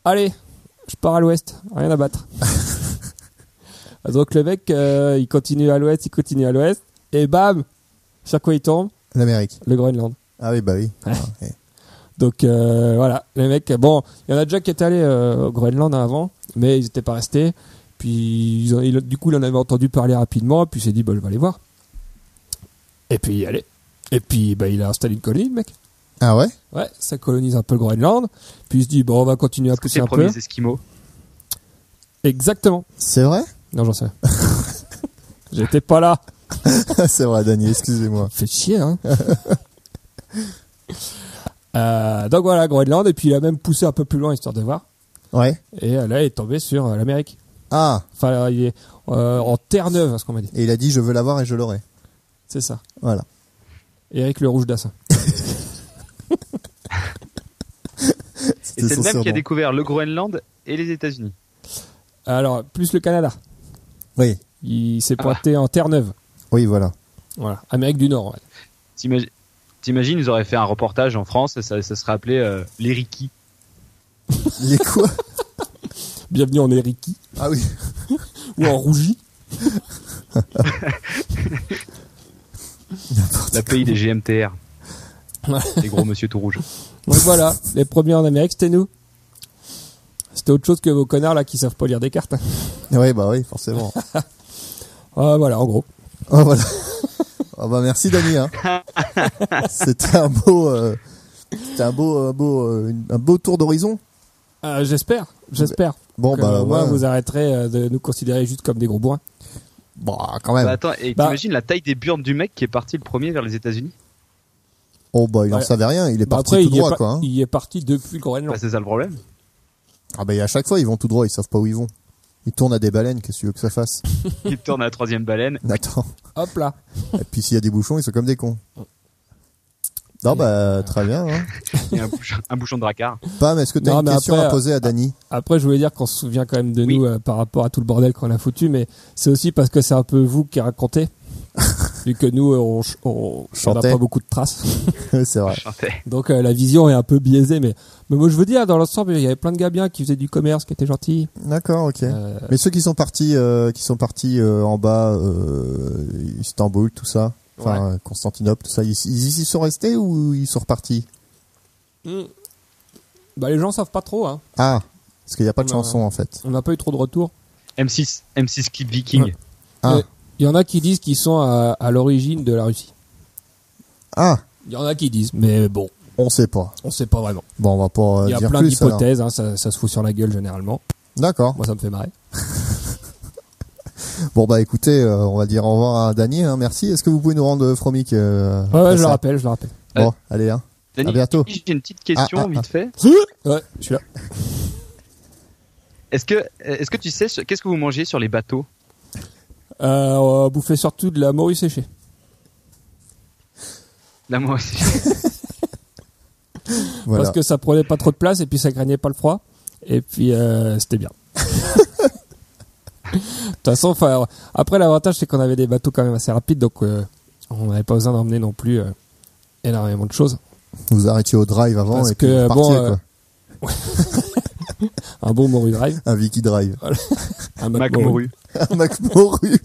[SPEAKER 5] Allez, je pars à l'ouest, rien à battre. donc le mec, euh, il continue à l'ouest, il continue à l'ouest, et bam, sur quoi il tombe
[SPEAKER 4] L'Amérique.
[SPEAKER 5] Le Groenland.
[SPEAKER 4] Ah oui, bah oui.
[SPEAKER 5] Ouais.
[SPEAKER 4] Ah, ouais.
[SPEAKER 5] Donc euh, voilà, les mecs, bon, il y en a déjà qui étaient allés euh, au Groenland hein, avant, mais ils n'étaient pas restés. Puis ils ont- il- du coup, il en avait entendu parler rapidement, puis il s'est dit, bah, je vais aller voir. Et puis allez. Et puis bah, il a installé une colonie, le mec.
[SPEAKER 4] Ah ouais
[SPEAKER 5] Ouais, ça colonise un peu le Groenland. Puis il se dit, bon, on va continuer à
[SPEAKER 6] C'est
[SPEAKER 5] pousser
[SPEAKER 6] les
[SPEAKER 5] un peu.
[SPEAKER 6] premiers Esquimaux.
[SPEAKER 5] Exactement.
[SPEAKER 4] C'est vrai
[SPEAKER 5] Non, j'en sais. rien. J'étais pas là.
[SPEAKER 4] Ah, C'est vrai, Daniel, excusez-moi.
[SPEAKER 5] Fait chier, hein. Euh, donc voilà, Groenland. Et puis il a même poussé un peu plus loin histoire de voir.
[SPEAKER 4] Ouais.
[SPEAKER 5] Et euh, là, il est tombé sur euh, l'Amérique.
[SPEAKER 4] Ah,
[SPEAKER 5] Enfin, il est euh, en Terre-Neuve, à ce qu'on m'a dit.
[SPEAKER 4] et il a dit je veux l'avoir et je l'aurai.
[SPEAKER 5] C'est ça.
[SPEAKER 4] Voilà.
[SPEAKER 5] Eric le Rouge d'Assin.
[SPEAKER 6] Et c'est le même
[SPEAKER 4] son
[SPEAKER 6] qui a
[SPEAKER 4] surnom.
[SPEAKER 6] découvert le Groenland et les États-Unis.
[SPEAKER 5] Alors, plus le Canada.
[SPEAKER 4] Oui,
[SPEAKER 5] Il s'est pointé en Terre-Neuve.
[SPEAKER 4] oui, voilà.
[SPEAKER 5] Ah. Voilà. Amérique du Nord, ouais.
[SPEAKER 6] T'imagines- T'imagines, ils auraient fait un reportage en France et ça, ça serait appelé euh, les Rikis.
[SPEAKER 4] Il est quoi
[SPEAKER 5] Bienvenue en Eriki.
[SPEAKER 4] Ah oui.
[SPEAKER 5] Ou en Rougi.
[SPEAKER 6] La pays des GMTR. les gros monsieur tout rouge.
[SPEAKER 5] Donc voilà, les premiers en Amérique, c'était nous. C'était autre chose que vos connards là qui savent pas lire des cartes. hein.
[SPEAKER 4] Oui, bah oui, forcément.
[SPEAKER 5] Ah, voilà, en gros.
[SPEAKER 4] Oh, voilà. Ah bah merci Dani. Hein. C'était un beau, euh, c'était un beau, un beau, euh, une- un beau tour d'horizon.
[SPEAKER 5] Ah, j'espère, j'espère.
[SPEAKER 4] Bon
[SPEAKER 5] que,
[SPEAKER 4] bah
[SPEAKER 5] euh, moi,
[SPEAKER 4] ouais.
[SPEAKER 5] vous arrêterez euh, de nous considérer juste comme des gros bourrins.
[SPEAKER 4] Bah quand même.
[SPEAKER 6] Bah attends, et
[SPEAKER 5] Bah.
[SPEAKER 6] t'imagines la taille des burnes du mec qui est parti le premier vers les États-Unis
[SPEAKER 4] Oh bah il en
[SPEAKER 5] Ouais.
[SPEAKER 4] savait rien. Il est
[SPEAKER 5] Bah,
[SPEAKER 4] parti
[SPEAKER 5] après,
[SPEAKER 4] tout
[SPEAKER 5] il, y est
[SPEAKER 4] droit
[SPEAKER 5] pas-
[SPEAKER 4] quoi. hein.
[SPEAKER 5] il est parti depuis le Groenland.
[SPEAKER 6] Bah, C'est ça le problème.
[SPEAKER 4] Ah bah et à chaque fois ils vont tout droit. Ils savent pas où ils vont. Ils tournent à des baleines. Qu'est-ce que tu veux que ça fasse
[SPEAKER 6] Il tourne à la troisième baleine.
[SPEAKER 4] Attends.
[SPEAKER 5] Hop là.
[SPEAKER 4] Et puis s'il y a des bouchons, ils sont comme des cons. Non bah très bien. Hein.
[SPEAKER 6] Il y a un bouchon, un bouchon de dracard.
[SPEAKER 4] Pam, est-ce que tu as
[SPEAKER 5] Non,
[SPEAKER 4] une
[SPEAKER 5] mais
[SPEAKER 4] question
[SPEAKER 5] après,
[SPEAKER 4] à poser à Dani
[SPEAKER 5] Après, je voulais dire qu'on se souvient quand même de
[SPEAKER 6] Oui.
[SPEAKER 5] nous euh, par rapport à tout le bordel qu'on a foutu, mais c'est aussi parce que c'est un peu vous qui racontez. vu que nous, euh, on, ch- on, on n'a
[SPEAKER 4] Chantait.
[SPEAKER 5] pas beaucoup de traces. euh,
[SPEAKER 4] C'est vrai.
[SPEAKER 6] Chantais.
[SPEAKER 5] Donc euh, la vision est un peu biaisée, mais, mais moi je veux dire, dans l'ensemble, il y avait plein de gars bien qui faisaient du commerce, qui étaient gentils.
[SPEAKER 4] D'accord, ok.
[SPEAKER 5] Euh,
[SPEAKER 4] Mais ceux qui sont partis, euh, qui sont partis euh, en bas, euh, Istanbul, tout ça, enfin euh, Constantinople, tout ça, ils, ils y sont restés ou ils sont repartis
[SPEAKER 5] mm. bah, les gens savent pas trop, hein.
[SPEAKER 4] Ah, parce qu'il n'y a pas de
[SPEAKER 5] Non.
[SPEAKER 4] chanson en fait.
[SPEAKER 5] on n'a pas eu trop de retours.
[SPEAKER 6] M6, M6 Kid Viking.
[SPEAKER 5] Ouais.
[SPEAKER 4] Ah,
[SPEAKER 5] Ouais. Il y en a qui disent qu'ils sont à, à l'origine de la Russie.
[SPEAKER 4] ah,
[SPEAKER 5] Il y en a qui disent, mais bon,
[SPEAKER 4] on sait pas.
[SPEAKER 5] on sait pas vraiment.
[SPEAKER 4] Bon, on va pas euh,
[SPEAKER 5] Il y a
[SPEAKER 4] dire
[SPEAKER 5] plein
[SPEAKER 4] plus. alors.
[SPEAKER 5] d'hypothèses, hein, ça, ça se fout sur la gueule généralement.
[SPEAKER 4] D'accord.
[SPEAKER 5] Moi ça me fait marrer.
[SPEAKER 4] Bon bah écoutez, euh, on va dire au revoir à Dany. Hein, merci. Est-ce que vous pouvez nous rendre euh, Fromic euh,
[SPEAKER 5] Ouais,
[SPEAKER 4] après
[SPEAKER 5] ouais, je le
[SPEAKER 4] ça
[SPEAKER 5] rappelle, je le rappelle.
[SPEAKER 4] Bon, allez, hein.
[SPEAKER 6] Dany,
[SPEAKER 4] à bientôt.
[SPEAKER 6] J'ai une petite question
[SPEAKER 4] Ah, ah,
[SPEAKER 6] vite fait.
[SPEAKER 5] Ouais, je suis là.
[SPEAKER 6] Est-ce que, est-ce que tu sais ce- qu'est-ce que vous mangez sur les bateaux
[SPEAKER 5] Euh, on va bouffer surtout de la morue séchée.
[SPEAKER 6] Là, moi aussi.
[SPEAKER 4] Voilà.
[SPEAKER 5] Parce que ça prenait pas trop de place et puis ça craignait pas le froid. Et puis euh, c'était bien. De toute façon, enfin, après l'avantage c'est qu'on avait des bateaux quand même assez rapides, donc euh, on n'avait pas besoin d'emmener non plus euh, énormément de choses.
[SPEAKER 4] Vous arrêtiez au drive avant
[SPEAKER 5] Parce
[SPEAKER 4] et puis
[SPEAKER 5] que,
[SPEAKER 4] vous partiez,
[SPEAKER 5] bon, euh,
[SPEAKER 4] quoi.
[SPEAKER 5] Un bon morue drive,
[SPEAKER 4] Un Vicky Drive.
[SPEAKER 5] un Mac
[SPEAKER 6] Mac
[SPEAKER 5] morue.
[SPEAKER 6] Moru.
[SPEAKER 4] Un Mac Moru.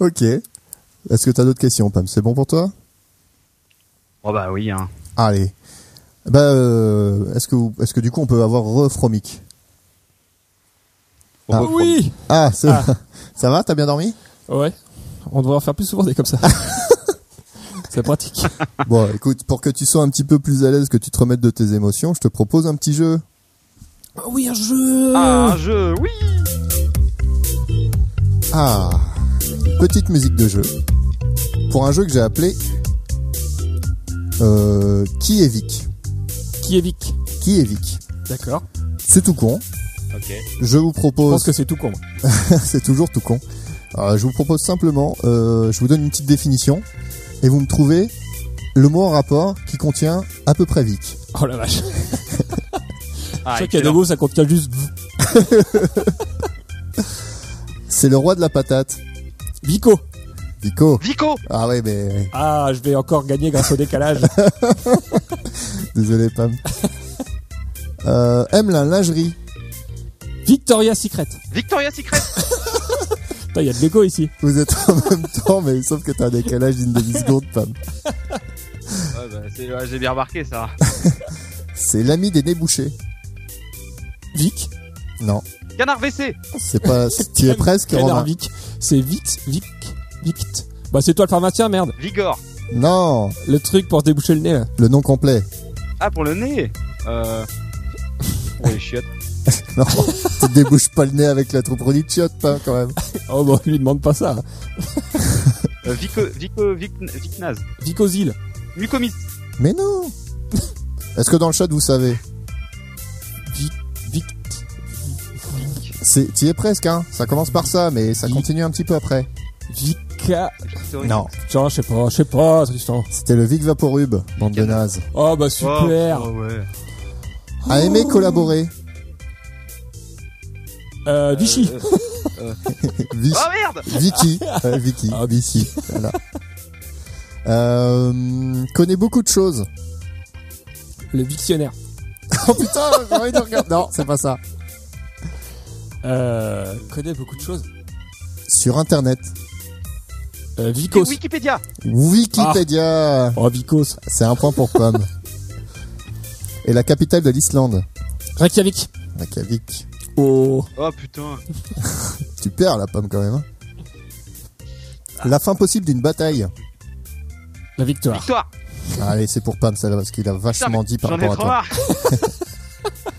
[SPEAKER 4] ok. Est-ce que t'as d'autres questions, Pam C'est bon pour toi
[SPEAKER 6] Oh bah oui, hein.
[SPEAKER 4] Allez. Bah, euh, est-ce que, vous- est-ce que du coup on peut avoir refromic
[SPEAKER 6] On
[SPEAKER 4] Ah.
[SPEAKER 6] reprend.
[SPEAKER 5] Oui.
[SPEAKER 4] Ah, c'est ça va T'as bien dormi
[SPEAKER 5] Ouais. On devrait en faire plus souvent des comme ça. c'est pratique.
[SPEAKER 4] Bon, écoute, pour que tu sois un petit peu plus à l'aise, que tu te remettes de tes émotions, je te propose un petit jeu.
[SPEAKER 5] Ah oui, un
[SPEAKER 4] Euh.
[SPEAKER 5] jeu.
[SPEAKER 6] Ah, un jeu, oui
[SPEAKER 4] Ah, petite musique de jeu. Pour un jeu que j'ai appelé euh, Qui est Vic
[SPEAKER 5] Qui est Vic
[SPEAKER 4] Qui est Vic
[SPEAKER 5] D'accord.
[SPEAKER 4] C'est tout con.
[SPEAKER 6] Ok.
[SPEAKER 4] Je vous
[SPEAKER 5] Je
[SPEAKER 4] propose
[SPEAKER 5] pense que c'est tout con. moi.
[SPEAKER 4] c'est toujours tout con. Euh, Alors, je vous propose simplement, euh, je vous donne une petite définition et vous me trouvez le mot en rapport qui contient à peu près Vic.
[SPEAKER 5] Oh la vache.
[SPEAKER 6] Ah,
[SPEAKER 5] Je sais qu'il y a des mots, ça contient juste
[SPEAKER 4] C'est le roi de la patate,
[SPEAKER 5] Vico.
[SPEAKER 4] Vico.
[SPEAKER 6] Vico
[SPEAKER 4] Ah ouais, mais
[SPEAKER 5] Ah, je vais encore gagner grâce au décalage.
[SPEAKER 4] désolé Pam. Euh, aime la lingerie.
[SPEAKER 5] Victoria Secret.
[SPEAKER 6] Victoria Secret
[SPEAKER 5] Putain, il y a de l'ego ici.
[SPEAKER 4] Vous êtes en même temps, mais sauf que t'as un décalage d'une demi-seconde, Pam.
[SPEAKER 6] Ouais, bah, c'est- ouais, J'ai bien remarqué ça.
[SPEAKER 4] C'est l'ami des débouchés.
[SPEAKER 5] Vic.
[SPEAKER 4] Non,
[SPEAKER 6] Canard VC
[SPEAKER 4] c'est pas. Tu es presque,
[SPEAKER 5] Canard
[SPEAKER 4] Romain.
[SPEAKER 5] Vic. C'est Vic. Vic. Vict. Bah, c'est toi le pharmacien, merde.
[SPEAKER 6] Vigor
[SPEAKER 4] Non,
[SPEAKER 5] Le truc pour se déboucher le nez, là.
[SPEAKER 4] le nom complet.
[SPEAKER 6] Ah, pour le nez Euh. Pour les chiottes.
[SPEAKER 4] Non, tu te débouches pas le nez avec la troupe de chiottes, Pam, quand même.
[SPEAKER 5] Oh, bah, on lui demande pas ça.
[SPEAKER 6] Euh, Vico. Vico. Vic, Vicnaz.
[SPEAKER 5] Vicozil.
[SPEAKER 6] Mucomis.
[SPEAKER 4] Mais non Est-ce que dans le chat vous savez
[SPEAKER 5] Vic.
[SPEAKER 4] C'est, t'y es presque, hein. Ça commence par ça, mais ça continue un petit peu après.
[SPEAKER 5] Vica.
[SPEAKER 4] Non.
[SPEAKER 5] Putain, je sais pas, je sais pas, Tristan.
[SPEAKER 4] C'était le Vic Vaporub, bande de nazes.
[SPEAKER 5] Oh, bah,
[SPEAKER 6] Oh,
[SPEAKER 5] super.
[SPEAKER 6] oh, ouais.
[SPEAKER 4] A aimé collaborer.
[SPEAKER 5] Euh, Vichy.
[SPEAKER 6] Euh,
[SPEAKER 4] Vi-
[SPEAKER 6] Oh merde
[SPEAKER 4] Vicky. Euh, Vicky.
[SPEAKER 5] Ah,
[SPEAKER 4] Vicky. Voilà. Euh, connaît beaucoup de choses.
[SPEAKER 5] Le dictionnaire.
[SPEAKER 4] Oh putain, j'ai envie de regarder. Non, c'est pas ça.
[SPEAKER 5] Euh, connaît beaucoup de choses.
[SPEAKER 4] Sur internet.
[SPEAKER 6] Eh
[SPEAKER 5] Euh, Vicos.
[SPEAKER 6] Wikipédia
[SPEAKER 4] Wikipédia.
[SPEAKER 5] Oh, Vicos.
[SPEAKER 4] C'est un point pour Pam. Et la capitale de l'Islande.
[SPEAKER 5] Reykjavik.
[SPEAKER 4] Reykjavik.
[SPEAKER 5] Oh.
[SPEAKER 6] Oh putain
[SPEAKER 4] Tu perds la Pam quand même. hein.
[SPEAKER 6] Ah.
[SPEAKER 4] La fin possible d'une bataille. Ah,
[SPEAKER 5] La victoire.
[SPEAKER 6] Victoire
[SPEAKER 4] Allez, c'est pour Pam celle-là parce qu'il a
[SPEAKER 6] Putain,
[SPEAKER 4] vachement
[SPEAKER 6] mais
[SPEAKER 4] dit par
[SPEAKER 6] J'en ai
[SPEAKER 4] rapport à
[SPEAKER 6] trop
[SPEAKER 4] toi.
[SPEAKER 6] marre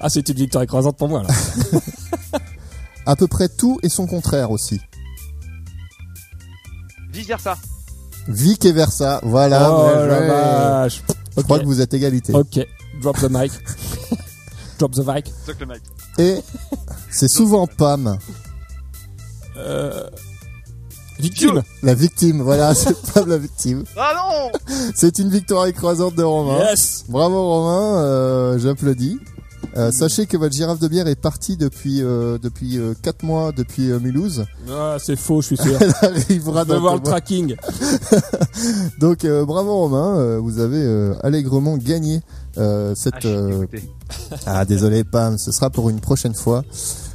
[SPEAKER 5] Ah, c'est une victoire écrasante pour moi, là.
[SPEAKER 4] À peu près tout et son contraire aussi.
[SPEAKER 6] Vice versa
[SPEAKER 4] Vic et Versa, voilà.
[SPEAKER 5] oh
[SPEAKER 4] bien
[SPEAKER 5] la
[SPEAKER 4] joué.
[SPEAKER 5] vache.
[SPEAKER 4] Je crois que vous êtes égalité.
[SPEAKER 5] Ok, drop the mic. drop the mic.
[SPEAKER 6] Toc le mic.
[SPEAKER 4] Et c'est souvent Pam,
[SPEAKER 5] Euh... Victime.
[SPEAKER 4] la victime. Voilà, c'est Pam la victime.
[SPEAKER 6] Ah non
[SPEAKER 4] C'est une victoire écrasante de Romain.
[SPEAKER 5] Yes.
[SPEAKER 4] Bravo Romain, euh, j'applaudis. Euh, sachez que votre girafe de bière est partie depuis euh, depuis 4 mois depuis euh, Mulhouse.
[SPEAKER 5] Ah, c'est faux, je suis sûr.
[SPEAKER 4] Elle arrivera
[SPEAKER 5] On va
[SPEAKER 4] dans
[SPEAKER 5] voir
[SPEAKER 4] le
[SPEAKER 5] le tracking.
[SPEAKER 4] Donc euh, bravo Romain, euh, vous avez euh, allègrement gagné euh,
[SPEAKER 6] Ah,
[SPEAKER 4] cette
[SPEAKER 6] je suis
[SPEAKER 4] euh,
[SPEAKER 6] dégoûté.
[SPEAKER 4] Ah désolé Pam, ce sera pour une prochaine fois.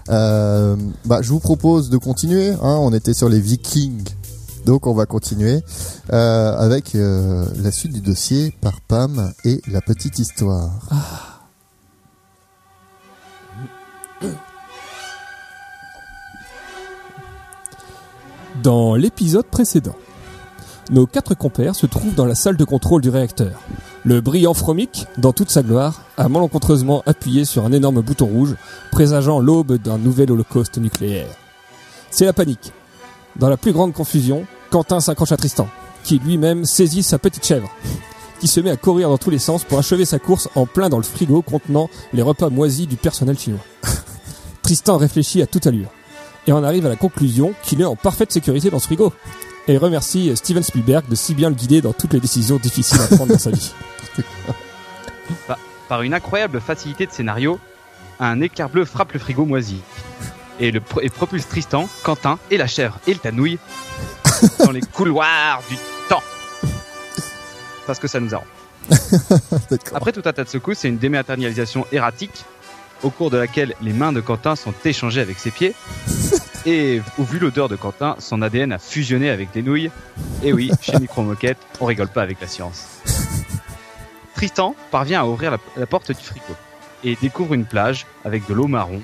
[SPEAKER 4] Euh, bah, je vous propose de continuer. Hein, on était sur les Vikings, donc on va continuer euh, avec euh, la suite du dossier par Pam et la petite histoire.
[SPEAKER 5] Dans l'épisode précédent, nos quatre compères se trouvent dans la salle de contrôle du réacteur. Le brillant Fromic, dans toute sa gloire, a malencontreusement appuyé sur un énorme bouton rouge, présageant l'aube d'un nouvel holocauste nucléaire. C'est la panique. Dans la plus grande confusion, Quentin s'accroche à Tristan, qui lui-même saisit sa petite chèvre, qui se met à courir dans tous les sens pour achever sa course en plein dans le frigo contenant les repas moisis du personnel chinois. Tristan réfléchit à toute allure et on arrive à la conclusion qu'il est en parfaite sécurité dans ce frigo. Et il remercie Steven Spielberg de si bien le guider dans toutes les décisions difficiles à prendre dans sa vie.
[SPEAKER 6] Par une incroyable facilité de scénario, un éclair bleu frappe le frigo moisi et, le pro- et propulse Tristan, Quentin et la chèvre et le tanouille dans les couloirs du temps. Parce que ça nous arrange.
[SPEAKER 4] D'accord.
[SPEAKER 6] Après tout un tas de secousses, c'est une dématérialisation erratique au cours de laquelle les mains de Quentin sont échangées avec ses pieds. Et au vu l'odeur de Quentin, son ADN a fusionné avec des nouilles. Et oui, chez Micro Moquette, on rigole pas avec la science. Tristan parvient à ouvrir la, la porte du frigo et découvre une plage avec de l'eau marron,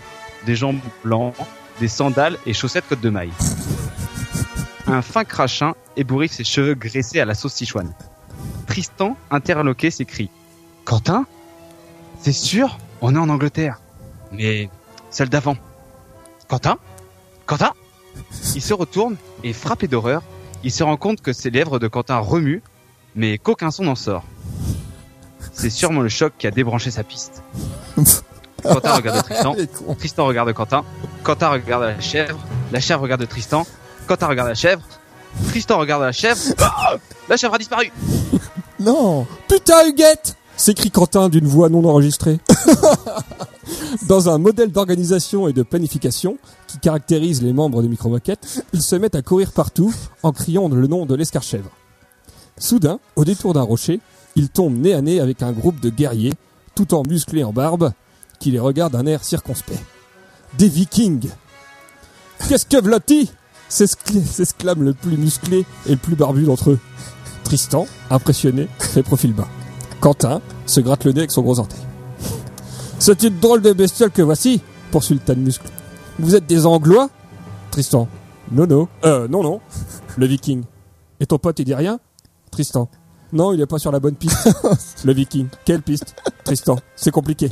[SPEAKER 6] des jambes blancs, des sandales et chaussettes côte de maille. Un fin crachin ébouriffe ses cheveux graissés à la sauce Sichuan. Tristan, interloqué, s'écrie Quentin C'est sûr On est en Angleterre. Mais celle d'avant. Quentin Quentin Il se retourne et frappé d'horreur, il se rend compte que ses lèvres de Quentin remuent, mais qu'aucun son n'en sort. C'est sûrement le choc qui a débranché sa piste. Quentin regarde Tristan,
[SPEAKER 4] Elle est con.
[SPEAKER 6] Tristan regarde Quentin, Quentin regarde la chèvre, la chèvre regarde Tristan, Quentin regarde la chèvre. Tristan regarde la chèvre. Ah la chèvre a disparu.
[SPEAKER 4] Non
[SPEAKER 5] Putain, Huguette s'écrie Quentin d'une voix non enregistrée. Dans un modèle d'organisation et de planification qui caractérise les membres de Micromoquette, ils se mettent à courir partout en criant le nom de l'escarchèvre. Soudain, au détour d'un rocher, ils tombent nez à nez avec un groupe de guerriers, tout en musclés en barbe, qui les regardent d'un air circonspect. Des vikings Qu'est-ce que v'là-t-il s'escl- s'exclame le plus musclé et le plus barbu d'entre eux. Tristan, impressionné, fait profil bas. Quentin se gratte le nez avec son gros orteil. C'est une drôle de bestiole que voici, poursuit le tas de muscles. Vous êtes des Anglois Tristan. Non, non. Euh, non, non. Le viking. Et ton pote, il dit rien Tristan. Non, il est pas sur la bonne piste. le viking. Quelle piste Tristan. C'est compliqué.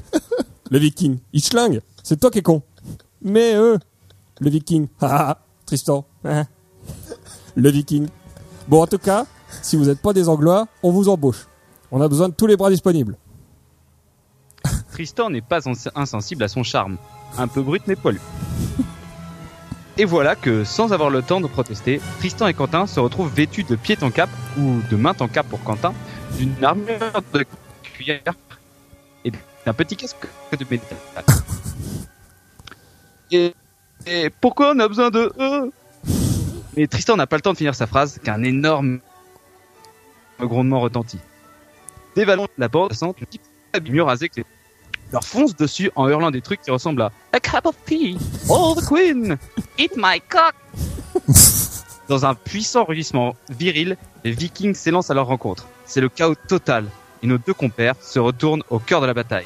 [SPEAKER 5] Le viking. Il schlingue. C'est toi qui es con. Mais eux. Le viking. Ah, ah, ah. Tristan. Hein. le viking. Bon, en tout cas, si vous n'êtes pas des Anglois, on vous embauche. On a besoin de tous les bras disponibles.
[SPEAKER 6] Tristan n'est pas ins- insensible à son charme, un peu brut mais poilu. Et voilà que, sans avoir le temps de protester, Tristan et Quentin se retrouvent vêtus de pied en cap, ou de main en cap pour Quentin, d'une armure de cuillère et d'un petit casque de métal. Et, et pourquoi on a besoin de eux Mais Tristan n'a pas le temps de finir sa phrase qu'un énorme grondement retentit. Des ballons de la bande passante, le type mieux rasé que les leur fonce dessus en hurlant des trucs qui ressemblent à A cup of tea, all the queen, eat my cock. Dans un puissant rugissement viril, les vikings s'élancent à leur rencontre. C'est le chaos total et nos deux compères se retournent au cœur de la bataille.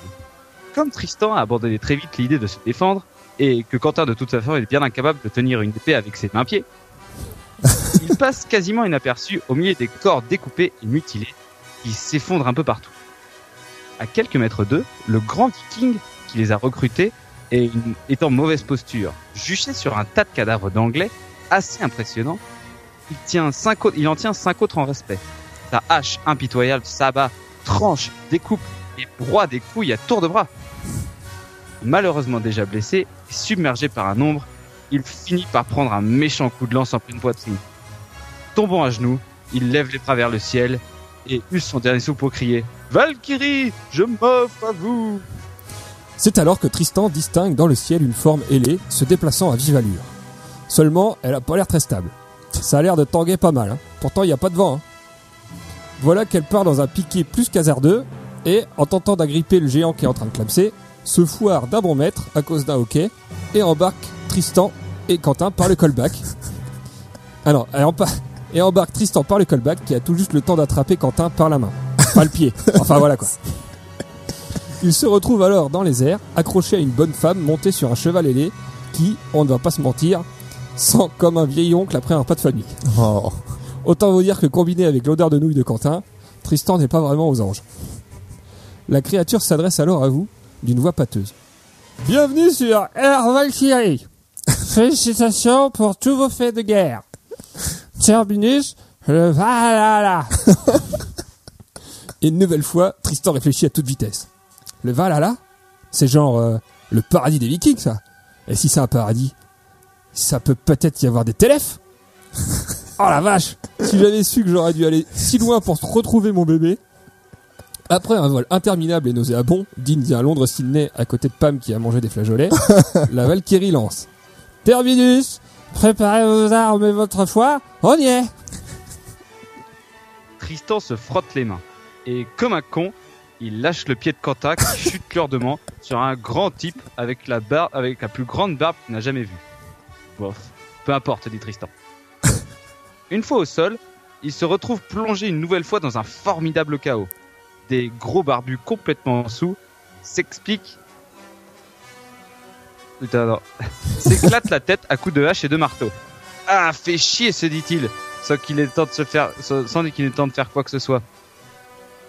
[SPEAKER 6] Comme Tristan a abandonné très vite l'idée de se défendre et que Quentin de toute façon est bien incapable de tenir une épée avec ses mains pieds, il passe quasiment inaperçu au milieu des corps découpés et mutilés qui s'effondrent un peu partout à quelques mètres d'eux, le grand viking qui les a recrutés est, une- est en mauvaise posture, juché sur un tas de cadavres d'anglais, assez impressionnant. Il, tient cinq au- il en tient cinq autres en respect. Sa hache impitoyable s'abat, tranche, découpe et broie des couilles à tour de bras. Malheureusement déjà blessé et submergé par un ombre, il finit par prendre un méchant coup de lance en pleine poitrine. Tombant à genoux, il lève les bras vers le ciel et use son dernier souffle pour crier Valkyrie, je m'offre à vous
[SPEAKER 5] C'est alors que Tristan distingue dans le ciel une forme ailée se déplaçant à vive allure. Seulement, elle a pas l'air très stable. Ça a l'air de tanguer pas mal. hein. Pourtant, il n'y a pas de vent. hein. Voilà qu'elle part dans un piqué plus qu'hasardeux et, en tentant d'agripper le géant qui est en train de clamser, se foire d'un bon mètre à cause d'un hoquet et embarque Tristan et Quentin par le callback. Ah non, elle empa- et embarque Tristan par le callback qui a tout juste le temps d'attraper Quentin par la main. Pas le pied. Enfin voilà quoi. Il se retrouve alors dans les airs, accroché à une bonne femme montée sur un cheval ailé qui, on ne va pas se mentir, sent comme un vieil oncle après un repas de famille.
[SPEAKER 6] Ah.
[SPEAKER 4] Oh.
[SPEAKER 5] Autant vous dire que combiné avec l'odeur de nouilles de Quentin, Tristan n'est pas vraiment aux anges. La créature s'adresse alors à vous d'une voix pâteuse. Bienvenue sur Air Valkyrie. Félicitations pour tous vos faits de guerre. Terminus, le Valhalla. Et une nouvelle fois, Tristan réfléchit à toute vitesse. Le Valhalla C'est genre euh, le paradis des vikings, ça. Et si c'est un paradis, ça peut peut-être y avoir des téléphes Oh la vache Si j'avais su que j'aurais dû aller si loin pour retrouver mon bébé. Après un vol interminable et nauséabond, digne d'un Londres-Sydney à côté de Pam qui a mangé des flageolets, la Valkyrie lance. Terminus Préparez vos armes et votre foi, on y est
[SPEAKER 6] Tristan se frotte les mains. Et comme un con, il lâche le pied de Quentin qui chute lourdement sur un grand type avec la, barbe, avec la plus grande barbe qu'il n'a jamais vue. Bof, peu importe, dit Tristan. Une fois au sol, il se retrouve plongé une nouvelle fois dans un formidable chaos. Des gros barbus complètement sous s'expliquent. Putain, non. S'éclate la tête à coups de hache et de marteau. Ah, fait chier, se dit-il sans qu'il ait le temps de se faire, sans sans qu'il ait le temps de faire quoi que ce soit.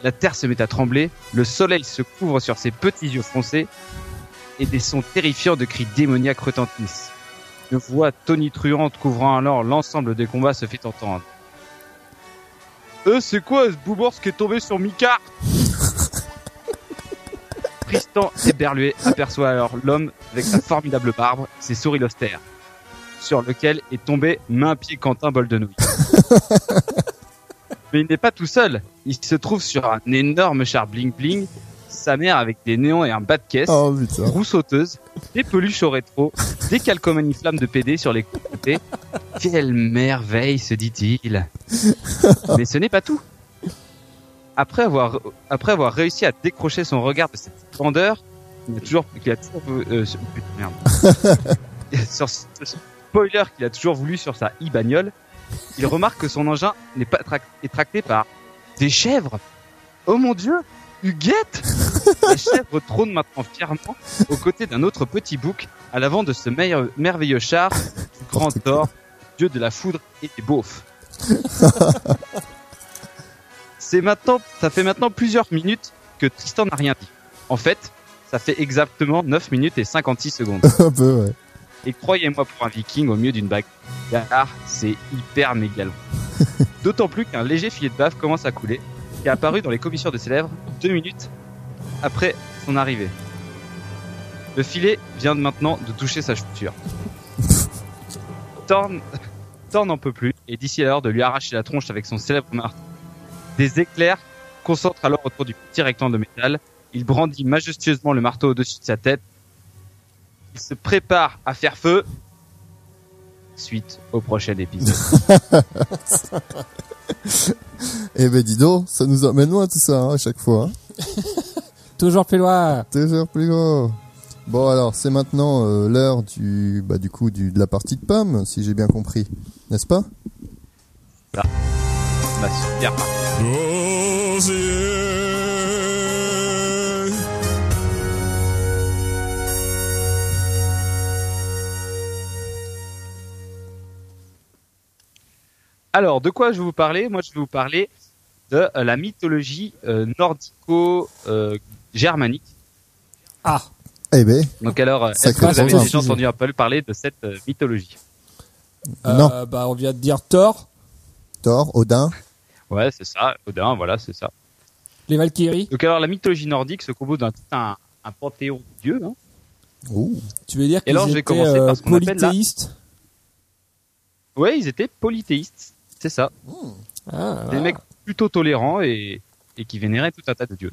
[SPEAKER 6] La terre se met à trembler, le soleil se couvre sur ses petits yeux foncés, et des sons terrifiants de cris démoniaques retentissent. Une voix tonitruante couvrant alors l'ensemble des combats se fait entendre. Euh, c'est quoi ce boubours qui est tombé sur Mika Tristan, éberlué, aperçoit alors l'homme avec sa formidable barbe, ses souris austères. sur lequel est tombé main-pied Quentin Boldenouille. Mais il n'est pas tout seul. Il se trouve sur un énorme char bling-bling, sa mère avec des néons et un bas de caisse,
[SPEAKER 4] Oh putain.
[SPEAKER 6] roue sauteuse, des peluches au rétro, des calcomanies flammes de PD sur les côtés. Quelle merveille, se dit-il. Mais ce n'est pas tout. Après avoir, après avoir réussi à décrocher son regard de cette grandeur, il a toujours, qu'il a toujours vou- euh, sur- putain, merde. sur ce spoiler qu'il a toujours voulu sur sa e-bagnole, il remarque que son engin n'est pas trac- est tracté par des chèvres. Oh mon dieu, Huguette La chèvre trône maintenant fièrement aux côtés d'un autre petit bouc à l'avant de ce meilleur- merveilleux char du grand
[SPEAKER 4] N'importe quoi.
[SPEAKER 6] Thor, dieu de la foudre et des beaufs. C'est maintenant, ça fait maintenant plusieurs minutes que Tristan n'a rien dit. En fait, ça fait exactement 9 minutes et 56 secondes.
[SPEAKER 4] Un peu, ouais.
[SPEAKER 6] Et croyez-moi, pour un viking au milieu d'une bagarre, c'est hyper méga long. D'autant plus qu'un léger filet de bave commence à couler, qui est apparu dans les commissures de ses lèvres deux minutes après son arrivée. Le filet vient de maintenant de toucher sa chaussure. Thorn Thorn n'en peut plus, et d'ici à l'heure de lui arracher la tronche avec son célèbre marteau. Des éclairs concentrent alors autour du petit rectangle de métal. Il brandit majestueusement le marteau au-dessus de sa tête. Il se prépare à faire feu. Suite au prochain épisode.
[SPEAKER 4] Eh ben dis donc, ça nous emmène loin tout ça hein, à chaque fois. hein.
[SPEAKER 5] Toujours plus loin.
[SPEAKER 4] Toujours plus haut. Bon alors, c'est maintenant euh, l'heure du bah du coup du de la partie de Pam, si j'ai bien compris, n'est-ce pas
[SPEAKER 6] Ma super
[SPEAKER 1] Nos yeux.
[SPEAKER 6] Alors, de quoi je vais vous parler Moi, je vais vous parler de euh, la mythologie euh, nordico-germanique.
[SPEAKER 5] Ah,
[SPEAKER 4] Eh ben,
[SPEAKER 6] Donc, alors, euh, est-ce que
[SPEAKER 4] Sacré
[SPEAKER 6] vous avez
[SPEAKER 4] Quentin.
[SPEAKER 6] déjà entendu un peu parler de cette euh, mythologie
[SPEAKER 5] euh,
[SPEAKER 4] Non.
[SPEAKER 5] bah on vient de dire Thor,
[SPEAKER 4] Thor, Odin.
[SPEAKER 6] Ouais, c'est ça, Odin, voilà, c'est ça.
[SPEAKER 5] les Valkyries.
[SPEAKER 6] Donc, alors, la mythologie nordique se compose d'un un, un panthéon de dieux. hein.
[SPEAKER 4] Ouh.
[SPEAKER 5] Tu veux dire qu'ils
[SPEAKER 6] alors, je vais
[SPEAKER 5] étaient
[SPEAKER 6] commencer
[SPEAKER 5] euh,
[SPEAKER 6] par ce qu'on appelle la-
[SPEAKER 5] polythéistes
[SPEAKER 6] Ouais, ils étaient polythéistes, c'est ça.
[SPEAKER 5] Ah,
[SPEAKER 6] Des
[SPEAKER 5] ah.
[SPEAKER 6] mecs plutôt tolérants et, et qui vénéraient tout un tas de dieux.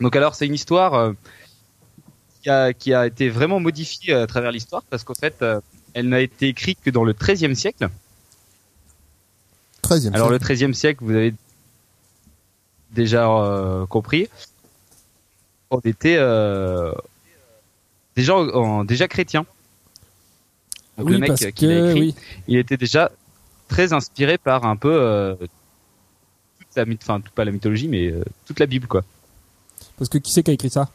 [SPEAKER 6] Donc alors c'est une histoire euh, qui, a, qui a été vraiment modifiée euh, à travers l'histoire parce qu'en fait euh, elle n'a été écrite que dans le XIIIe siècle.
[SPEAKER 4] 13 e
[SPEAKER 6] Alors le XIIIe siècle vous avez déjà euh, compris, on était euh, déjà, en- déjà chrétien. Donc
[SPEAKER 5] oui,
[SPEAKER 6] le mec
[SPEAKER 5] parce
[SPEAKER 6] euh, qui l'a
[SPEAKER 5] que
[SPEAKER 6] écrit,
[SPEAKER 5] oui.
[SPEAKER 6] il était déjà très inspiré par un peu euh, toute la myth- enfin tout- pas la mythologie mais euh, toute la Bible quoi.
[SPEAKER 5] Parce que qui c'est qui a écrit ça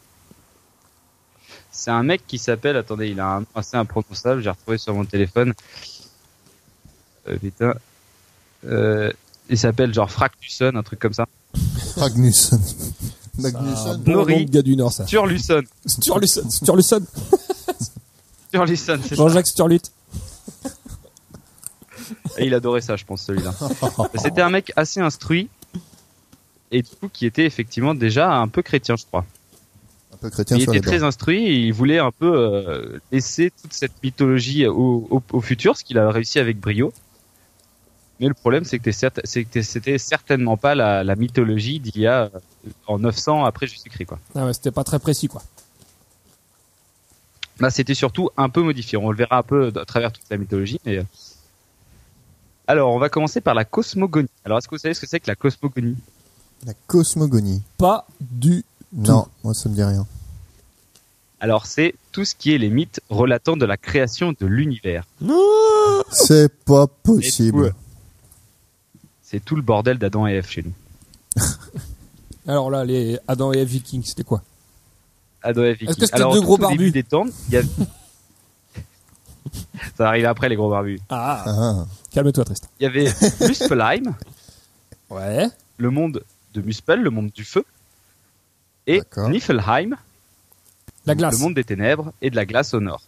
[SPEAKER 6] C'est un mec qui s'appelle attendez, il a un nom assez imprononçable, j'ai retrouvé sur mon téléphone. Euh, putain. Euh, il s'appelle genre Fractuson, un truc comme ça.
[SPEAKER 4] Magnus.
[SPEAKER 5] Ah,
[SPEAKER 4] Magnus.
[SPEAKER 5] bon
[SPEAKER 6] Nori.
[SPEAKER 5] nom de gars du Nord, ça.
[SPEAKER 6] Sturluson,
[SPEAKER 5] Sturluson, Sturluson,
[SPEAKER 6] Sturluson, c'est ça.
[SPEAKER 5] Jean-Jacques Sturlut.
[SPEAKER 6] Et il adorait ça, je pense, celui-là. C'était un mec assez instruit et du coup qui était effectivement déjà un peu chrétien, je crois.
[SPEAKER 4] Un peu chrétien
[SPEAKER 6] il
[SPEAKER 4] sur
[SPEAKER 6] était
[SPEAKER 4] les
[SPEAKER 6] très instruit et il voulait un peu euh, laisser toute cette mythologie au, au- au futur, ce qu'il a réussi avec brio. Mais le problème, c'est que t'es certes- c'est que t'es- c'était certainement pas la, la mythologie d'il y a euh, en 900 après Jésus-Christ, quoi.
[SPEAKER 5] Ah ouais, c'était pas très précis, quoi.
[SPEAKER 6] Bah, c'était surtout un peu modifié. On le verra un peu à travers toute la mythologie. Mais... euh. Alors, on va commencer par la cosmogonie. Alors, est-ce que vous savez ce que c'est que la cosmogonie
[SPEAKER 4] La cosmogonie.
[SPEAKER 5] Pas du.
[SPEAKER 4] Non, moi ça me dit rien.
[SPEAKER 6] Alors, c'est tout ce qui est les mythes relatant de la création de l'univers.
[SPEAKER 4] C'est pas
[SPEAKER 6] Et
[SPEAKER 4] possible.
[SPEAKER 6] tout, C'est tout le bordel d'Adam et Ève chez nous.
[SPEAKER 5] Alors là, les Adam et Eve Vikings, c'était quoi
[SPEAKER 6] Adam et Vicky.
[SPEAKER 5] Est-ce que c'était
[SPEAKER 6] Alors,
[SPEAKER 5] deux
[SPEAKER 6] tout
[SPEAKER 5] gros
[SPEAKER 6] au
[SPEAKER 5] barbus
[SPEAKER 6] début des temps, il y a- Ça arrive après les gros barbus. euh,
[SPEAKER 5] Ah,
[SPEAKER 4] Ah,
[SPEAKER 5] calme-toi, Tristan.
[SPEAKER 6] Il y avait Muspelheim,
[SPEAKER 5] Ouais.
[SPEAKER 6] le monde de Muspel, le monde du feu, et
[SPEAKER 4] D'accord.
[SPEAKER 6] Niflheim,
[SPEAKER 5] La glace.
[SPEAKER 6] le monde des ténèbres et de la glace au nord.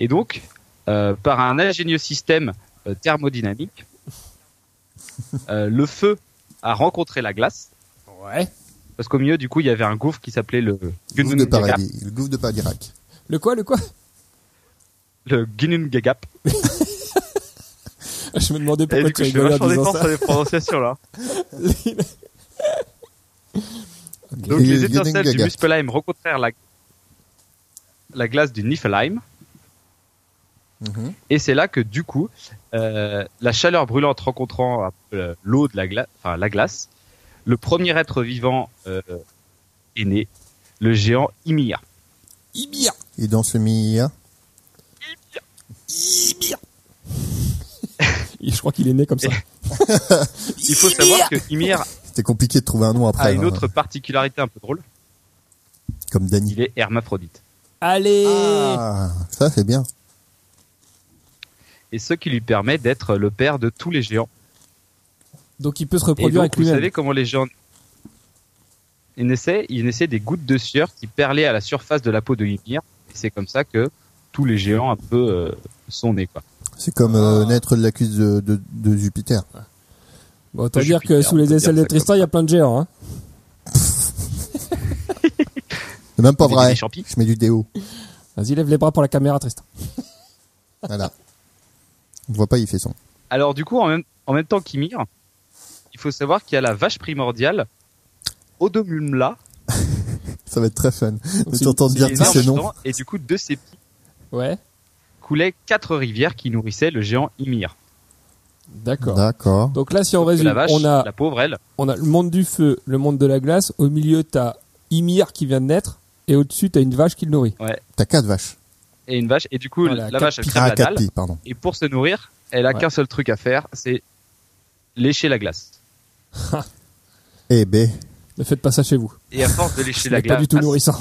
[SPEAKER 6] Et donc, euh, par un ingénieux système euh, thermodynamique, euh, le feu a rencontré la glace,
[SPEAKER 5] Ouais.
[SPEAKER 6] parce qu'au milieu, du coup, il y avait un gouffre qui s'appelait le
[SPEAKER 4] le gouffre de
[SPEAKER 6] Gunundagar.
[SPEAKER 4] paradis. Le gouffre de Padirac.
[SPEAKER 5] Le quoi, le quoi
[SPEAKER 6] Le Ginnungagap.
[SPEAKER 5] Je me demandais
[SPEAKER 6] Et
[SPEAKER 5] pourquoi
[SPEAKER 6] du
[SPEAKER 5] tu
[SPEAKER 6] coup, je fais
[SPEAKER 5] rigolais en
[SPEAKER 6] vachement
[SPEAKER 5] disant ça.
[SPEAKER 6] d'efforts sur les prononciations là. Donc
[SPEAKER 4] Et
[SPEAKER 6] les
[SPEAKER 4] Jürgen
[SPEAKER 6] étincelles du
[SPEAKER 4] Gagat.
[SPEAKER 6] Muspelheim rencontrèrent la, la glace du Niflheim.
[SPEAKER 4] Mhm.
[SPEAKER 6] Et c'est là que du coup, euh, la chaleur brûlante rencontrant euh, l'eau de la glace, enfin la glace, le premier être vivant euh, est né, le géant Ymir.
[SPEAKER 5] Ibia
[SPEAKER 4] Et dans ce mire,
[SPEAKER 5] Ibia Je crois qu'il est né comme ça.
[SPEAKER 6] Il faut savoir que Ymir
[SPEAKER 4] c'était compliqué de trouver un nom après.
[SPEAKER 6] a Ah, une
[SPEAKER 4] hein,
[SPEAKER 6] autre particularité un peu drôle,
[SPEAKER 4] Comme Danny.
[SPEAKER 6] il est hermaphrodite.
[SPEAKER 5] Allez
[SPEAKER 4] Ah, ça c'est bien.
[SPEAKER 6] Et ce qui lui permet d'être le père de tous les géants.
[SPEAKER 5] Donc il peut se
[SPEAKER 6] Et
[SPEAKER 5] reproduire
[SPEAKER 6] donc,
[SPEAKER 5] avec
[SPEAKER 6] vous
[SPEAKER 5] lui-même.
[SPEAKER 6] savez comment les gens ils naissaient, ils naissaient des gouttes de sueur qui perlaient à la surface de la peau de Ymir. Et c'est comme ça que tous les géants un peu euh, sont nés. Quoi.
[SPEAKER 4] C'est comme
[SPEAKER 6] Ah.
[SPEAKER 4] euh, naître de la cuisse de, de- de Jupiter.
[SPEAKER 5] Bon, autant
[SPEAKER 6] Je
[SPEAKER 5] dire
[SPEAKER 6] suis
[SPEAKER 5] que
[SPEAKER 6] clair,
[SPEAKER 5] sous
[SPEAKER 6] on
[SPEAKER 5] les
[SPEAKER 6] peut
[SPEAKER 5] aisselles
[SPEAKER 6] dire
[SPEAKER 5] de
[SPEAKER 6] ça comme
[SPEAKER 5] Tristan, il y a plein de géants. Hein.
[SPEAKER 4] C'est même pas
[SPEAKER 6] Mais
[SPEAKER 4] vrai.
[SPEAKER 6] des
[SPEAKER 4] Je
[SPEAKER 6] champis.
[SPEAKER 4] mets du déo.
[SPEAKER 5] Vas-y, lève les bras pour la caméra, Tristan.
[SPEAKER 4] Voilà. On voit pas, il fait son.
[SPEAKER 6] Alors du coup, en même, en même temps qu'Ymir, il faut savoir qu'il y a la vache primordiale Odomumla
[SPEAKER 4] Ça va être très fun.
[SPEAKER 5] Donc,
[SPEAKER 4] Tu
[SPEAKER 5] c'est-
[SPEAKER 4] entends dire
[SPEAKER 6] qui est
[SPEAKER 4] tous
[SPEAKER 6] née en
[SPEAKER 4] ces
[SPEAKER 6] même
[SPEAKER 4] noms.
[SPEAKER 6] temps, et du coup de ses pieds
[SPEAKER 5] Ouais,
[SPEAKER 6] coulaient quatre rivières qui nourrissaient le géant Ymir.
[SPEAKER 5] d'accord.
[SPEAKER 4] D'accord.
[SPEAKER 5] Donc là, si on
[SPEAKER 6] Parce que
[SPEAKER 5] résume,
[SPEAKER 6] la vache,
[SPEAKER 5] on a,
[SPEAKER 6] la pauvre elle,
[SPEAKER 5] on a le monde du feu, le monde de la glace. Au milieu, t'as Ymir qui vient de naître. Et au-dessus, t'as une vache qui le nourrit.
[SPEAKER 4] T'as quatre vaches.
[SPEAKER 6] est une vache, et du coup
[SPEAKER 5] Voilà,
[SPEAKER 6] la
[SPEAKER 5] quatre
[SPEAKER 6] vache elle crève
[SPEAKER 4] Ah,
[SPEAKER 6] la dalle,
[SPEAKER 4] quatre pies, pardon.
[SPEAKER 6] et pour se nourrir, elle a
[SPEAKER 5] Ouais.
[SPEAKER 6] qu'un seul truc à faire, c'est lécher la glace.
[SPEAKER 4] Eh ben,
[SPEAKER 5] Ne faites pas ça chez vous.
[SPEAKER 6] Et à force de lécher
[SPEAKER 5] C'est
[SPEAKER 6] la
[SPEAKER 5] pas
[SPEAKER 6] glace,
[SPEAKER 5] du tout nourrissant.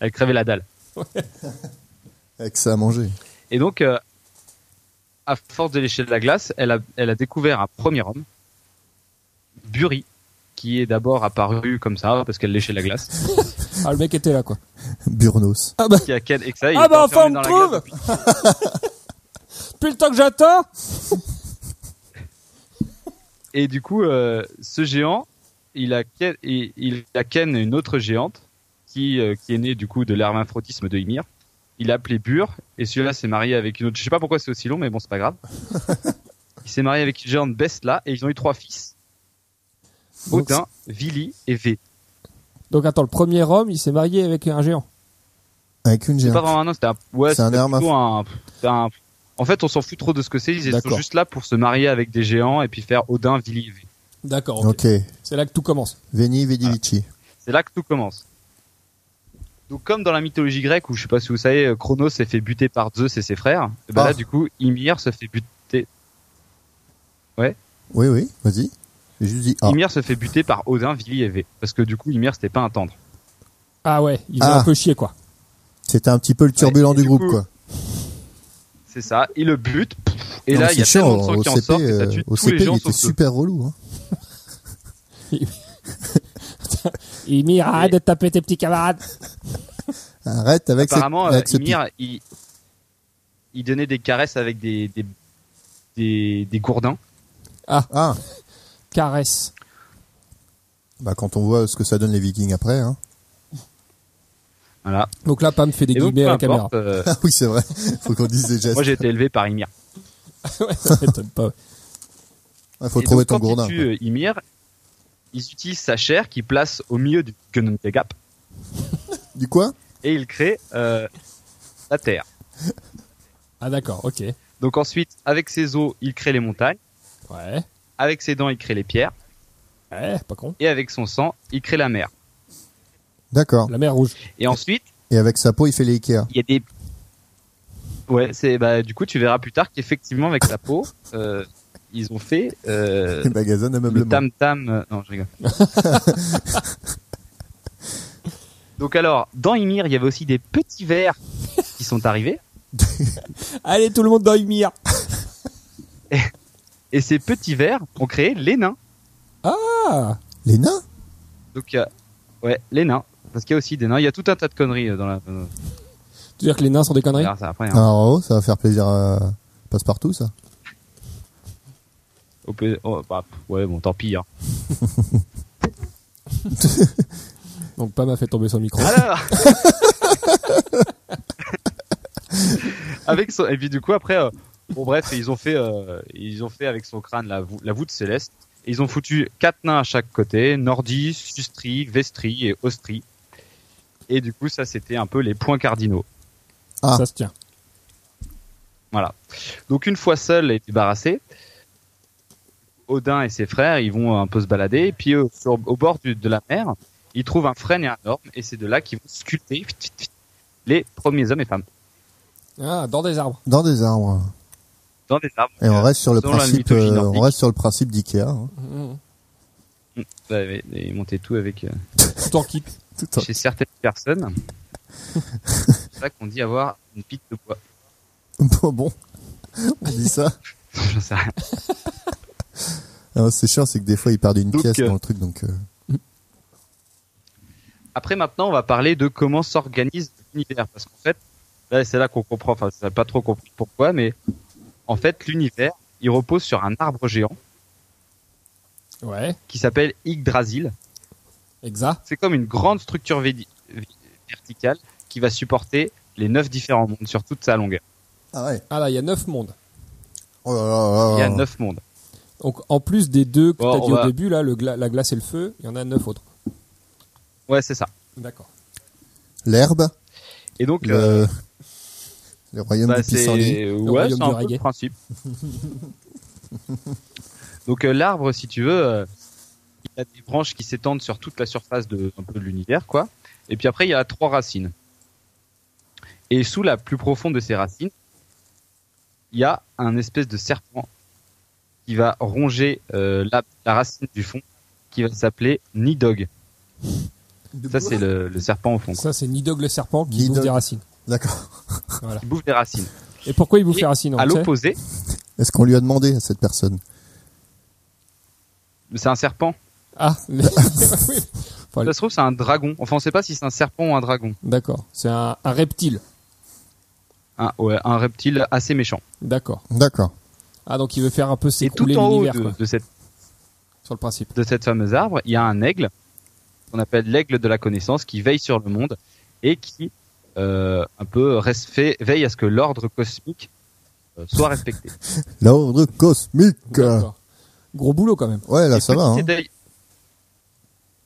[SPEAKER 6] elle crevait la dalle.
[SPEAKER 4] avec ça à manger.
[SPEAKER 6] Et donc, euh, à force de lécher de la glace, elle a, elle a découvert un premier homme, Buri, qui est d'abord apparu comme ça parce qu'elle léchait la glace.
[SPEAKER 5] Ah, le mec était là, quoi.
[SPEAKER 4] Burnos.
[SPEAKER 6] Qui a quel- et que ça, il
[SPEAKER 5] Ah
[SPEAKER 6] était
[SPEAKER 5] bah,
[SPEAKER 6] enfermé
[SPEAKER 5] enfin, on
[SPEAKER 6] dans
[SPEAKER 5] me
[SPEAKER 6] la
[SPEAKER 5] trouve
[SPEAKER 6] glace depuis-
[SPEAKER 5] Plus le temps que j'attends
[SPEAKER 6] Et du coup, euh, ce géant, il a, ken, il, il a ken une autre géante qui, euh, qui est née du coup de l'hermaphroditisme de Ymir. Il a appelé Bur et celui-là s'est marié avec une autre. Je sais pas pourquoi c'est aussi long, mais bon, c'est pas grave. il s'est marié avec une géante Bestla et ils ont eu trois fils.
[SPEAKER 5] Donc,
[SPEAKER 6] Odin, Vili et V.
[SPEAKER 5] Donc attends, le premier homme, il s'est marié avec un géant.
[SPEAKER 4] Avec une
[SPEAKER 6] C'est pas
[SPEAKER 4] géante.
[SPEAKER 6] vraiment un nom, c'était un. Ouais,
[SPEAKER 4] C'est un
[SPEAKER 6] c'était
[SPEAKER 4] hermaph-
[SPEAKER 6] plutôt un- c'était un- En fait, on s'en fout trop de ce que c'est. Ils sont
[SPEAKER 4] D'accord.
[SPEAKER 6] juste là pour se marier avec des géants et puis faire Odin, Vili et V.
[SPEAKER 5] D'accord,
[SPEAKER 4] Ok.
[SPEAKER 5] C'est là que tout commence.
[SPEAKER 4] Veni, Vidi, Vici.
[SPEAKER 6] C'est là que tout commence. Donc, comme dans la mythologie grecque, où je sais pas si vous savez, euh, Chronos s'est fait buter par Zeus et ses frères, et ben
[SPEAKER 4] Ah.
[SPEAKER 6] là, du coup, Ymir se fait buter,
[SPEAKER 4] Oui, oui, vas-y. J'ai juste dit ah.
[SPEAKER 6] Ymir se fait buter par Odin, Vili et V. Parce que du coup, Ymir, c'était pas un tendre.
[SPEAKER 5] Ah ouais, il fait
[SPEAKER 4] Ah.
[SPEAKER 5] un peu chier, quoi.
[SPEAKER 4] C'était un petit peu le turbulent
[SPEAKER 6] Ouais, et
[SPEAKER 4] du
[SPEAKER 6] du
[SPEAKER 4] groupe,
[SPEAKER 6] coup,
[SPEAKER 4] quoi.
[SPEAKER 6] C'est ça. Il le bute, pouf, et
[SPEAKER 4] Non,
[SPEAKER 6] là,
[SPEAKER 4] mais
[SPEAKER 6] il y a
[SPEAKER 4] c'est
[SPEAKER 6] tellement de
[SPEAKER 4] chiant,
[SPEAKER 6] sang
[SPEAKER 4] au
[SPEAKER 6] qui en
[SPEAKER 4] CP,
[SPEAKER 6] sort que ça
[SPEAKER 4] euh,
[SPEAKER 6] tue
[SPEAKER 4] au
[SPEAKER 6] tous les
[SPEAKER 4] CP,
[SPEAKER 6] gens
[SPEAKER 4] il était
[SPEAKER 6] sauf Zeus.
[SPEAKER 4] super relou. Hein.
[SPEAKER 5] Ymir, arrête de taper tes petits camarades.
[SPEAKER 4] Arrête avec cette,
[SPEAKER 6] Apparemment, euh,
[SPEAKER 4] avec ce
[SPEAKER 6] Ymir, il, il donnait des caresses avec des, des, des, des gourdins.
[SPEAKER 4] pi- Ah,
[SPEAKER 5] Caresse.
[SPEAKER 4] bah quand on voit ce que ça donne les Vikings après. Hein.
[SPEAKER 6] Voilà.
[SPEAKER 5] Donc là, Pam fait des
[SPEAKER 6] Et donc,
[SPEAKER 5] guillemets
[SPEAKER 6] peu
[SPEAKER 5] à la caméra.
[SPEAKER 6] importe, euh,
[SPEAKER 4] Ah oui, c'est vrai. Faut qu'on dise des gestes.
[SPEAKER 6] moi j'ai été élevé par Ymir.
[SPEAKER 5] ouais, ça m'étonne pas.
[SPEAKER 4] Ah, faut
[SPEAKER 6] Et
[SPEAKER 4] trouver
[SPEAKER 6] donc,
[SPEAKER 4] ton
[SPEAKER 6] quand
[SPEAKER 4] gourdin.
[SPEAKER 6] Ils tuent euh, Ymir, ils utilisent sa chair qu'ils placent au milieu du Gap euh,
[SPEAKER 4] quoi. Du quoi
[SPEAKER 6] et ils créent euh, la terre.
[SPEAKER 5] Ah d'accord, ok.
[SPEAKER 6] Donc ensuite, avec ses os, ils créent les montagnes.
[SPEAKER 5] Ouais.
[SPEAKER 6] Avec ses dents, ils créent les pierres.
[SPEAKER 5] Ouais, pas con.
[SPEAKER 6] Et avec son sang, ils créent la mer.
[SPEAKER 4] D'accord.
[SPEAKER 5] La mer rouge.
[SPEAKER 6] Et ensuite,
[SPEAKER 4] Et avec sa peau, il fait les Ikea.
[SPEAKER 6] il y a des... Ouais, c'est bah du coup tu verras plus tard qu'effectivement avec la peau, euh, ils ont fait euh,
[SPEAKER 4] Les magasins
[SPEAKER 6] le
[SPEAKER 4] d'ameublement.
[SPEAKER 6] tam tam. euh, Non, je rigole. Donc alors, dans Ymir, il y avait aussi des petits vers qui sont arrivés.
[SPEAKER 5] Allez, tout le monde dans Ymir.
[SPEAKER 6] Et ces petits vers ont créé les nains.
[SPEAKER 5] Ah,
[SPEAKER 4] Les nains
[SPEAKER 6] Donc, euh, ouais, les nains. Parce qu'il y a aussi des nains. Il y a tout un tas de conneries euh, dans la. dans-
[SPEAKER 5] tu veux dire que les nains sont des
[SPEAKER 6] on
[SPEAKER 5] conneries
[SPEAKER 6] verra ça après. hein.
[SPEAKER 4] Ah, oh, ça va faire plaisir à Passepartout, ça.
[SPEAKER 6] Au peu- oh, bah, pff, ouais, bon, tant pis. hein.
[SPEAKER 5] Donc Pam a fait tomber son micro.
[SPEAKER 6] Alors Avec son... Et puis du coup, après, euh, bon bref, ils ont fait, euh, ils ont fait avec son crâne la, vo- la voûte céleste. Et ils ont foutu quatre nains à chaque côté, Nordi, Sustri, Vestri et Ostri. Et du coup, ça, c'était un peu les points cardinaux.
[SPEAKER 4] Ah.
[SPEAKER 5] Ça se tient.
[SPEAKER 6] Voilà. Donc une fois seul et débarrassé, Odin et ses frères, ils vont un peu se balader, et puis euh, sur- au bord du- de la mer, ils trouvent un frêne et un orme, et c'est de là qu'ils vont sculpter fit, fit, fit, les premiers hommes et femmes
[SPEAKER 5] Ah, dans des arbres.
[SPEAKER 4] Dans des arbres.
[SPEAKER 6] dans des arbres.
[SPEAKER 4] Et on
[SPEAKER 6] Euh,
[SPEAKER 4] reste sur le
[SPEAKER 6] selon la
[SPEAKER 4] principe,
[SPEAKER 6] mythologie
[SPEAKER 4] euh,
[SPEAKER 6] nordique.
[SPEAKER 4] on reste sur le principe d'Ikea. hein.
[SPEAKER 6] ouais, ouais, ils montaient tout avec euh,
[SPEAKER 5] Tout en kit.
[SPEAKER 4] Tout à-
[SPEAKER 6] chez certaines personnes. c'est pour ça qu'on dit avoir une pique de poids.
[SPEAKER 4] Bon, bon. on dit ça.
[SPEAKER 6] J'en sais rien.
[SPEAKER 4] Alors, c'est chiant, c'est que des fois ils perdent une
[SPEAKER 6] Donc,
[SPEAKER 4] pièce
[SPEAKER 6] euh,
[SPEAKER 4] dans le truc, donc. euh,
[SPEAKER 6] Après, maintenant, on va parler de comment s'organise l'univers. Parce qu'en fait, là, c'est là qu'on comprend, enfin, ça pas trop compris pourquoi, mais en fait, l'univers, il repose sur un arbre géant
[SPEAKER 5] Ouais.
[SPEAKER 6] qui s'appelle Yggdrasil.
[SPEAKER 5] Exact.
[SPEAKER 6] C'est comme une grande structure védi- vé- verticale qui va supporter les neuf différents mondes sur toute sa longueur.
[SPEAKER 4] Ah ouais.
[SPEAKER 5] Ah là, il y a neuf mondes.
[SPEAKER 4] Oh là là là
[SPEAKER 6] Il y a
[SPEAKER 4] là.
[SPEAKER 6] neuf mondes.
[SPEAKER 5] Donc, en plus des deux que
[SPEAKER 6] Bon,
[SPEAKER 5] t'as
[SPEAKER 6] on
[SPEAKER 5] dit
[SPEAKER 6] va-
[SPEAKER 5] au début, là, le gla- la glace et le feu, il y en a neuf autres.
[SPEAKER 6] Ouais, c'est ça.
[SPEAKER 5] D'accord.
[SPEAKER 4] L'herbe,
[SPEAKER 6] Et donc, euh,
[SPEAKER 4] le... le royaume
[SPEAKER 6] bah,
[SPEAKER 4] du pissenlit.
[SPEAKER 6] c'est
[SPEAKER 5] Le
[SPEAKER 6] ouais,
[SPEAKER 5] royaume
[SPEAKER 6] c'est
[SPEAKER 5] du
[SPEAKER 6] un peu
[SPEAKER 5] reggae.
[SPEAKER 6] le principe. donc euh, l'arbre, si tu veux, euh, il a des branches qui s'étendent sur toute la surface de un peu de l'univers, quoi. Et puis après, il y a trois racines. Et sous la plus profonde de ces racines, il y a un espèce de serpent qui va ronger euh, la, la racine du fond, qui va s'appeler Nidog. Ça, c'est le, le serpent au fond, quoi,
[SPEAKER 5] Ça, c'est Nidog le serpent qui
[SPEAKER 4] Nidhogg.
[SPEAKER 5] bouffe des racines.
[SPEAKER 4] D'accord.
[SPEAKER 6] qui bouffe des racines.
[SPEAKER 5] Et pourquoi il bouffe
[SPEAKER 6] Et
[SPEAKER 5] les racines on
[SPEAKER 6] à
[SPEAKER 5] le sait
[SPEAKER 6] l'opposé,
[SPEAKER 4] Est-ce qu'on lui a demandé à cette personne
[SPEAKER 6] c'est un serpent.
[SPEAKER 5] Ah, mais- oui.
[SPEAKER 6] Ça se trouve, c'est un dragon. Enfin, on sait pas si c'est un serpent ou un dragon.
[SPEAKER 5] D'accord. C'est un, un reptile.
[SPEAKER 6] Un, ouais, un reptile assez méchant.
[SPEAKER 5] D'accord.
[SPEAKER 4] D'accord.
[SPEAKER 5] Ah, donc il veut faire un peu
[SPEAKER 6] Et tout
[SPEAKER 5] s'écouler
[SPEAKER 6] en haut
[SPEAKER 5] l'univers,
[SPEAKER 6] de,
[SPEAKER 5] quoi,
[SPEAKER 6] de, cette,
[SPEAKER 5] sur le principe.
[SPEAKER 6] de cette fameuse arbre, il y a un aigle, qu'on appelle l'aigle de la connaissance, qui veille sur le monde et qui, euh, un peu, res- fait- veille à ce que l'ordre cosmique euh, soit respecté.
[SPEAKER 4] L'ordre cosmique.
[SPEAKER 5] D'accord. Gros boulot, quand même.
[SPEAKER 4] Ouais, là
[SPEAKER 6] Et
[SPEAKER 4] ça
[SPEAKER 6] petit
[SPEAKER 4] va. Hein.
[SPEAKER 6] détail-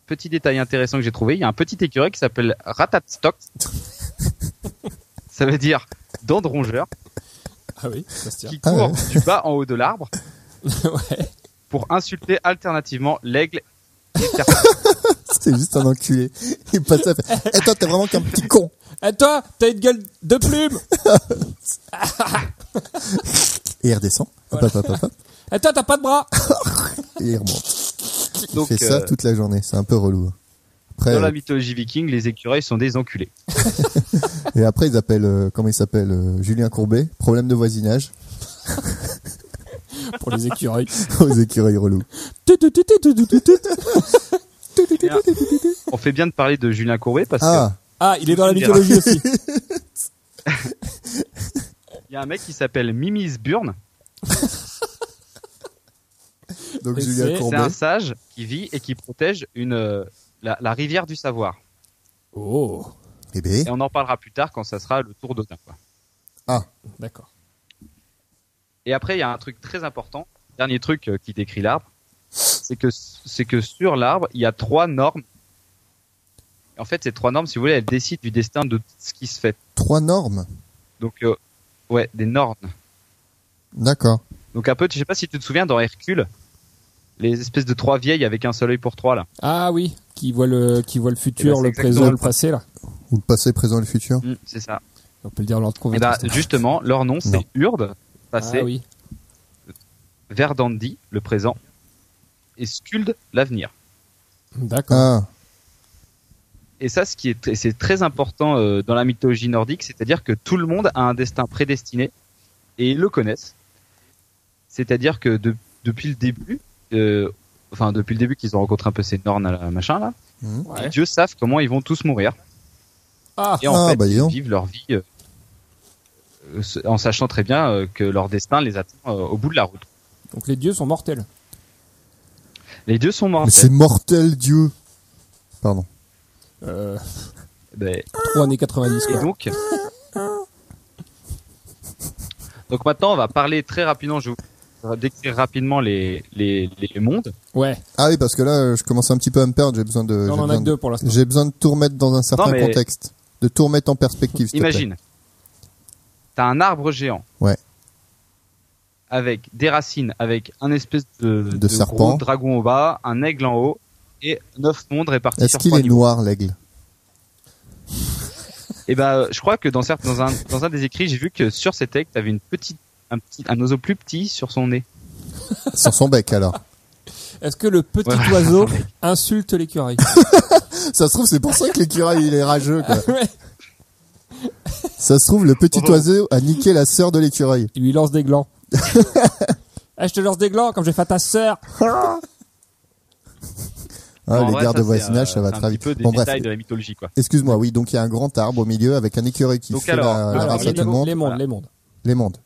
[SPEAKER 6] Petit détail intéressant que j'ai trouvé, il y a un petit écureuil qui s'appelle Ratatstock. Ça veut dire dent de rongeur
[SPEAKER 5] Ah oui, ça se tient.
[SPEAKER 6] qui
[SPEAKER 4] Ah
[SPEAKER 6] court du bas en haut de l'arbre
[SPEAKER 5] ouais.
[SPEAKER 6] pour insulter alternativement l'aigle et le serpent.
[SPEAKER 4] C'était juste un enculé. Il passe à faire. Et Eh, toi, t'es vraiment qu'un petit con.
[SPEAKER 5] Et toi, t'as une gueule de plume
[SPEAKER 4] Et il redescend. Hop, hop, hop, hop, hop.
[SPEAKER 5] Et toi, t'as pas de bras
[SPEAKER 4] Et il remonte. Il
[SPEAKER 6] Donc,
[SPEAKER 4] fait ça
[SPEAKER 6] euh,
[SPEAKER 4] toute la journée. C'est un peu relou. hein. Après,
[SPEAKER 6] dans la mythologie viking, les écureuils sont des enculés.
[SPEAKER 4] Et après, ils appellent, euh, comment il s'appelle euh, Julien Courbet. Problème de voisinage
[SPEAKER 5] Pour les écureuils.
[SPEAKER 4] aux écureuils relous.
[SPEAKER 5] Tout, tout, tout, tout, tout, tout, tout.
[SPEAKER 6] On fait bien de parler de Julien Courbet parce
[SPEAKER 4] Ah,
[SPEAKER 5] ah, il est dans la mythologie aussi.
[SPEAKER 6] qu'il y a un mec qui s'appelle Mimis Burn.
[SPEAKER 4] donc
[SPEAKER 5] Et
[SPEAKER 4] Julien
[SPEAKER 5] c'est-
[SPEAKER 6] C'est
[SPEAKER 4] Courbet.
[SPEAKER 6] un sage qui vit et qui protège une, euh, la, la rivière du savoir.
[SPEAKER 5] Oh,
[SPEAKER 4] Eh ben,
[SPEAKER 6] Et on en parlera plus tard quand ça sera le tour d'Odin. quoi.
[SPEAKER 5] d'accord.
[SPEAKER 6] Et après, il y a un truc très important, dernier truc euh, qui décrit l'arbre, c'est que, c'est que sur l'arbre, il y a trois normes. En fait, ces trois normes, si vous voulez, elles décident du destin de ce qui se fait.
[SPEAKER 4] trois normes.
[SPEAKER 6] Donc, euh, ouais, des normes.
[SPEAKER 4] D'accord.
[SPEAKER 6] Donc un peu, je sais pas si tu te souviens dans Hercule, les espèces de trois vieilles avec un seul œil pour trois là.
[SPEAKER 5] Ah oui, qui voit le, qui voit le
[SPEAKER 6] Eh ben,
[SPEAKER 5] futur,
[SPEAKER 6] c'est
[SPEAKER 5] le
[SPEAKER 6] exactement
[SPEAKER 5] présent, le passé, là.
[SPEAKER 4] Ou le passé, présent et le futur.
[SPEAKER 6] Mm, c'est ça.
[SPEAKER 5] On peut le dire lors de
[SPEAKER 6] Et ben
[SPEAKER 5] conversation.
[SPEAKER 6] justement, leur nom
[SPEAKER 4] Non.
[SPEAKER 6] c'est Urde,
[SPEAKER 5] ah
[SPEAKER 6] passé,
[SPEAKER 5] oui.
[SPEAKER 6] Verdandi, le présent, et Skuld, l'avenir.
[SPEAKER 5] D'accord.
[SPEAKER 4] Ah,
[SPEAKER 6] Et ça, ce qui est tr- c'est très important euh, dans la mythologie nordique, c'est-à-dire que tout le monde a un destin prédestiné et ils le connaissent. C'est-à-dire que de- depuis le début, euh, enfin depuis le début qu'ils ont rencontré un peu ces nornes à la machin là,
[SPEAKER 5] Ouais.
[SPEAKER 6] les dieux savent comment ils vont tous mourir.
[SPEAKER 5] Ah,
[SPEAKER 6] Et en
[SPEAKER 4] Ah,
[SPEAKER 6] fait,
[SPEAKER 4] bah, dis
[SPEAKER 6] ils
[SPEAKER 4] donc.
[SPEAKER 6] vivent leur vie euh, euh, se- en sachant très bien euh, que leur destin les attend euh, au bout de la route.
[SPEAKER 5] donc les dieux sont mortels.
[SPEAKER 6] Les dieux sont morts.
[SPEAKER 4] mais c'est mortel, Dieu. Pardon.
[SPEAKER 5] Euh,
[SPEAKER 6] Ben,
[SPEAKER 5] 3 années 90,
[SPEAKER 6] Et
[SPEAKER 5] quoi.
[SPEAKER 6] donc. Donc maintenant, on va parler très rapidement. Je vais vous décrire rapidement les, les, les mondes.
[SPEAKER 5] Ouais,
[SPEAKER 4] Ah oui, parce que là, euh, je commence un petit peu à me perdre. J'ai besoin de.
[SPEAKER 5] on
[SPEAKER 4] j'ai
[SPEAKER 5] en a
[SPEAKER 4] besoin
[SPEAKER 5] que
[SPEAKER 4] de,
[SPEAKER 5] deux pour l'instant.
[SPEAKER 4] Euh, j'ai besoin de tout remettre dans un certain
[SPEAKER 6] Non, mais-
[SPEAKER 4] contexte, de tout remettre en perspective. s'il te plaît.
[SPEAKER 6] Imagine, t'as un arbre géant.
[SPEAKER 4] Ouais.
[SPEAKER 6] Avec des racines, avec un espèce de,
[SPEAKER 4] De serpent.
[SPEAKER 6] gros dragon au bas, un aigle en haut et neuf mondes répartis
[SPEAKER 4] Est-ce
[SPEAKER 6] sur
[SPEAKER 4] qu'il
[SPEAKER 6] trois
[SPEAKER 4] est
[SPEAKER 6] niveaux.
[SPEAKER 4] noir l'aigle
[SPEAKER 6] Et ben, je crois que dans, certains, dans, un, dans un des écrits, j'ai vu que sur cet aigle, t'avais une petite, un petit, un oiseau plus petit sur son nez.
[SPEAKER 4] Sur son bec alors.
[SPEAKER 5] Est-ce que le petit
[SPEAKER 6] Ouais.
[SPEAKER 5] oiseau insulte l'écureuil
[SPEAKER 4] Ça se trouve, c'est pour ça que l'écureuil il est rageux. Quoi.
[SPEAKER 5] Ouais.
[SPEAKER 4] Ça se trouve, le petit
[SPEAKER 6] Bravo.
[SPEAKER 4] oiseau a niqué la sœur de l'écureuil.
[SPEAKER 5] Il lui lance des glands. Ah, je te lance des glands comme j'ai fait à ta sœur.
[SPEAKER 4] Ah,
[SPEAKER 6] En
[SPEAKER 4] les
[SPEAKER 6] vrai,
[SPEAKER 4] gardes
[SPEAKER 6] ça,
[SPEAKER 4] de
[SPEAKER 6] c'est,
[SPEAKER 4] voisinage,
[SPEAKER 6] euh,
[SPEAKER 4] ça va
[SPEAKER 6] c'est
[SPEAKER 4] très
[SPEAKER 6] un
[SPEAKER 4] vite.
[SPEAKER 6] petit peu des
[SPEAKER 4] Bon bref,
[SPEAKER 6] détails de la mythologie, quoi.
[SPEAKER 4] excuse-moi. Oui, donc il y a un grand arbre au milieu avec un écureuil qui
[SPEAKER 6] Donc
[SPEAKER 4] fait
[SPEAKER 6] alors,
[SPEAKER 4] la, la
[SPEAKER 6] alors,
[SPEAKER 4] race à
[SPEAKER 5] les,
[SPEAKER 4] tout le
[SPEAKER 5] mondes,
[SPEAKER 4] monde.
[SPEAKER 5] les mondes,
[SPEAKER 6] Voilà.
[SPEAKER 5] les mondes.
[SPEAKER 4] Les mondes.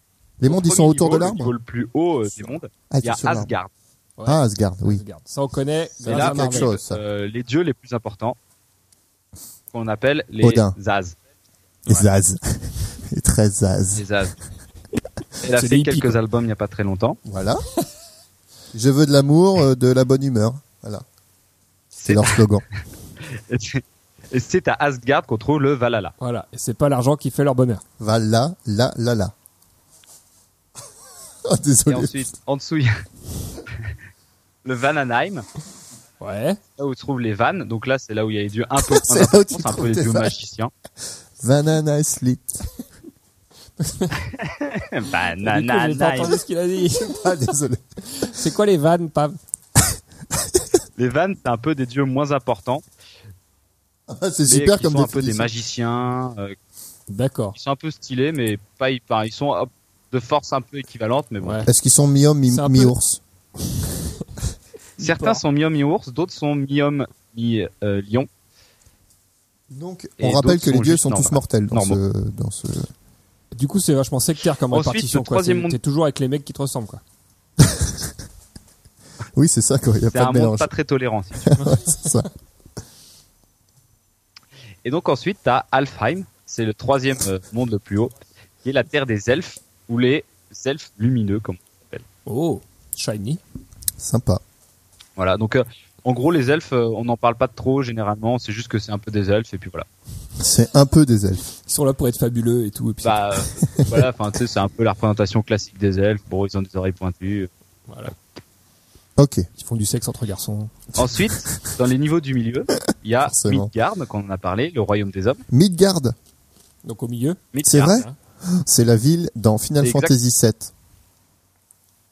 [SPEAKER 4] Les mondes, ils
[SPEAKER 6] Premier
[SPEAKER 4] sont autour
[SPEAKER 6] niveau,
[SPEAKER 4] de
[SPEAKER 6] le
[SPEAKER 4] l'arbre.
[SPEAKER 6] niveau le plus haut euh, des mondes,
[SPEAKER 4] Ah,
[SPEAKER 6] il y a
[SPEAKER 4] c'est sur l'arbre.
[SPEAKER 6] Asgard.
[SPEAKER 5] Ouais.
[SPEAKER 4] Ah, Asgard, oui.
[SPEAKER 5] Asgard. Ça on connaît.
[SPEAKER 4] Ça
[SPEAKER 5] grâce
[SPEAKER 6] là,
[SPEAKER 5] à
[SPEAKER 4] dit quelque
[SPEAKER 5] Marvel.
[SPEAKER 4] chose. Ça.
[SPEAKER 6] Euh, les dieux les plus importants, qu'on appelle les
[SPEAKER 4] Odin.
[SPEAKER 6] Zaz.
[SPEAKER 4] Et Zaz. Et très Zaz.
[SPEAKER 6] Les Zaz. Elle a
[SPEAKER 5] C'est
[SPEAKER 6] fait
[SPEAKER 5] des hippies,
[SPEAKER 6] quelques albums il n'y a pas très longtemps.
[SPEAKER 4] Voilà. Je veux de l'amour, euh, de la bonne humeur. Voilà. C'est
[SPEAKER 6] C'est-
[SPEAKER 4] leur slogan.
[SPEAKER 6] Et c'est à Asgard qu'on trouve le Valhalla.
[SPEAKER 5] Voilà, Et c'est pas l'argent qui fait leur bonheur.
[SPEAKER 4] Va là, là, là, là. Oh,
[SPEAKER 6] Et
[SPEAKER 4] désolé.
[SPEAKER 6] ensuite, en dessous, il y a le Vananheim,
[SPEAKER 5] Ouais.
[SPEAKER 6] là où se trouvent les vannes. Donc là, c'est là où il y a les dieux un peu,
[SPEAKER 4] C'est là où tu
[SPEAKER 6] c'est un peu
[SPEAKER 4] trouves
[SPEAKER 6] les
[SPEAKER 4] tes
[SPEAKER 6] dieux
[SPEAKER 4] vannes.
[SPEAKER 6] magiciens.
[SPEAKER 4] Banana Slit.
[SPEAKER 5] Du coup,
[SPEAKER 6] Eh ben,
[SPEAKER 5] j'ai pas entendu
[SPEAKER 6] Vananheim.
[SPEAKER 5] ce qu'il a dit.
[SPEAKER 4] Ah, désolé.
[SPEAKER 5] C'est quoi les vannes, Pam
[SPEAKER 6] Les vannes, c'est un peu des dieux moins importants.
[SPEAKER 4] Ah, c'est
[SPEAKER 6] mais
[SPEAKER 4] super
[SPEAKER 6] qui
[SPEAKER 4] comme
[SPEAKER 6] sont un peu des
[SPEAKER 4] définition.
[SPEAKER 6] magiciens, euh,
[SPEAKER 5] D'accord.
[SPEAKER 6] Ils sont un peu stylés, mais pas hyper. Ils sont euh, de force un peu équivalente, mais bon.
[SPEAKER 5] Ouais.
[SPEAKER 4] Est-ce qu'ils sont mi-homme, mi-
[SPEAKER 5] C'est un peu-
[SPEAKER 4] mi-ours
[SPEAKER 6] Certains sont mi-homme, mi-ours, d'autres sont mi-homme, euh, mi-lion.
[SPEAKER 4] Donc,
[SPEAKER 6] Et
[SPEAKER 4] on rappelle
[SPEAKER 6] d'autres
[SPEAKER 4] que les
[SPEAKER 6] sont
[SPEAKER 4] dieux
[SPEAKER 6] juste
[SPEAKER 4] sont tous
[SPEAKER 6] normaux.
[SPEAKER 4] mortels dans
[SPEAKER 6] Normaux.
[SPEAKER 4] ce, dans ce.
[SPEAKER 5] Du coup, c'est vachement sectaire comme
[SPEAKER 6] Ensuite,
[SPEAKER 5] répartition.
[SPEAKER 6] le
[SPEAKER 5] quoi.
[SPEAKER 6] troisième
[SPEAKER 5] T'es-
[SPEAKER 6] monde.
[SPEAKER 5] T'es toujours avec les mecs qui te ressemblent, quoi.
[SPEAKER 4] Oui, c'est ça, quoi. Il n'y a
[SPEAKER 6] C'est
[SPEAKER 4] pas
[SPEAKER 6] un
[SPEAKER 4] de
[SPEAKER 6] monde
[SPEAKER 4] mélange.
[SPEAKER 6] pas très tolérant. si tu veux.
[SPEAKER 4] C'est ça.
[SPEAKER 6] Et donc ensuite, t'as Alfheim, c'est le troisième euh, monde le plus haut, qui est la terre des elfes, ou les elfes lumineux, comme
[SPEAKER 5] Oh, shiny.
[SPEAKER 4] Sympa.
[SPEAKER 6] Voilà, donc euh, en gros, les elfes, euh, on n'en parle pas trop généralement, c'est juste que c'est un peu des elfes, et puis voilà.
[SPEAKER 4] C'est un peu des elfes.
[SPEAKER 5] Ils sont là pour être fabuleux et tout. Et puis
[SPEAKER 6] Bah, euh, voilà, enfin, tu sais, c'est un peu la représentation classique des elfes. Bon, ils ont des oreilles pointues.
[SPEAKER 5] voilà.
[SPEAKER 4] Ok.
[SPEAKER 5] Ils font du sexe entre garçons.
[SPEAKER 6] Ensuite, dans les niveaux du milieu, il y a
[SPEAKER 4] Forcément.
[SPEAKER 6] Midgard, qu'on en a parlé, le royaume des hommes.
[SPEAKER 4] Midgard,
[SPEAKER 5] Donc au milieu.
[SPEAKER 4] c'est
[SPEAKER 6] Midgard,
[SPEAKER 4] vrai C'est la ville dans Final
[SPEAKER 6] hein. C'est exact-
[SPEAKER 4] Fantasy VII.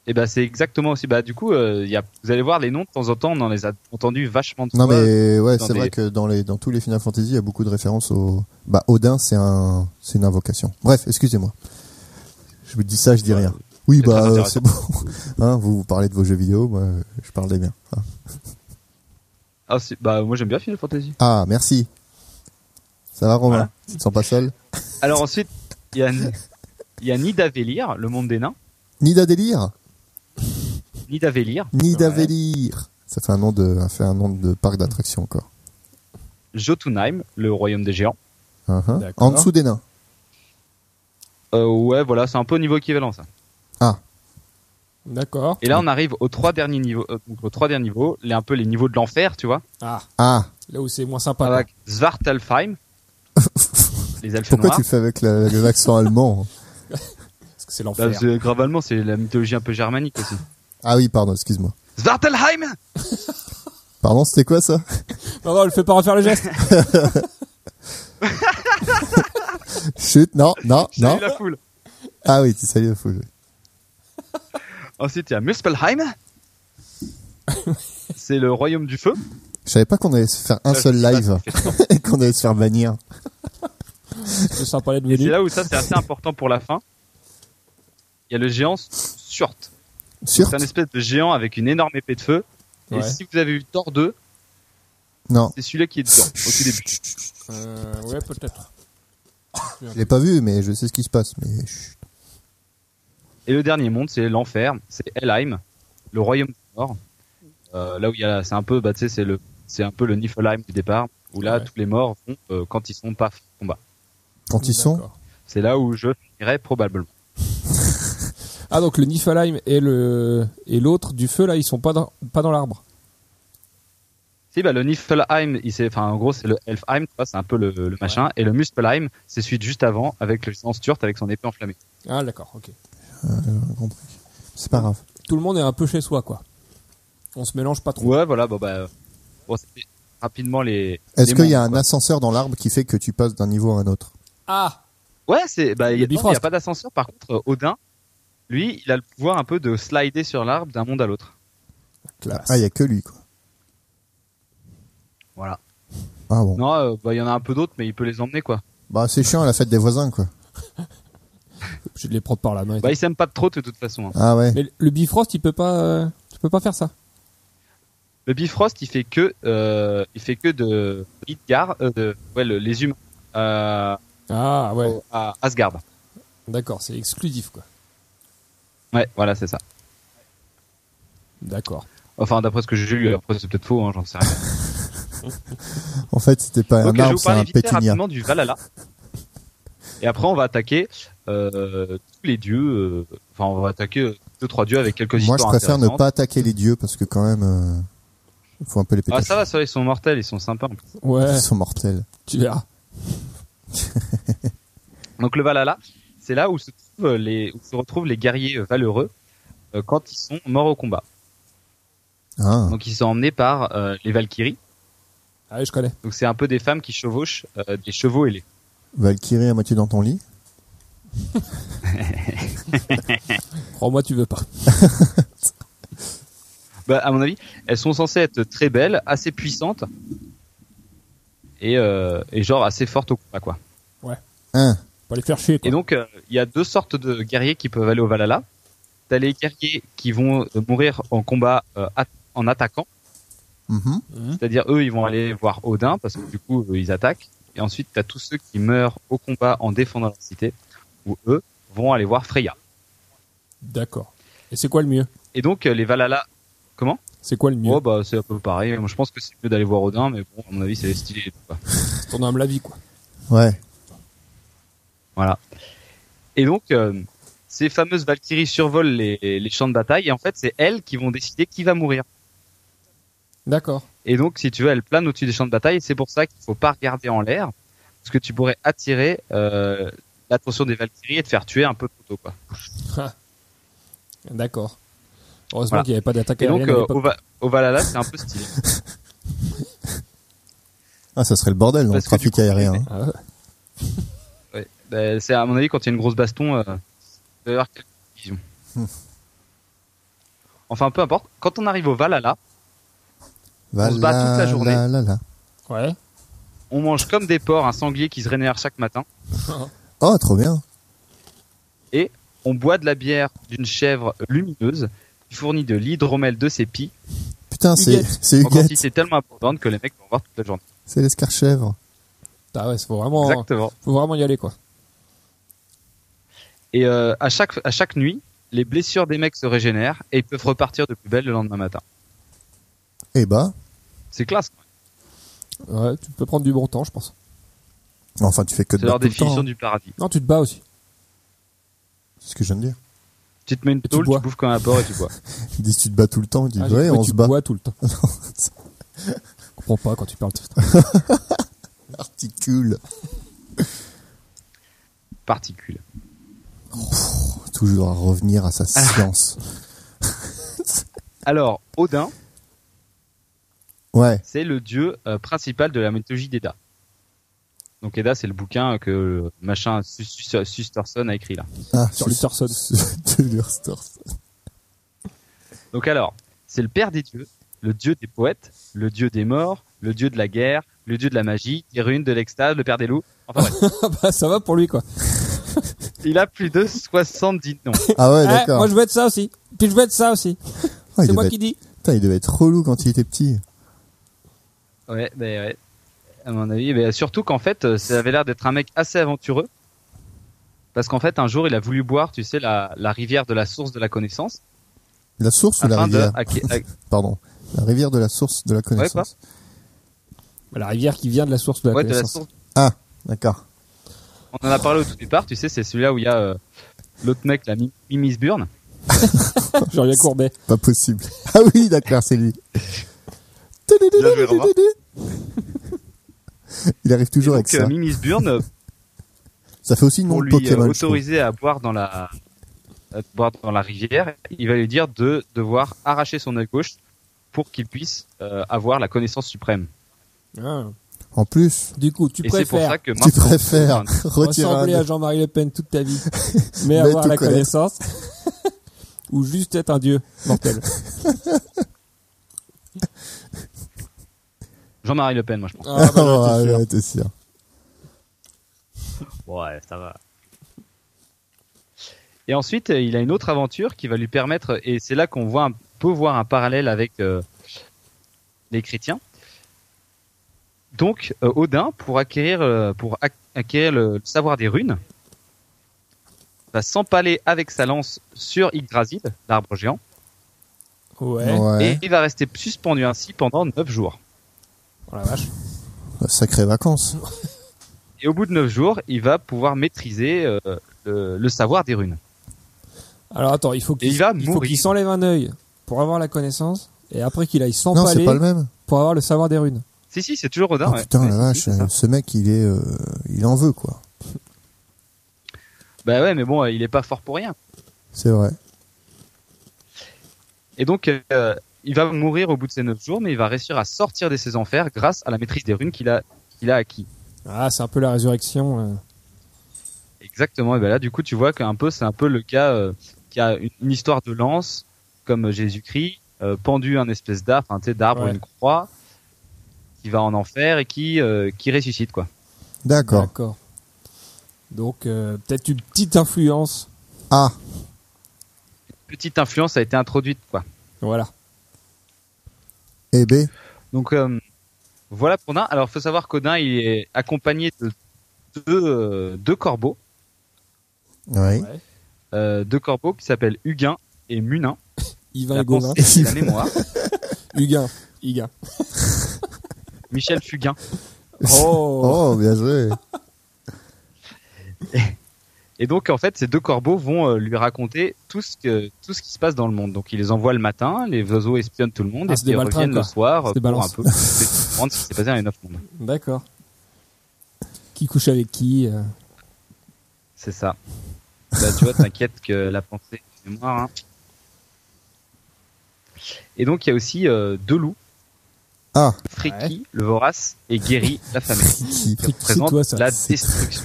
[SPEAKER 6] Et ben c'est exactement aussi. Bah du coup, euh, il y a, vous allez voir les noms de temps en temps, on en les a entendus vachement de
[SPEAKER 4] Non
[SPEAKER 6] fois.
[SPEAKER 4] mais ouais,
[SPEAKER 6] dans
[SPEAKER 4] c'est
[SPEAKER 6] des-
[SPEAKER 4] vrai que dans les dans tous les Final Fantasy, il y a beaucoup de références au bah Odin, c'est un c'est une invocation. Bref, excusez-moi. Je vous dis ça, je dis
[SPEAKER 6] Ouais,
[SPEAKER 4] rien. Oui,
[SPEAKER 6] c'est
[SPEAKER 4] bah
[SPEAKER 6] très
[SPEAKER 4] euh,
[SPEAKER 6] intéressant.
[SPEAKER 4] c'est bon. Hein, vous, vous parlez de vos jeux vidéo, moi euh, je parle des miens. Ah,
[SPEAKER 6] Ah, c'est- bah moi j'aime bien Final Fantasy.
[SPEAKER 4] Ah, merci. Ça va Romain,
[SPEAKER 6] Voilà.
[SPEAKER 4] tu te sens pas seul
[SPEAKER 6] Alors ensuite, il y a il y a Nidavellir, le monde des nains.
[SPEAKER 4] Nida délire,
[SPEAKER 6] Nidavellir,
[SPEAKER 4] Nida
[SPEAKER 6] Ouais.
[SPEAKER 4] Vélir. Ça fait un nom de ça fait un nom de parc d'attraction encore.
[SPEAKER 6] Jotunheim, le royaume des géants.
[SPEAKER 4] Hein, hein.
[SPEAKER 5] D'accord.
[SPEAKER 4] En dessous des nains.
[SPEAKER 6] Euh, ouais, voilà, c'est un peu au niveau équivalent ça.
[SPEAKER 5] D'accord.
[SPEAKER 6] Et là, on arrive aux trois derniers niveaux, euh, donc aux trois derniers niveaux, les un peu les niveaux de l'enfer, tu vois.
[SPEAKER 5] Ah,
[SPEAKER 4] Ah,
[SPEAKER 5] là où c'est moins sympa. quoi.
[SPEAKER 6] Avec Svartalfheim, les elfes
[SPEAKER 4] pourquoi
[SPEAKER 6] noirs.
[SPEAKER 4] tu fais avec la- le- l'accent allemand
[SPEAKER 5] Parce que c'est
[SPEAKER 6] Bah,
[SPEAKER 5] l'enfer.
[SPEAKER 6] c'est- gravalement, c'est la mythologie un peu germanique aussi.
[SPEAKER 4] Ah oui, pardon, excuse-moi.
[SPEAKER 6] Svartalheim
[SPEAKER 4] Pardon, c'était quoi ça
[SPEAKER 5] Non, non, le Bah, fais pas refaire le geste.
[SPEAKER 4] Chut, non, non, non.
[SPEAKER 6] Salut la foule
[SPEAKER 4] Ah oui, tu salues la foule. oui.
[SPEAKER 6] Ensuite, il y a Muspelheim. C'est le royaume du feu.
[SPEAKER 4] Je savais pas qu'on allait se faire un
[SPEAKER 6] Ça,
[SPEAKER 4] seul
[SPEAKER 6] je sais pas
[SPEAKER 4] live
[SPEAKER 6] ce que c'est.
[SPEAKER 4] et qu'on allait se faire bannir.
[SPEAKER 5] C'est sympa d'être
[SPEAKER 6] Et c'est
[SPEAKER 5] venu.
[SPEAKER 6] là où ça, c'est assez important pour la fin. Il y a le géant Surt.
[SPEAKER 4] Sûr
[SPEAKER 6] C'est un espèce de géant avec une énorme épée de feu. Et
[SPEAKER 5] Ouais.
[SPEAKER 6] si vous avez eu Thor 2,
[SPEAKER 4] Non,
[SPEAKER 6] c'est celui-là qui est dedans, au tout début.
[SPEAKER 5] Euh, ouais, peut-être.
[SPEAKER 4] je l'ai pas vu, mais je sais ce qui se passe. Mais chut.
[SPEAKER 6] Et le dernier monde, c'est l'enfer. C'est Helheim, le royaume du nord. Euh, là où il y a, c'est un peu, bah, tu sais, c'est le C'est un peu le Niflheim du départ, où là,
[SPEAKER 5] Ouais.
[SPEAKER 6] tous les morts vont euh, quand ils sont pas combat.
[SPEAKER 4] Quand ils sont.
[SPEAKER 5] D'accord.
[SPEAKER 6] C'est là où je finirai probablement.
[SPEAKER 5] Ah donc le Niflheim et le et l'autre du feu là, ils sont pas dans pas dans l'arbre.
[SPEAKER 6] Si, bah, le Niflheim, il s'est- enfin, en gros, c'est le Elfheim, tu vois, c'est un peu le, le machin. Et le Muspelheim, c'est celui de juste avant, avec le sens turc, avec son épée enflammée.
[SPEAKER 5] Ah d'accord, ok.
[SPEAKER 4] C'est pas grave.
[SPEAKER 5] Tout le monde est un peu chez soi quoi. On se mélange pas trop.
[SPEAKER 6] Ouais, voilà, bon, bah, euh, bon, c'était rapidement les.
[SPEAKER 4] Est-ce
[SPEAKER 6] les
[SPEAKER 4] qu'il y a
[SPEAKER 6] mondes,
[SPEAKER 4] un
[SPEAKER 6] quoi.
[SPEAKER 4] ascenseur dans l'arbre qui fait que tu passes d'un niveau à un autre
[SPEAKER 5] Ah
[SPEAKER 6] Ouais, c'est, bah, il y a,
[SPEAKER 5] Le
[SPEAKER 6] non,
[SPEAKER 5] Bifrost.
[SPEAKER 6] il y a pas d'ascenseur. Par contre, euh, Odin, lui, il a le pouvoir un peu de slider sur l'arbre d'un monde à l'autre.
[SPEAKER 5] classe.
[SPEAKER 4] Ah, il y a que lui, quoi.
[SPEAKER 6] Voilà.
[SPEAKER 4] Ah bon.
[SPEAKER 6] Non, euh, bah, il y en a un peu d'autres, mais il peut les emmener, quoi.
[SPEAKER 4] Bah, c'est chiant à la fête des voisins, quoi.
[SPEAKER 5] Je de les prendre par la main. et
[SPEAKER 6] Bah,
[SPEAKER 5] tout.
[SPEAKER 6] ils s'aiment pas trop, de toute façon. hein.
[SPEAKER 4] Ah ouais.
[SPEAKER 5] Mais le Bifrost, il peut pas euh, tu peux pas faire ça.
[SPEAKER 6] Le Bifrost, il fait que, euh, il fait que de Midgard, euh, de, ouais, le- les humains, euh,
[SPEAKER 5] Ah ouais,
[SPEAKER 6] au- à Asgard.
[SPEAKER 5] d'accord, c'est exclusif quoi.
[SPEAKER 6] Ouais, voilà, c'est ça.
[SPEAKER 5] D'accord.
[SPEAKER 6] Enfin, d'après ce que j'ai lu, après c'est peut-être faux, hein, j'en sais rien.
[SPEAKER 4] En fait, c'était pas
[SPEAKER 6] Donc,
[SPEAKER 4] un
[SPEAKER 6] je vais
[SPEAKER 4] arbre,
[SPEAKER 6] vous
[SPEAKER 4] Euh, c'est
[SPEAKER 6] parler
[SPEAKER 4] un
[SPEAKER 6] vite fait
[SPEAKER 4] pétunia.
[SPEAKER 6] rapidement du Valhalla. Et après, on va attaquer euh, tous les dieux. euh, Enfin, on va attaquer euh, deux trois dieux avec quelques
[SPEAKER 4] Moi,
[SPEAKER 6] histoires
[SPEAKER 4] je préfère ne
[SPEAKER 6] intéressantes.
[SPEAKER 4] pas attaquer les dieux parce que quand même, euh, faut un peu les péter.
[SPEAKER 6] Ah, ça va, ça va, ils sont mortels, ils sont sympas. en plus.
[SPEAKER 5] Ouais,
[SPEAKER 4] Ils sont mortels.
[SPEAKER 5] tu verras.
[SPEAKER 6] Donc le Valhalla, c'est là où se trouvent euh, les, où se retrouvent les guerriers euh, valeureux euh, quand ils sont morts au combat.
[SPEAKER 4] Ah.
[SPEAKER 6] Donc ils sont emmenés par euh, les Valkyries.
[SPEAKER 5] Ah ouais, je connais.
[SPEAKER 6] Donc c'est un peu des femmes qui chevauchent euh, des chevaux ailés.
[SPEAKER 4] Valkyrie à moitié dans ton lit.
[SPEAKER 5] Crois-moi, tu veux pas.
[SPEAKER 6] Bah, à mon avis, elles sont censées être très belles, assez puissantes et, euh, et genre assez fortes au combat quoi.
[SPEAKER 4] Hein.
[SPEAKER 5] Faut les faire chier quoi.
[SPEAKER 6] Et donc, euh, il y a deux sortes de guerriers qui peuvent aller au Valhalla. T'as les guerriers qui vont euh, mourir en combat euh, at- en attaquant,
[SPEAKER 4] Mhm.
[SPEAKER 6] c'est-à-dire eux, ils vont aller voir Odin parce que du coup, eux, ils attaquent. Et ensuite, t'as tous ceux qui meurent au combat en défendant la cité, où eux vont aller voir Freya.
[SPEAKER 5] D'accord. Et c'est quoi le mieux
[SPEAKER 6] Et donc, euh, les Valhalla, comment
[SPEAKER 5] C'est quoi le mieux
[SPEAKER 6] Oh bah, c'est un peu pareil. Moi, je pense que c'est mieux d'aller voir Odin, mais bon, à mon avis, c'est stylé. Quoi.
[SPEAKER 5] Ton humble avis quoi.
[SPEAKER 4] Ouais.
[SPEAKER 6] Voilà. Et donc, euh, ces fameuses Valkyries survolent les, les champs de bataille, et en fait, c'est elles qui vont décider qui va mourir.
[SPEAKER 5] D'accord.
[SPEAKER 6] Et donc, si tu veux, elle plane au-dessus des champs de bataille. et C'est pour ça qu'il faut pas regarder en l'air, parce que tu pourrais attirer euh, l'attention des Valkyries et te faire tuer un peu trop tôt. Quoi.
[SPEAKER 5] D'accord. Heureusement
[SPEAKER 6] Voilà.
[SPEAKER 5] qu'il n'y avait pas d'attaque
[SPEAKER 6] Et donc,
[SPEAKER 5] aérienne à
[SPEAKER 6] euh,
[SPEAKER 5] l'époque.
[SPEAKER 6] au, Va- au Valhalla, c'est un peu stylé.
[SPEAKER 4] Ah, ça serait le bordel dans le
[SPEAKER 6] Parce que du
[SPEAKER 4] trafic
[SPEAKER 6] coup,
[SPEAKER 4] aérien. hein.
[SPEAKER 5] Ah ouais.
[SPEAKER 6] Ouais. Ben, c'est à mon avis quand il y a une grosse baston, euh, il doit y avoir quelques divisions.
[SPEAKER 4] Hmm.
[SPEAKER 6] Enfin, peu importe. Quand on arrive au Valhalla,
[SPEAKER 4] Va
[SPEAKER 6] se bat
[SPEAKER 4] là,
[SPEAKER 6] toute la journée.
[SPEAKER 4] là, là, là.
[SPEAKER 5] Ouais.
[SPEAKER 6] on mange comme des porcs un sanglier qui se rénère chaque matin.
[SPEAKER 4] Oh, trop bien.
[SPEAKER 6] On boit de la bière d'une chèvre lumineuse qui fournit de l'hydromel de ses pies
[SPEAKER 4] Putain, c'est
[SPEAKER 5] Huguette.
[SPEAKER 4] c'est
[SPEAKER 6] en quantité
[SPEAKER 4] Huguette.
[SPEAKER 6] tellement importante que les mecs vont voir toute la journée.
[SPEAKER 4] C'est l'escarchèvre.
[SPEAKER 5] Ah ouais, faut vraiment,
[SPEAKER 6] Exactement.
[SPEAKER 5] faut vraiment y aller quoi.
[SPEAKER 6] Et euh, à chaque à chaque nuit, les blessures des mecs se régénèrent et ils peuvent repartir de plus belle le lendemain matin.
[SPEAKER 4] Eh bah.
[SPEAKER 6] C'est classe. quoi.
[SPEAKER 5] Ouais, tu peux prendre du bon temps, je pense.
[SPEAKER 4] Enfin, tu fais que de
[SPEAKER 6] C'est leur
[SPEAKER 4] battre tout le
[SPEAKER 6] définition
[SPEAKER 4] temps. hein.
[SPEAKER 6] du paradis.
[SPEAKER 5] Non, tu te bats aussi.
[SPEAKER 4] C'est ce que je viens de dire.
[SPEAKER 6] Tu te mets une
[SPEAKER 5] tu
[SPEAKER 6] tôle, tu,
[SPEAKER 5] bois.
[SPEAKER 6] bouffes comme un porc et tu bois.
[SPEAKER 4] Ils disent tu te bats tout le temps. Ils disent
[SPEAKER 5] Ah, j'ai
[SPEAKER 4] ouais,
[SPEAKER 5] cru que
[SPEAKER 4] on
[SPEAKER 5] tu
[SPEAKER 4] se bat.
[SPEAKER 5] bois tout le temps. Je comprends pas quand tu parles.
[SPEAKER 4] Articule.
[SPEAKER 6] Particule.
[SPEAKER 4] Toujours à revenir à sa
[SPEAKER 5] Ah.
[SPEAKER 4] science.
[SPEAKER 6] Alors, Odin,
[SPEAKER 4] Ouais.
[SPEAKER 6] c'est le dieu euh, principal de la mythologie d'Eda. Donc Eda, c'est le bouquin que euh, machin Sus- Sus- Susterson a écrit là.
[SPEAKER 4] Ah,
[SPEAKER 5] Sur le Thurston.
[SPEAKER 4] de l'Urstors.
[SPEAKER 6] Donc alors, c'est le père des dieux, le dieu des poètes, le dieu des morts, le dieu de la guerre, le dieu de la magie, des ruines, de l'extase, le père des loups. Enfin bref,
[SPEAKER 5] Ah bah, ça va pour lui quoi.
[SPEAKER 6] il a plus de 70 noms.
[SPEAKER 4] Ah ouais,
[SPEAKER 5] Eh,
[SPEAKER 4] d'accord.
[SPEAKER 5] moi je veux être ça aussi. Puis je veux être ça aussi.
[SPEAKER 4] Ah, il,
[SPEAKER 5] C'est moi
[SPEAKER 4] devait
[SPEAKER 5] qui
[SPEAKER 4] être-
[SPEAKER 5] dis.
[SPEAKER 4] putain, il devait être relou quand il était petit.
[SPEAKER 6] Ouais, ben ouais. À mon avis, ben surtout qu'en fait, euh, ça avait l'air d'être un mec assez aventureux. Parce qu'en fait, un jour, il a voulu boire, tu sais, la, la rivière de la source de la connaissance.
[SPEAKER 4] La source ou la
[SPEAKER 6] afin de
[SPEAKER 4] rivière
[SPEAKER 6] acqué- ac-
[SPEAKER 4] Pardon. La rivière de la source de la connaissance.
[SPEAKER 5] La rivière qui vient de la source de la
[SPEAKER 6] Ouais, de la
[SPEAKER 5] connaissance.
[SPEAKER 6] source.
[SPEAKER 4] D'accord.
[SPEAKER 6] On en a parlé au tout départ, tu sais, c'est celui-là où il y a euh, l'autre mec, la Mi- Mimis Burn.
[SPEAKER 5] Jean-Jacques Courbet.
[SPEAKER 4] Pas possible. Ah oui, d'accord, c'est lui.
[SPEAKER 6] Bien joué, Romain.
[SPEAKER 4] Il arrive toujours
[SPEAKER 6] Donc,
[SPEAKER 4] avec ça.
[SPEAKER 6] euh, Mimis Burn, euh,
[SPEAKER 4] Ça fait aussi le nom
[SPEAKER 6] pour
[SPEAKER 4] de
[SPEAKER 6] lui
[SPEAKER 4] Pokémon.
[SPEAKER 6] euh,
[SPEAKER 4] je trouve.
[SPEAKER 6] autoriser à boire dans la à boire dans la rivière, il va lui dire de devoir arracher son œil gauche pour qu'il puisse euh, avoir la connaissance suprême.
[SPEAKER 4] En plus,
[SPEAKER 5] Du coup, tu
[SPEAKER 6] Et c'est pour ça
[SPEAKER 5] préfères
[SPEAKER 6] que
[SPEAKER 4] tu
[SPEAKER 6] maintenant,
[SPEAKER 4] préfères retirer un
[SPEAKER 5] ressembler à Jean-Marie Le Pen toute ta vie, mais avoir
[SPEAKER 4] tout
[SPEAKER 5] la
[SPEAKER 4] connaître.
[SPEAKER 5] connaissance, ou juste être un dieu mortel.
[SPEAKER 6] Jean-Marie Le Pen, moi je pense.
[SPEAKER 5] Ah, bah là, t'es sûr.
[SPEAKER 4] Oh, ouais, t'es sûr.
[SPEAKER 6] Ouais, ça va. Et ensuite, euh, il a une autre aventure qui va lui permettre, et c'est là qu'on voit un, peut voir un parallèle avec euh, les chrétiens. Donc, euh, Odin, pour acquérir, euh, pour ac- acquérir le, le savoir des runes, va s'empaler avec sa lance sur Yggdrasil, l'arbre géant,
[SPEAKER 5] Ouais.
[SPEAKER 4] Ouais.
[SPEAKER 6] et il va rester suspendu ainsi pendant 9 jours.
[SPEAKER 5] Oh la vache.
[SPEAKER 4] Sacrées Euh, vacances.
[SPEAKER 6] Et au bout de 9 jours, il va pouvoir maîtriser euh, le- le savoir des runes.
[SPEAKER 5] Alors attends, il faut
[SPEAKER 6] Et
[SPEAKER 5] qu'il
[SPEAKER 6] il va
[SPEAKER 5] il faut
[SPEAKER 6] mourir.
[SPEAKER 5] qu'il s'enlève un œil pour avoir la connaissance, et après qu'il aille
[SPEAKER 4] Non, c'est
[SPEAKER 5] s'empaler
[SPEAKER 4] pas le même.
[SPEAKER 5] pour avoir le savoir des runes.
[SPEAKER 6] Si, si, c'est toujours Odin.
[SPEAKER 5] Ah
[SPEAKER 4] Oh,
[SPEAKER 6] ouais.
[SPEAKER 4] putain,
[SPEAKER 6] Ouais,
[SPEAKER 4] la
[SPEAKER 6] si,
[SPEAKER 4] vache,
[SPEAKER 6] c'est ça.
[SPEAKER 4] euh, ce mec, il est, euh, il en veut, quoi.
[SPEAKER 6] Bah ouais, mais bon, euh, il est pas fort pour rien.
[SPEAKER 4] C'est vrai.
[SPEAKER 6] Et donc, euh, il va mourir au bout de ces 9 jours, mais il va réussir à sortir de ses enfers grâce à la maîtrise des runes qu'il a, qu'il a acquis.
[SPEAKER 5] Ah, c'est un peu la résurrection. euh.
[SPEAKER 6] Exactement. Et ben là, du coup, tu vois qu'un peu, c'est un peu le cas euh, qui a une, une histoire de lance, comme Jésus-Christ, euh, pendu à un espèce d'arbre, un d'arbre,
[SPEAKER 5] Ouais.
[SPEAKER 6] une croix, qui va en enfer et qui, euh, qui ressuscite, quoi.
[SPEAKER 4] D'accord.
[SPEAKER 5] D'accord. Donc euh, peut-être une petite influence.
[SPEAKER 4] Ah,
[SPEAKER 6] Petite influence a été introduite, quoi.
[SPEAKER 5] Voilà.
[SPEAKER 4] et B.
[SPEAKER 6] Donc euh, voilà pour Nain. Alors faut savoir qu'Odin il est accompagné de deux, euh, deux corbeaux,
[SPEAKER 4] Oui.
[SPEAKER 6] euh, deux corbeaux qui s'appellent Huguin et Munin.
[SPEAKER 5] Yvain
[SPEAKER 6] La
[SPEAKER 5] et Gauvin.
[SPEAKER 6] pensée et la mémoire.
[SPEAKER 5] Huguin. Huguin.
[SPEAKER 6] Michel Fugain.
[SPEAKER 5] Oh.
[SPEAKER 4] Oh, bien joué.
[SPEAKER 6] Et donc en fait ces deux corbeaux vont euh, lui raconter tout ce que tout ce qui se passe dans le monde. Donc ils les envoient le matin, les oiseaux espionnent tout le monde
[SPEAKER 5] Ah,
[SPEAKER 6] et
[SPEAKER 5] c'est des
[SPEAKER 6] puis ils
[SPEAKER 5] maltraits,
[SPEAKER 6] reviennent le
[SPEAKER 5] quoi.
[SPEAKER 6] soir
[SPEAKER 5] C'est
[SPEAKER 6] euh,
[SPEAKER 5] des
[SPEAKER 6] pour un
[SPEAKER 5] balances.
[SPEAKER 6] peu comprendre ce qui s'est passé dans les neuf mondes.
[SPEAKER 5] D'accord. Qui couche avec qui euh.
[SPEAKER 6] C'est ça. Bah, tu vois, t'inquiète que la pensée, c'est mémoire. hein. Et donc, il y a aussi euh, deux loups.
[SPEAKER 4] Ah.
[SPEAKER 6] Friki, le vorace, et Guéri, la famille. Qui
[SPEAKER 4] Qui-
[SPEAKER 5] Friki,
[SPEAKER 6] représente
[SPEAKER 5] toi, ça.
[SPEAKER 6] la
[SPEAKER 4] C'est-
[SPEAKER 6] destruction.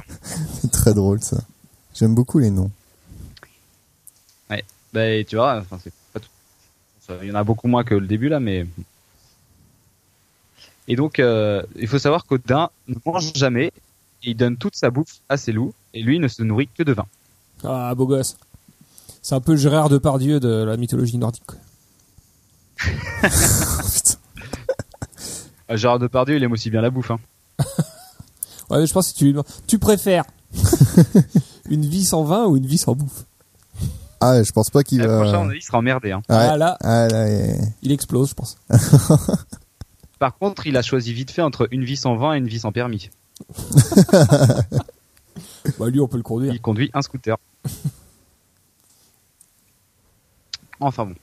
[SPEAKER 4] C'est très drôle, ça. J'aime beaucoup les noms.
[SPEAKER 6] Bah, et tu vois, enfin, c'est pas tout. ça, Il y en a beaucoup moins que le début, là, mais. Et donc, euh, il faut savoir qu'Odin ne mange jamais. Et il donne toute sa bouffe à ses loups. Et lui, ne se nourrit que de vin.
[SPEAKER 5] Ah, beau gosse. C'est un peu Gérard Depardieu de la mythologie nordique. quoi.
[SPEAKER 6] Euh, Gérard Depardieu, il aime aussi bien la bouffe. Hein.
[SPEAKER 5] Ouais, mais je pense que si tu lui demandes, tu préfères une vie sans vin ou une vie sans bouffe
[SPEAKER 4] Ah, je pense pas qu'il
[SPEAKER 6] Et Le prochain,
[SPEAKER 4] va.
[SPEAKER 6] Eh, on a dit, il sera emmerdé. Hein.
[SPEAKER 4] Ouais.
[SPEAKER 5] Ah là,
[SPEAKER 4] Ah, là, eh.
[SPEAKER 5] il explose, je pense.
[SPEAKER 6] Par contre, il a choisi vite fait entre une vie sans vin et une vie sans permis.
[SPEAKER 5] Bah lui, on peut le conduire.
[SPEAKER 6] Il conduit un scooter. Enfin bon.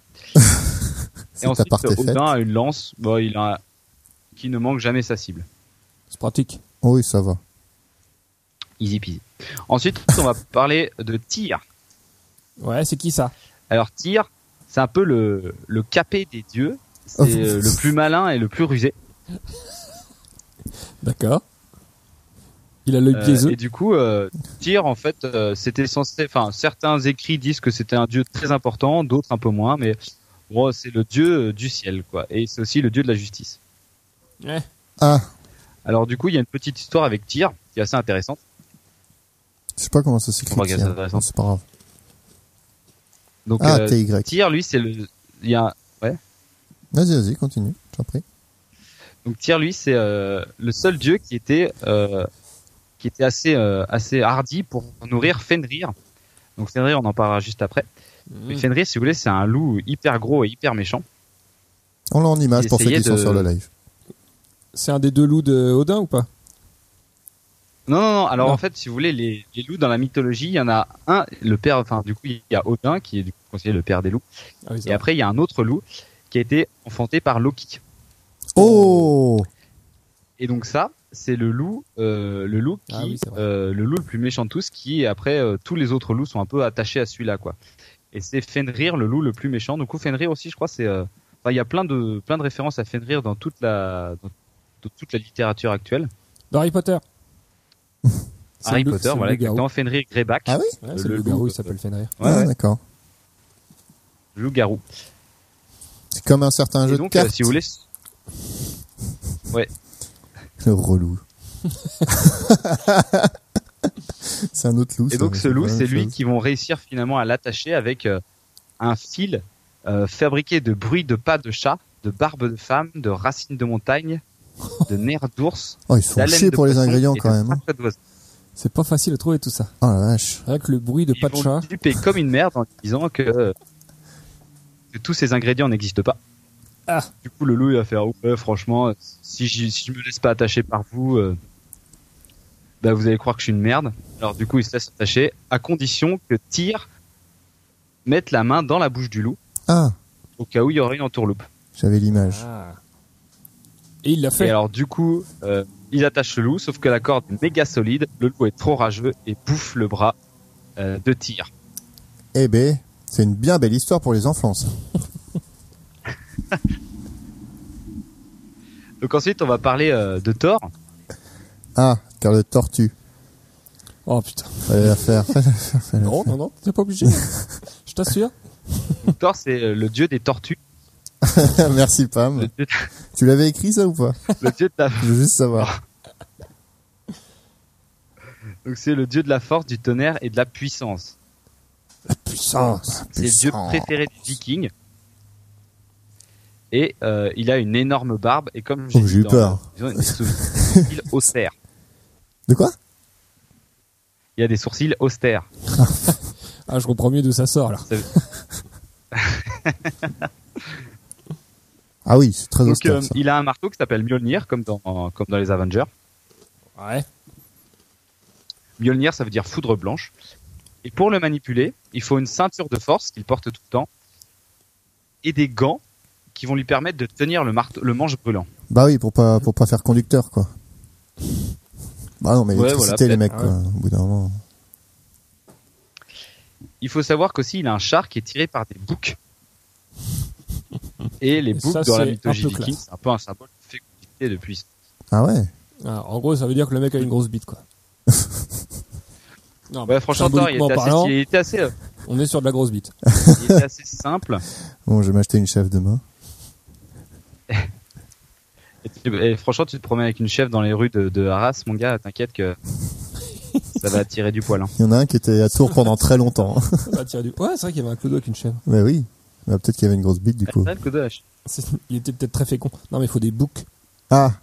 [SPEAKER 4] Cet
[SPEAKER 6] Et ensuite,
[SPEAKER 4] aparté fait.
[SPEAKER 6] Odin a une lance bon, il a... qui ne manque jamais sa cible.
[SPEAKER 5] C'est pratique.
[SPEAKER 4] Oui, ça va.
[SPEAKER 6] Easy peasy. Ensuite, on va parler de Tyr.
[SPEAKER 5] Ouais, c'est qui ça
[SPEAKER 6] Alors, Tyr, c'est un peu le, le capé des dieux. C'est euh, le plus malin et le plus rusé.
[SPEAKER 5] D'accord. Il a l'œil
[SPEAKER 6] Euh,
[SPEAKER 5] biaiseux.
[SPEAKER 6] et du coup, euh, Tyr, en fait, euh, c'était censé. Enfin, certains écrits disent que c'était un dieu très important, d'autres un peu moins, mais bon, c'est le dieu euh, du ciel, quoi. Et c'est aussi le dieu de la justice.
[SPEAKER 4] Ah,
[SPEAKER 6] Alors, du coup, il y a une petite histoire avec Tyr qui est assez intéressante.
[SPEAKER 4] je sais pas comment ça s'écrit.
[SPEAKER 6] On va regarder
[SPEAKER 4] tiens.
[SPEAKER 6] Oh, ça intéressant.
[SPEAKER 4] C'est pas grave.
[SPEAKER 6] Donc,
[SPEAKER 4] Ah,
[SPEAKER 6] euh,
[SPEAKER 4] TY.
[SPEAKER 6] Tyr, lui, c'est le. Il y a...
[SPEAKER 4] Vas-y, vas-y, continue. Je t'en prie.
[SPEAKER 6] Donc, Tyr, lui, c'est euh, le seul dieu qui était, euh, qui était assez, euh, assez hardi pour nourrir Fenrir. Donc, Fenrir, on en parlera juste après.
[SPEAKER 5] Mm.
[SPEAKER 6] Mais Fenrir, si vous voulez, c'est un loup hyper gros et hyper méchant.
[SPEAKER 4] On l'a en image pour ceux
[SPEAKER 6] Essayez
[SPEAKER 4] qui sont
[SPEAKER 6] de-
[SPEAKER 4] sur le live.
[SPEAKER 5] C'est un des deux loups de Odin ou pas
[SPEAKER 6] Non, non, non. Alors
[SPEAKER 5] Non.
[SPEAKER 6] en fait, si vous voulez, les, les loups dans la mythologie, il y en a un, le père, enfin du coup, il y a Odin qui est du coup considéré le père des loups.
[SPEAKER 5] Ah oui, ça
[SPEAKER 6] Et
[SPEAKER 5] va.
[SPEAKER 6] après, il y a un autre loup qui a été enfanté par Loki.
[SPEAKER 4] Oh
[SPEAKER 6] Et donc ça, c'est le loup, euh, le loup qui,
[SPEAKER 5] Ah oui, c'est vrai.
[SPEAKER 6] euh, le loup le plus méchant de tous, qui après euh, tous les autres loups sont un peu attachés à celui-là, quoi. Et c'est Fenrir, le loup le plus méchant. Du coup, Fenrir aussi, je crois, c'est, euh, enfin, il y a plein de plein de références à Fenrir dans toute la dans, dans toute la littérature actuelle.
[SPEAKER 5] Dans Harry Potter. C'est
[SPEAKER 6] Harry
[SPEAKER 5] le-
[SPEAKER 6] Potter,
[SPEAKER 5] c'est le
[SPEAKER 6] voilà,
[SPEAKER 5] loup-garou.
[SPEAKER 6] exactement Fenrir Greyback,
[SPEAKER 4] Ah oui
[SPEAKER 5] Ouais, c'est
[SPEAKER 6] Le
[SPEAKER 5] le loup-garou,
[SPEAKER 6] loup.
[SPEAKER 5] il s'appelle Fenrir.
[SPEAKER 6] Ouais,
[SPEAKER 4] Ah,
[SPEAKER 6] ouais,
[SPEAKER 4] d'accord.
[SPEAKER 6] le loup-garou.
[SPEAKER 4] C'est comme un certain
[SPEAKER 6] Et
[SPEAKER 4] jeu de
[SPEAKER 6] donc, euh,
[SPEAKER 4] cartes.
[SPEAKER 6] si vous voulez, euh,
[SPEAKER 4] Le relou. c'est un autre loup.
[SPEAKER 6] Et
[SPEAKER 4] ça,
[SPEAKER 6] donc
[SPEAKER 4] mais
[SPEAKER 6] ce loup,
[SPEAKER 4] pas la
[SPEAKER 6] c'est
[SPEAKER 4] même
[SPEAKER 6] lui
[SPEAKER 4] chose.
[SPEAKER 6] qui vont réussir finalement à l'attacher avec euh, un fil euh, fabriqué de bruit de pas de chat, de barbe de femme, de racines de montagne, de nerfs d'ours,
[SPEAKER 4] Oh, ils se font
[SPEAKER 6] d'haleine
[SPEAKER 4] chier
[SPEAKER 6] de
[SPEAKER 4] pour les
[SPEAKER 6] poisson
[SPEAKER 4] ingrédients
[SPEAKER 6] et
[SPEAKER 4] quand
[SPEAKER 6] de
[SPEAKER 4] même. hein.
[SPEAKER 6] crachat d'oiseau.
[SPEAKER 5] C'est pas facile de trouver tout ça.
[SPEAKER 4] Oh la vache.
[SPEAKER 5] Rien que le bruit de
[SPEAKER 6] Ils
[SPEAKER 5] pas de
[SPEAKER 6] vont
[SPEAKER 5] chat.
[SPEAKER 6] le flipper comme une merde en disant que, euh, que tous ces ingrédients n'existent pas.
[SPEAKER 5] Ah.
[SPEAKER 6] Du coup, le loup il va faire ouais, franchement, si, j'y- si je me laisse pas attacher par vous, euh, bah, vous allez croire que je suis une merde. Alors du coup, il se laisse attacher à condition que Tyr mette la main dans la bouche du loup
[SPEAKER 4] Ah,
[SPEAKER 6] au cas où il y aurait une entourloupe.
[SPEAKER 4] j'avais l'image.
[SPEAKER 5] Et il l'a
[SPEAKER 6] Et
[SPEAKER 5] fait.
[SPEAKER 6] alors du coup, euh, ils attachent le loup, sauf que la corde est méga solide, le loup est trop rageux et bouffe le bras euh, de Tyr.
[SPEAKER 4] Eh ben, c'est une bien belle histoire pour les enfants. Ça.
[SPEAKER 6] Donc ensuite, on va parler euh, de Thor.
[SPEAKER 4] Ah, car le tortue.
[SPEAKER 5] Oh putain.
[SPEAKER 4] Fallait la faire. Fallait la faire, fallait la
[SPEAKER 5] Non,
[SPEAKER 4] faire.
[SPEAKER 5] non, non, t'es pas obligé. Je t'assure.
[SPEAKER 6] Donc, Thor, c'est euh, le dieu des tortues,
[SPEAKER 4] Merci Pam.
[SPEAKER 6] le dieu,
[SPEAKER 4] Tu l'avais écrit ça ou pas
[SPEAKER 6] le dieu de la,
[SPEAKER 4] Je veux juste savoir.
[SPEAKER 6] donc c'est le dieu de la force, du tonnerre et de la puissance.
[SPEAKER 4] Puissance.
[SPEAKER 6] C'est le dieu
[SPEAKER 4] puissance.
[SPEAKER 6] préféré des Vikings. Et euh, il a une énorme barbe et comme
[SPEAKER 4] Oh, j'ai eu
[SPEAKER 6] dans-
[SPEAKER 4] peur.
[SPEAKER 6] ils ont des sourcils austères.
[SPEAKER 4] De quoi
[SPEAKER 6] Il y a des sourcils austères.
[SPEAKER 5] Ah, je comprends mieux d'où ça sort là.
[SPEAKER 4] Ah oui, c'est très
[SPEAKER 6] Donc
[SPEAKER 4] austère.
[SPEAKER 6] euh,
[SPEAKER 4] ça.
[SPEAKER 6] il a un marteau qui s'appelle Mjolnir comme dans comme dans les Avengers.
[SPEAKER 5] Ouais.
[SPEAKER 6] Mjolnir, ça veut dire foudre blanche. Et pour le manipuler, il faut une ceinture de force qu'il porte tout le temps et des gants qui vont lui permettre de tenir le, marteau, le manche brûlant.
[SPEAKER 4] Bah oui, pour pas pour pas faire conducteur quoi. Bah non, mais
[SPEAKER 6] Ouais,
[SPEAKER 4] l'électricité
[SPEAKER 6] voilà,
[SPEAKER 4] les mecs
[SPEAKER 5] peut-être,
[SPEAKER 4] quoi. Au bout d'un moment.
[SPEAKER 6] Il faut savoir qu'aussi, il a un char qui est tiré par des boucs. Et les
[SPEAKER 5] Et
[SPEAKER 6] boucs
[SPEAKER 5] ça,
[SPEAKER 6] dans la
[SPEAKER 5] c'est
[SPEAKER 6] mythologie
[SPEAKER 5] un peu
[SPEAKER 6] viking,
[SPEAKER 5] classe.
[SPEAKER 6] c'est un peu un symbole de fécondité depuis.
[SPEAKER 4] Ah ouais.
[SPEAKER 5] Ah, en gros, ça veut dire que le mec a une grosse bite quoi. Non,
[SPEAKER 6] Ouais, Bah, franchement, Thor, il
[SPEAKER 5] symboliquement
[SPEAKER 6] était assez,
[SPEAKER 5] parlant,
[SPEAKER 6] il était assez, euh,
[SPEAKER 5] on est sur de la grosse bite.
[SPEAKER 6] il était assez simple.
[SPEAKER 4] Bon, je vais m'acheter une chèvre demain.
[SPEAKER 6] Et, tu- et franchement, tu te promènes avec une chèvre dans les rues de, de Arras, mon gars, t'inquiète que ça va attirer du poil. hein.
[SPEAKER 4] Il y en a un qui était à Tours pendant très longtemps.
[SPEAKER 5] Ça va tirer Ah, bah, du- Ouais, c'est vrai qu'il y avait un clodo avec une chèvre.
[SPEAKER 4] bah oui. Bah, peut-être qu'il y avait une grosse bite du
[SPEAKER 6] Ah, c'est
[SPEAKER 4] coup.
[SPEAKER 6] vrai, le coup de hache.
[SPEAKER 5] C'est- Il était peut-être très fécond. Non, mais il faut des boucs.
[SPEAKER 4] Ah.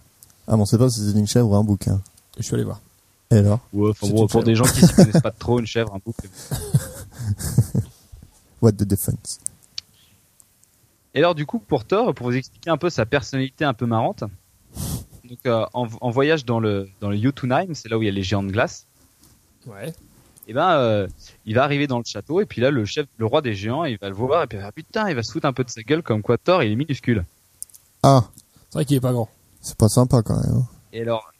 [SPEAKER 4] Ah bon, c'est pas si c'était une chèvre ou un bouquin.
[SPEAKER 5] Et Je suis allé voir.
[SPEAKER 4] Et alors
[SPEAKER 6] Ouais, enfin
[SPEAKER 5] C'est hein.
[SPEAKER 6] bon,
[SPEAKER 5] une
[SPEAKER 6] pour
[SPEAKER 5] chèvre.
[SPEAKER 6] des gens qui s'y connaissent pas trop, une chèvre, un bouc. c'est bon.
[SPEAKER 4] What the defense
[SPEAKER 6] Et alors, du coup, pour Thor, pour vous expliquer un peu sa personnalité un peu marrante, donc euh, en, en voyage dans le dans le Jotunheim, c'est là où il y a les géants de glace.
[SPEAKER 5] Ouais.
[SPEAKER 6] Et ben, euh, il va arriver dans le château et puis là, le chef, le roi des géants, il va le voir et puis il va faire, putain, il va se foutre un peu de sa gueule comme quoi Thor, il est minuscule.
[SPEAKER 4] Ah,
[SPEAKER 5] C'est vrai qu'il est pas grand.
[SPEAKER 4] c'est pas sympa quand même. hein.
[SPEAKER 6] Et alors,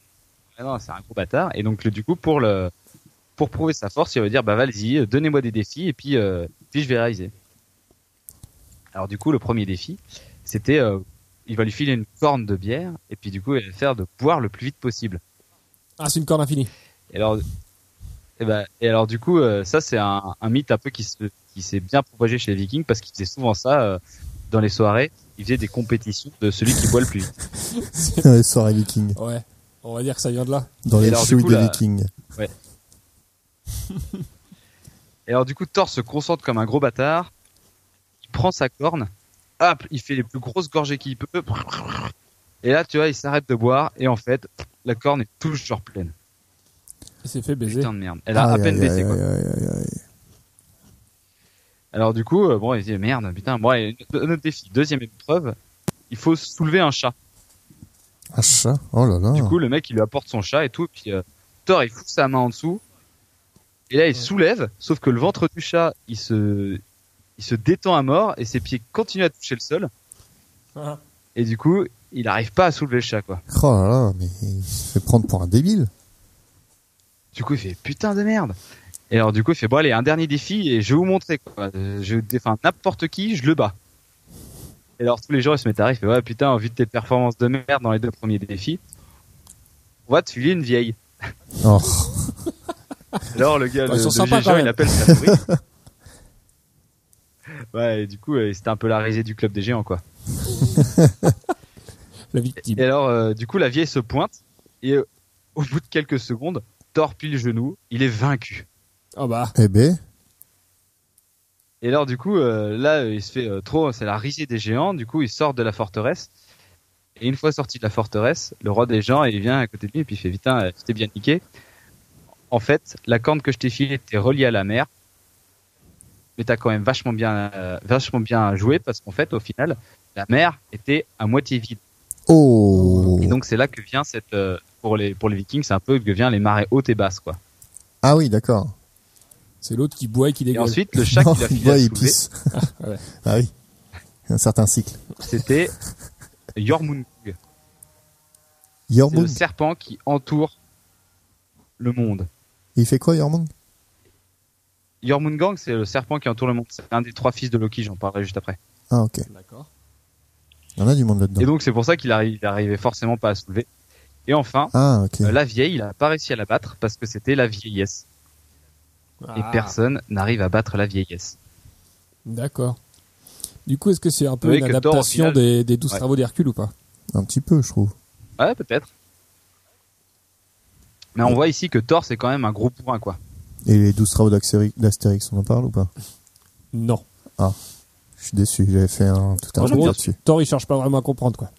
[SPEAKER 6] ah non, c'est un gros bâtard. Et donc, le- du coup, pour le pour prouver sa force, il va dire bah vas-y, euh, donnez-moi des défis et puis euh, puis je vais réaliser. Alors du coup, le premier défi, c'était euh, il va lui filer une corne de bière et puis du coup, il va faire de boire le plus vite possible.
[SPEAKER 5] Ah, c'est une corne infinie.
[SPEAKER 6] Et alors et, ben, et alors du coup, euh, ça c'est un, un mythe un peu qui se qui s'est bien propagé chez les Vikings parce qu'ils faisaient souvent ça euh, dans les soirées. Ils faisaient des compétitions de celui qui boit le plus vite.
[SPEAKER 4] Dans les soirées vikings.
[SPEAKER 5] Ouais. On va dire que ça vient de là.
[SPEAKER 4] Dans
[SPEAKER 6] Et
[SPEAKER 4] les
[SPEAKER 6] alors, du
[SPEAKER 4] chouilles
[SPEAKER 6] coup,
[SPEAKER 4] des
[SPEAKER 6] la-
[SPEAKER 4] vikings.
[SPEAKER 6] Et alors du coup, Thor se concentre comme un gros bâtard. Il prend sa corne. Hop, il fait les plus grosses gorgées qu'il peut. Et là, tu vois, il s'arrête de boire. Et en fait, la corne est toujours pleine.
[SPEAKER 5] Il s'est fait baiser.
[SPEAKER 6] Putain de merde. Elle a à
[SPEAKER 4] Aïe,
[SPEAKER 6] peine
[SPEAKER 4] aïe,
[SPEAKER 6] baissé,
[SPEAKER 4] aïe,
[SPEAKER 6] quoi.
[SPEAKER 4] aïe, aïe, aïe, aïe.
[SPEAKER 6] Alors du coup, euh, bon, il se dit, merde, putain, bon, allez, notre défi. Deuxième épreuve, il faut soulever un chat.
[SPEAKER 4] Un chat Oh là là.
[SPEAKER 6] Du coup, le mec, il lui apporte son chat et tout. Puis euh, Thor, il fout sa main en dessous. Et là, il soulève. Sauf que le ventre du chat, il se, il se détend à mort et ses pieds continuent à toucher le sol.
[SPEAKER 5] Ah.
[SPEAKER 6] Et du coup, il n'arrive pas à soulever le chat, quoi.
[SPEAKER 4] Oh là là, mais il se fait prendre pour un débile.
[SPEAKER 6] Du coup, il fait putain de merde. Et alors, du coup, il fait bon, allez, un dernier défi et je vais vous montrer, quoi. Euh, Je défends n'importe qui, je le bats. Et alors, tous les jours, ils se mettent à rire. Il fait ouais, putain, en vue de tes performances de merde dans les deux premiers défis, on va te filer une vieille.
[SPEAKER 4] Oh.
[SPEAKER 6] Alors le gars,
[SPEAKER 5] Ils
[SPEAKER 6] le,
[SPEAKER 5] sont
[SPEAKER 6] le
[SPEAKER 5] sympas,
[SPEAKER 6] Gégin,
[SPEAKER 5] quand même.
[SPEAKER 6] il appelle sa souris. ouais, et du coup, euh, c'était un peu la risée du club des géants, quoi.
[SPEAKER 5] La victime.
[SPEAKER 6] Et alors, euh, du coup, la vieille se pointe et euh, au bout de quelques secondes, Thor pile le genou, il est vaincu.
[SPEAKER 5] Ah bah.
[SPEAKER 4] Eh ben,
[SPEAKER 6] Et alors, du coup, euh, là, euh, il se fait euh, trop, c'est la risée des géants. Du coup, il sort de la forteresse. Et une fois sorti de la forteresse, le roi des géants, il vient à côté de lui et puis il fait Putain, euh, tu t'es bien niqué. En fait, la corne que je t'ai filée était reliée à la mer. Mais t'as quand même vachement bien, euh, vachement bien joué parce qu'en fait, au final, la mer était à moitié vide.
[SPEAKER 4] Oh
[SPEAKER 6] Et donc, c'est là que vient cette. euh, pour, les, pour les Vikings, c'est un peu que vient les marées hautes et basses, quoi.
[SPEAKER 4] Ah oui, d'accord.
[SPEAKER 5] C'est l'autre qui boit et qui
[SPEAKER 6] Et
[SPEAKER 5] dégueule.
[SPEAKER 6] ensuite, le chat
[SPEAKER 4] Non,
[SPEAKER 6] qu'il a
[SPEAKER 4] il
[SPEAKER 6] filé
[SPEAKER 4] boit,
[SPEAKER 6] à
[SPEAKER 4] il
[SPEAKER 6] soulever,
[SPEAKER 4] pisse.
[SPEAKER 5] Ah ouais.
[SPEAKER 4] Ah oui. Un certain cycle.
[SPEAKER 6] c'était Jormungandr. C'est
[SPEAKER 4] Yormung.
[SPEAKER 6] le serpent qui entoure le monde.
[SPEAKER 4] Il fait quoi, Yormung
[SPEAKER 6] Jormungandr, c'est le serpent qui entoure le monde. C'est un des trois fils de Loki, j'en parlerai juste après.
[SPEAKER 4] Ah, ok.
[SPEAKER 5] D'accord.
[SPEAKER 4] Il y en a du monde là-dedans.
[SPEAKER 6] Et donc, c'est pour ça qu'il arrive, il arrivait forcément pas à se lever. Et enfin,
[SPEAKER 4] Ah, ok.
[SPEAKER 6] euh, la vieille, il a pas réussi à la battre parce que c'était la vieillesse. Et
[SPEAKER 5] Ah,
[SPEAKER 6] personne n'arrive à battre la vieillesse.
[SPEAKER 5] D'accord. Du coup, est-ce que c'est un peu
[SPEAKER 6] Vous voyez
[SPEAKER 5] une
[SPEAKER 6] que Thor, au
[SPEAKER 5] adaptation
[SPEAKER 6] final-
[SPEAKER 5] des, des douze
[SPEAKER 6] Ouais.
[SPEAKER 5] travaux d'Hercule ou pas
[SPEAKER 4] Un petit peu, je trouve.
[SPEAKER 6] Ouais, peut-être. Mais on voit ici que Thor, c'est quand même un gros bourrin, quoi.
[SPEAKER 4] Et les 12 travaux d'Axéri- d'Astérix, on en parle ou pas
[SPEAKER 5] Non.
[SPEAKER 4] Je suis déçu, j'avais fait un tout un
[SPEAKER 5] En
[SPEAKER 4] truc
[SPEAKER 5] gros,
[SPEAKER 4] là-dessus.
[SPEAKER 5] Thor, il cherche pas vraiment à comprendre quoi.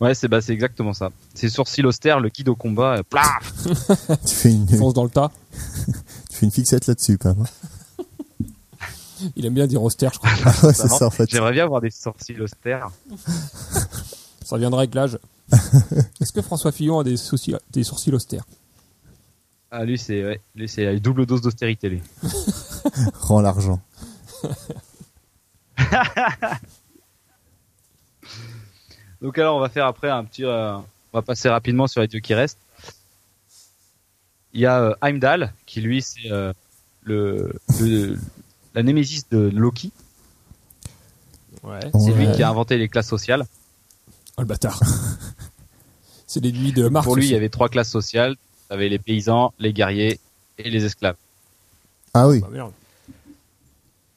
[SPEAKER 6] Ouais, c'est bah, c'est exactement ça. Ses sourcils austères, le guide au combat, euh, plaf
[SPEAKER 4] Tu fais une,
[SPEAKER 5] Il fonce dans le tas.
[SPEAKER 4] tu fais une fixette là-dessus, quand même. hein.
[SPEAKER 5] Il aime bien dire austère, je crois.
[SPEAKER 4] Ah ouais, c'est
[SPEAKER 6] marrant.
[SPEAKER 4] ça, en fait.
[SPEAKER 6] J'aimerais bien avoir des sourcils austères.
[SPEAKER 5] Ça viendra avec l'âge. Est-ce que François Fillon a des, soucis- des sourcils austères
[SPEAKER 6] Ah, lui, c'est ouais, lui, c'est la double dose d'austérité, lui.
[SPEAKER 4] Rends l'argent.
[SPEAKER 6] Donc alors on va faire après un petit, euh, on va passer rapidement sur les deux qui restent. Il y a euh, Heimdall qui lui c'est euh, le, le- la némésis de Loki.
[SPEAKER 5] Ouais.
[SPEAKER 6] C'est lui
[SPEAKER 4] Ouais.
[SPEAKER 6] qui a inventé les classes sociales.
[SPEAKER 5] Oh le bâtard. c'est l'ennemi de Mars.
[SPEAKER 6] Pour lui il y
[SPEAKER 5] aussi.
[SPEAKER 6] avait trois classes sociales. Tu avais les paysans, les guerriers et les esclaves.
[SPEAKER 4] Ah oui,
[SPEAKER 6] Bah,
[SPEAKER 5] Ah, merde.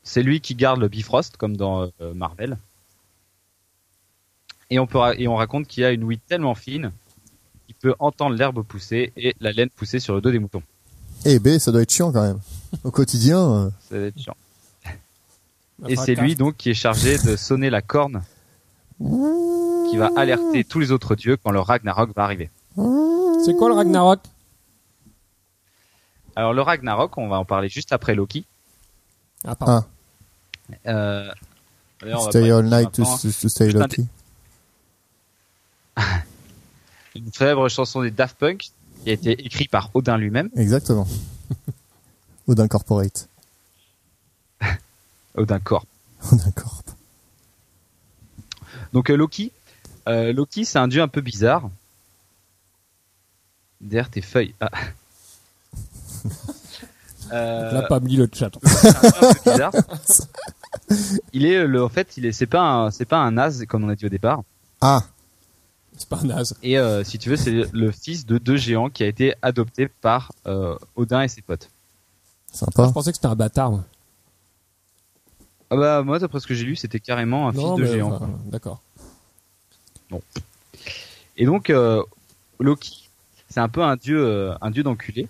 [SPEAKER 6] C'est lui qui garde le Bifrost comme dans euh, Marvel. Et on peut ra- et on raconte qu'il a une ouïe tellement fine qu'il peut entendre l'herbe pousser et la laine pousser sur le dos des moutons.
[SPEAKER 4] eh ben, ça doit être chiant quand même. Au quotidien, euh,
[SPEAKER 6] Ça va être chiant.
[SPEAKER 5] Enfin,
[SPEAKER 6] Et c'est
[SPEAKER 5] car-
[SPEAKER 6] lui donc qui est chargé de sonner la corne qui va alerter tous les autres dieux quand leur Ragnarok va arriver.
[SPEAKER 5] C'est quoi le Ragnarok
[SPEAKER 6] Alors le Ragnarok, on va en parler juste après Loki.
[SPEAKER 5] Ah pardon.
[SPEAKER 6] Euh, d'ailleurs, on va
[SPEAKER 4] stay
[SPEAKER 6] parler
[SPEAKER 4] all
[SPEAKER 6] de ça
[SPEAKER 4] night to,
[SPEAKER 6] maintenant. hein.
[SPEAKER 4] to- to stay
[SPEAKER 6] Putain,
[SPEAKER 4] lucky.
[SPEAKER 6] Une célèbre chanson des Daft Punk qui a été écrite par Odin lui-même.
[SPEAKER 4] Exactement. Ou d'un corporate.
[SPEAKER 6] Odin Corp.
[SPEAKER 4] Ou d'un corp.
[SPEAKER 6] Donc euh, Loki, euh, Loki c'est un dieu un peu bizarre. Derrière tes feuilles. Ah. Euh,
[SPEAKER 5] Là pas mis le chat.
[SPEAKER 6] C'est un peu bizarre. Il est euh, le, en fait, il est, c'est pas un, c'est pas un naze comme on a dit au départ.
[SPEAKER 4] Ah,
[SPEAKER 5] C'est pas un naze.
[SPEAKER 6] Et euh, si tu veux, c'est le fils de deux géants qui a été adopté par euh, Odin et ses potes.
[SPEAKER 5] Je
[SPEAKER 4] sympa.
[SPEAKER 5] pensais que c'était un bâtard. Moi.
[SPEAKER 6] Ah bah moi, d'après ce que j'ai lu, c'était carrément un
[SPEAKER 5] Non,
[SPEAKER 6] fils de
[SPEAKER 5] mais,
[SPEAKER 6] géant.
[SPEAKER 5] enfin,
[SPEAKER 6] quoi.
[SPEAKER 5] D'accord.
[SPEAKER 6] Et donc euh, Loki, c'est un peu un dieu, euh, un dieu d'enculé.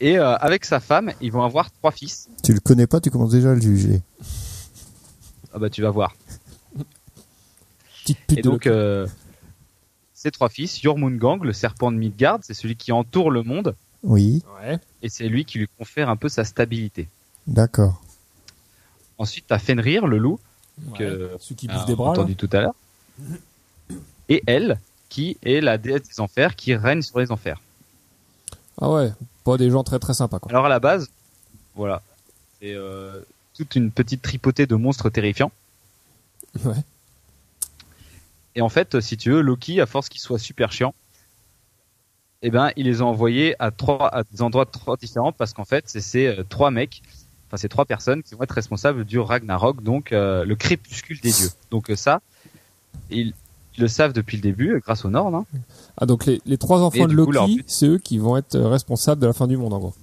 [SPEAKER 6] et euh, avec sa femme, ils vont avoir trois fils.
[SPEAKER 4] Tu le connais pas, tu commences déjà à le juger.
[SPEAKER 6] Ah bah tu vas voir.
[SPEAKER 5] Petite pute
[SPEAKER 6] Et
[SPEAKER 5] de
[SPEAKER 6] donc,
[SPEAKER 5] Loki.
[SPEAKER 6] euh, ces trois fils, Jormungandr, le serpent de Midgard, c'est celui qui entoure le monde,
[SPEAKER 4] Oui,
[SPEAKER 5] Ouais.
[SPEAKER 6] et c'est lui qui lui confère un peu sa stabilité.
[SPEAKER 4] d'accord.
[SPEAKER 6] Ensuite, t'as Fenrir, le loup,
[SPEAKER 5] ouais.
[SPEAKER 6] que-
[SPEAKER 5] Celui qui
[SPEAKER 6] ah,
[SPEAKER 5] bouffe des
[SPEAKER 6] on a
[SPEAKER 5] bras. là.
[SPEAKER 6] entendu tout à l'heure. et elle, qui est la déesse des enfers, qui règne sur les enfers.
[SPEAKER 5] Ah ouais, pas des gens très très sympas quoi.
[SPEAKER 6] Alors à la base, voilà, c'est euh, toute une petite tripotée de monstres terrifiants.
[SPEAKER 5] Ouais.
[SPEAKER 6] Et en fait, si tu veux, Loki, à force qu'il soit super chiant, eh ben, il les a envoyés à trois, à des endroits trois différents parce qu'en fait, c'est ces euh, trois mecs, enfin, ces trois personnes qui vont être responsables du Ragnarok, donc euh, le crépuscule des dieux. Donc euh, ça, ils, ils le savent depuis le début, euh, grâce aux Nornes. hein.
[SPEAKER 5] Ah donc les, les trois enfants de
[SPEAKER 6] du coup, leur
[SPEAKER 5] Loki,
[SPEAKER 6] but-
[SPEAKER 5] c'est eux qui vont être euh, responsables de la fin du monde en gros.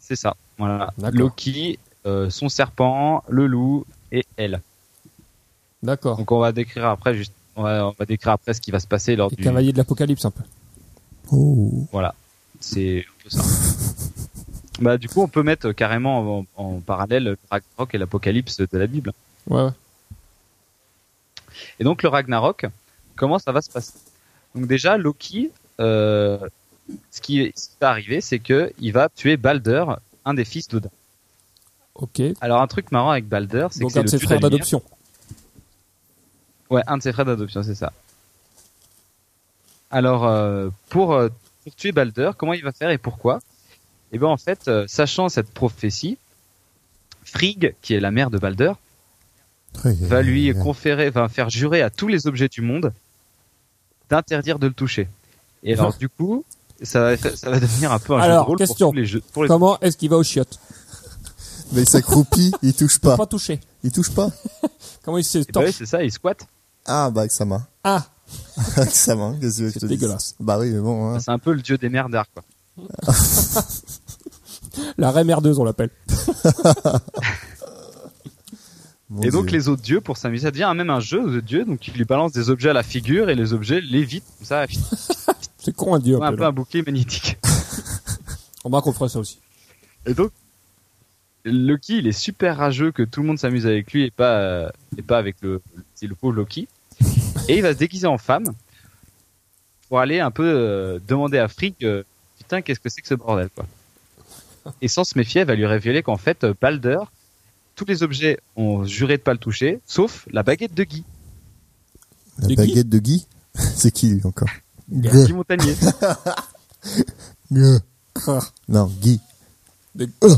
[SPEAKER 6] C'est ça. Voilà.
[SPEAKER 5] D'accord.
[SPEAKER 6] Loki, euh, son serpent, le loup et elle.
[SPEAKER 5] D'accord.
[SPEAKER 6] Donc on va décrire après juste, on va, on va décrire après ce qui va se passer lors
[SPEAKER 5] Les
[SPEAKER 6] du.
[SPEAKER 5] cavaliers de l'apocalypse un peu.
[SPEAKER 4] Oh.
[SPEAKER 6] Voilà. C'est un peu ça. bah du coup, on peut mettre carrément en, en parallèle le Ragnarok et l'Apocalypse de la Bible.
[SPEAKER 5] Ouais. ouais.
[SPEAKER 6] Et donc le Ragnarok, comment ça va se passer Donc déjà Loki, euh, ce qui ce qui va arriver, c'est que il va tuer Balder, un des fils d'Odin.
[SPEAKER 5] Ok.
[SPEAKER 6] Alors un truc marrant avec Balder, c'est que
[SPEAKER 5] Donc
[SPEAKER 6] c'est
[SPEAKER 5] un
[SPEAKER 6] le
[SPEAKER 5] de ses
[SPEAKER 6] dieu
[SPEAKER 5] frères
[SPEAKER 6] de la lumière.
[SPEAKER 5] d'adoption.
[SPEAKER 6] Ouais, un de ses frères d'adoption, c'est ça. Alors euh, pour euh, pour tuer Balder, comment il va faire et pourquoi Eh bien en fait, euh, sachant cette prophétie, Frigg, qui est la mère de Balder, va lui conférer, va faire jurer à tous les objets du monde d'interdire de le toucher. Et alors, du coup, ça va, ça va devenir un peu un jeu
[SPEAKER 5] Alors,
[SPEAKER 6] de rôle
[SPEAKER 5] question.
[SPEAKER 6] pour tous les jeux. Pour les...
[SPEAKER 5] Comment est-ce qu'il va aux chiottes
[SPEAKER 4] Mais il s'accroupit, il touche pas.
[SPEAKER 5] Pas touché.
[SPEAKER 4] Il touche pas.
[SPEAKER 5] Comment il se
[SPEAKER 6] Ah. Eh ben oui,
[SPEAKER 5] torche
[SPEAKER 6] c'est ça, ils squattent.
[SPEAKER 4] Ah, bah, avec sa main.
[SPEAKER 5] Ah
[SPEAKER 4] Avec sa main, qu'est-ce que tu veux que je te dise
[SPEAKER 5] dégueulasse.
[SPEAKER 4] Bah oui, mais bon. hein.
[SPEAKER 6] C'est un peu le dieu des merdards, quoi.
[SPEAKER 5] La reine merdeuse on l'appelle.
[SPEAKER 4] Mon
[SPEAKER 6] Et donc,
[SPEAKER 4] Dieu.
[SPEAKER 6] les autres dieux, pour s'amuser, ça devient même un jeu de dieux. Donc, ils lui balancent des objets à la figure et les objets l'évitent. Comme ça, comme
[SPEAKER 5] C'est con un dieu.
[SPEAKER 6] un
[SPEAKER 5] Un
[SPEAKER 6] peu
[SPEAKER 5] peu.
[SPEAKER 6] un bouclier magnétique.
[SPEAKER 5] On va qu'on fera ça aussi.
[SPEAKER 6] Et donc, Loki, il est super rageux que tout le monde s'amuse avec lui et pas, euh, et pas avec le, c'est le pauvre Loki. Et il va se déguiser en femme pour aller un peu euh, demander à Frigg, euh, putain, qu'est-ce que c'est que ce bordel, quoi. Et sans se méfier, elle va lui révéler qu'en fait, euh, Balder, tous les objets ont juré de pas le toucher, sauf la baguette de Guy,
[SPEAKER 4] La
[SPEAKER 5] de Guy
[SPEAKER 4] baguette de Guy C'est qui lui encore
[SPEAKER 6] Guy Montagnier.
[SPEAKER 4] Guy.
[SPEAKER 6] Ah.
[SPEAKER 4] Non, Guy.
[SPEAKER 5] De-
[SPEAKER 4] Oh.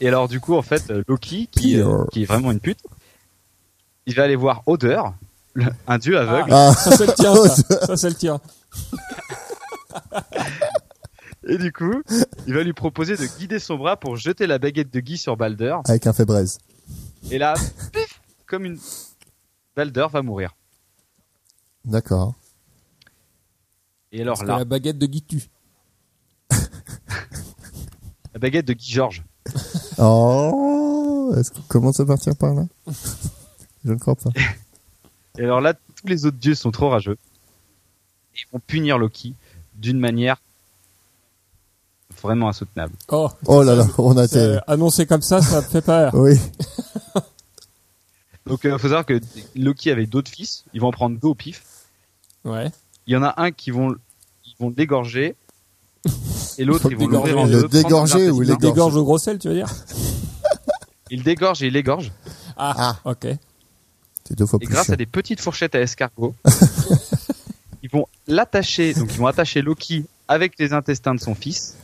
[SPEAKER 6] Et alors, du coup, en fait, euh, Loki, qui, euh,
[SPEAKER 4] Pure.
[SPEAKER 6] qui est vraiment une pute, il va aller voir Oder, le- un dieu aveugle.
[SPEAKER 4] Ah.
[SPEAKER 5] Ça c'est le tien ça. Ça c'est le tien.
[SPEAKER 6] Et du coup, il va lui proposer de guider son bras pour jeter la baguette de Guy sur Balder.
[SPEAKER 4] Avec un fébraise.
[SPEAKER 6] Et là, pif, comme une. Balder va mourir.
[SPEAKER 4] D'accord.
[SPEAKER 6] Et alors
[SPEAKER 5] Parce que
[SPEAKER 6] là,
[SPEAKER 5] La baguette de Gitu.
[SPEAKER 6] la baguette de Guy Georges.
[SPEAKER 4] Oh, est-ce qu'on commence à partir par là Je ne crois pas.
[SPEAKER 6] Et alors là, tous les autres dieux sont trop rageux. Ils vont punir Loki d'une manière vraiment insoutenable.
[SPEAKER 5] Oh.
[SPEAKER 4] Oh là là, on a
[SPEAKER 5] c'est-
[SPEAKER 6] euh,
[SPEAKER 4] été.
[SPEAKER 5] Annoncé comme ça, ça me fait peur.
[SPEAKER 4] Oui.
[SPEAKER 6] Donc il faut savoir que Loki avait d'autres fils. Ils vont en prendre deux au pif.
[SPEAKER 5] Ouais.
[SPEAKER 6] Il y en a un qui vont, ils vont l'égorger. Et l'autre,
[SPEAKER 5] le
[SPEAKER 6] ils vont l'ouvrir en
[SPEAKER 5] dégorger.
[SPEAKER 6] deux.
[SPEAKER 4] Le
[SPEAKER 6] prendre
[SPEAKER 4] dégorger
[SPEAKER 6] des
[SPEAKER 4] ou
[SPEAKER 6] intestins.
[SPEAKER 5] Des gorges au gros sel, tu veux dire
[SPEAKER 6] Il dégorge et il l'égorge.
[SPEAKER 5] Ah, ok.
[SPEAKER 4] C'est deux fois
[SPEAKER 6] Et
[SPEAKER 4] plus
[SPEAKER 6] grâce
[SPEAKER 4] cher.
[SPEAKER 6] à des petites fourchettes à escargot, ils vont l'attacher, donc ils vont attacher Loki avec les intestins de son fils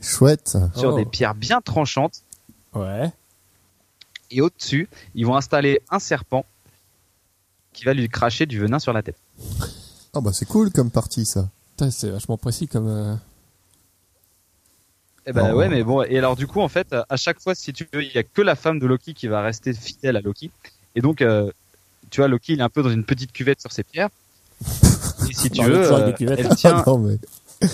[SPEAKER 4] Chouette.
[SPEAKER 6] sur
[SPEAKER 5] Oh.
[SPEAKER 6] des pierres bien tranchantes.
[SPEAKER 5] Ouais.
[SPEAKER 6] Et au-dessus, ils vont installer un serpent qui va lui cracher du venin sur la tête.
[SPEAKER 4] Ah bah c'est cool comme partie ça.
[SPEAKER 5] Putain, c'est vachement précis comme. euh,
[SPEAKER 6] Et ben
[SPEAKER 4] Oh.
[SPEAKER 6] ouais, mais bon. Et alors du coup, en fait, à chaque fois, si tu veux, il y a que la femme de Loki qui va rester fidèle à Loki. Et donc, euh, tu vois, Loki, il est un peu dans une petite cuvette sur ses pierres. Et si tu
[SPEAKER 5] Bah, on est
[SPEAKER 6] veux,
[SPEAKER 5] toujours avec
[SPEAKER 6] euh,
[SPEAKER 5] des cuvettes.
[SPEAKER 6] elle tient,
[SPEAKER 4] Ah non mais.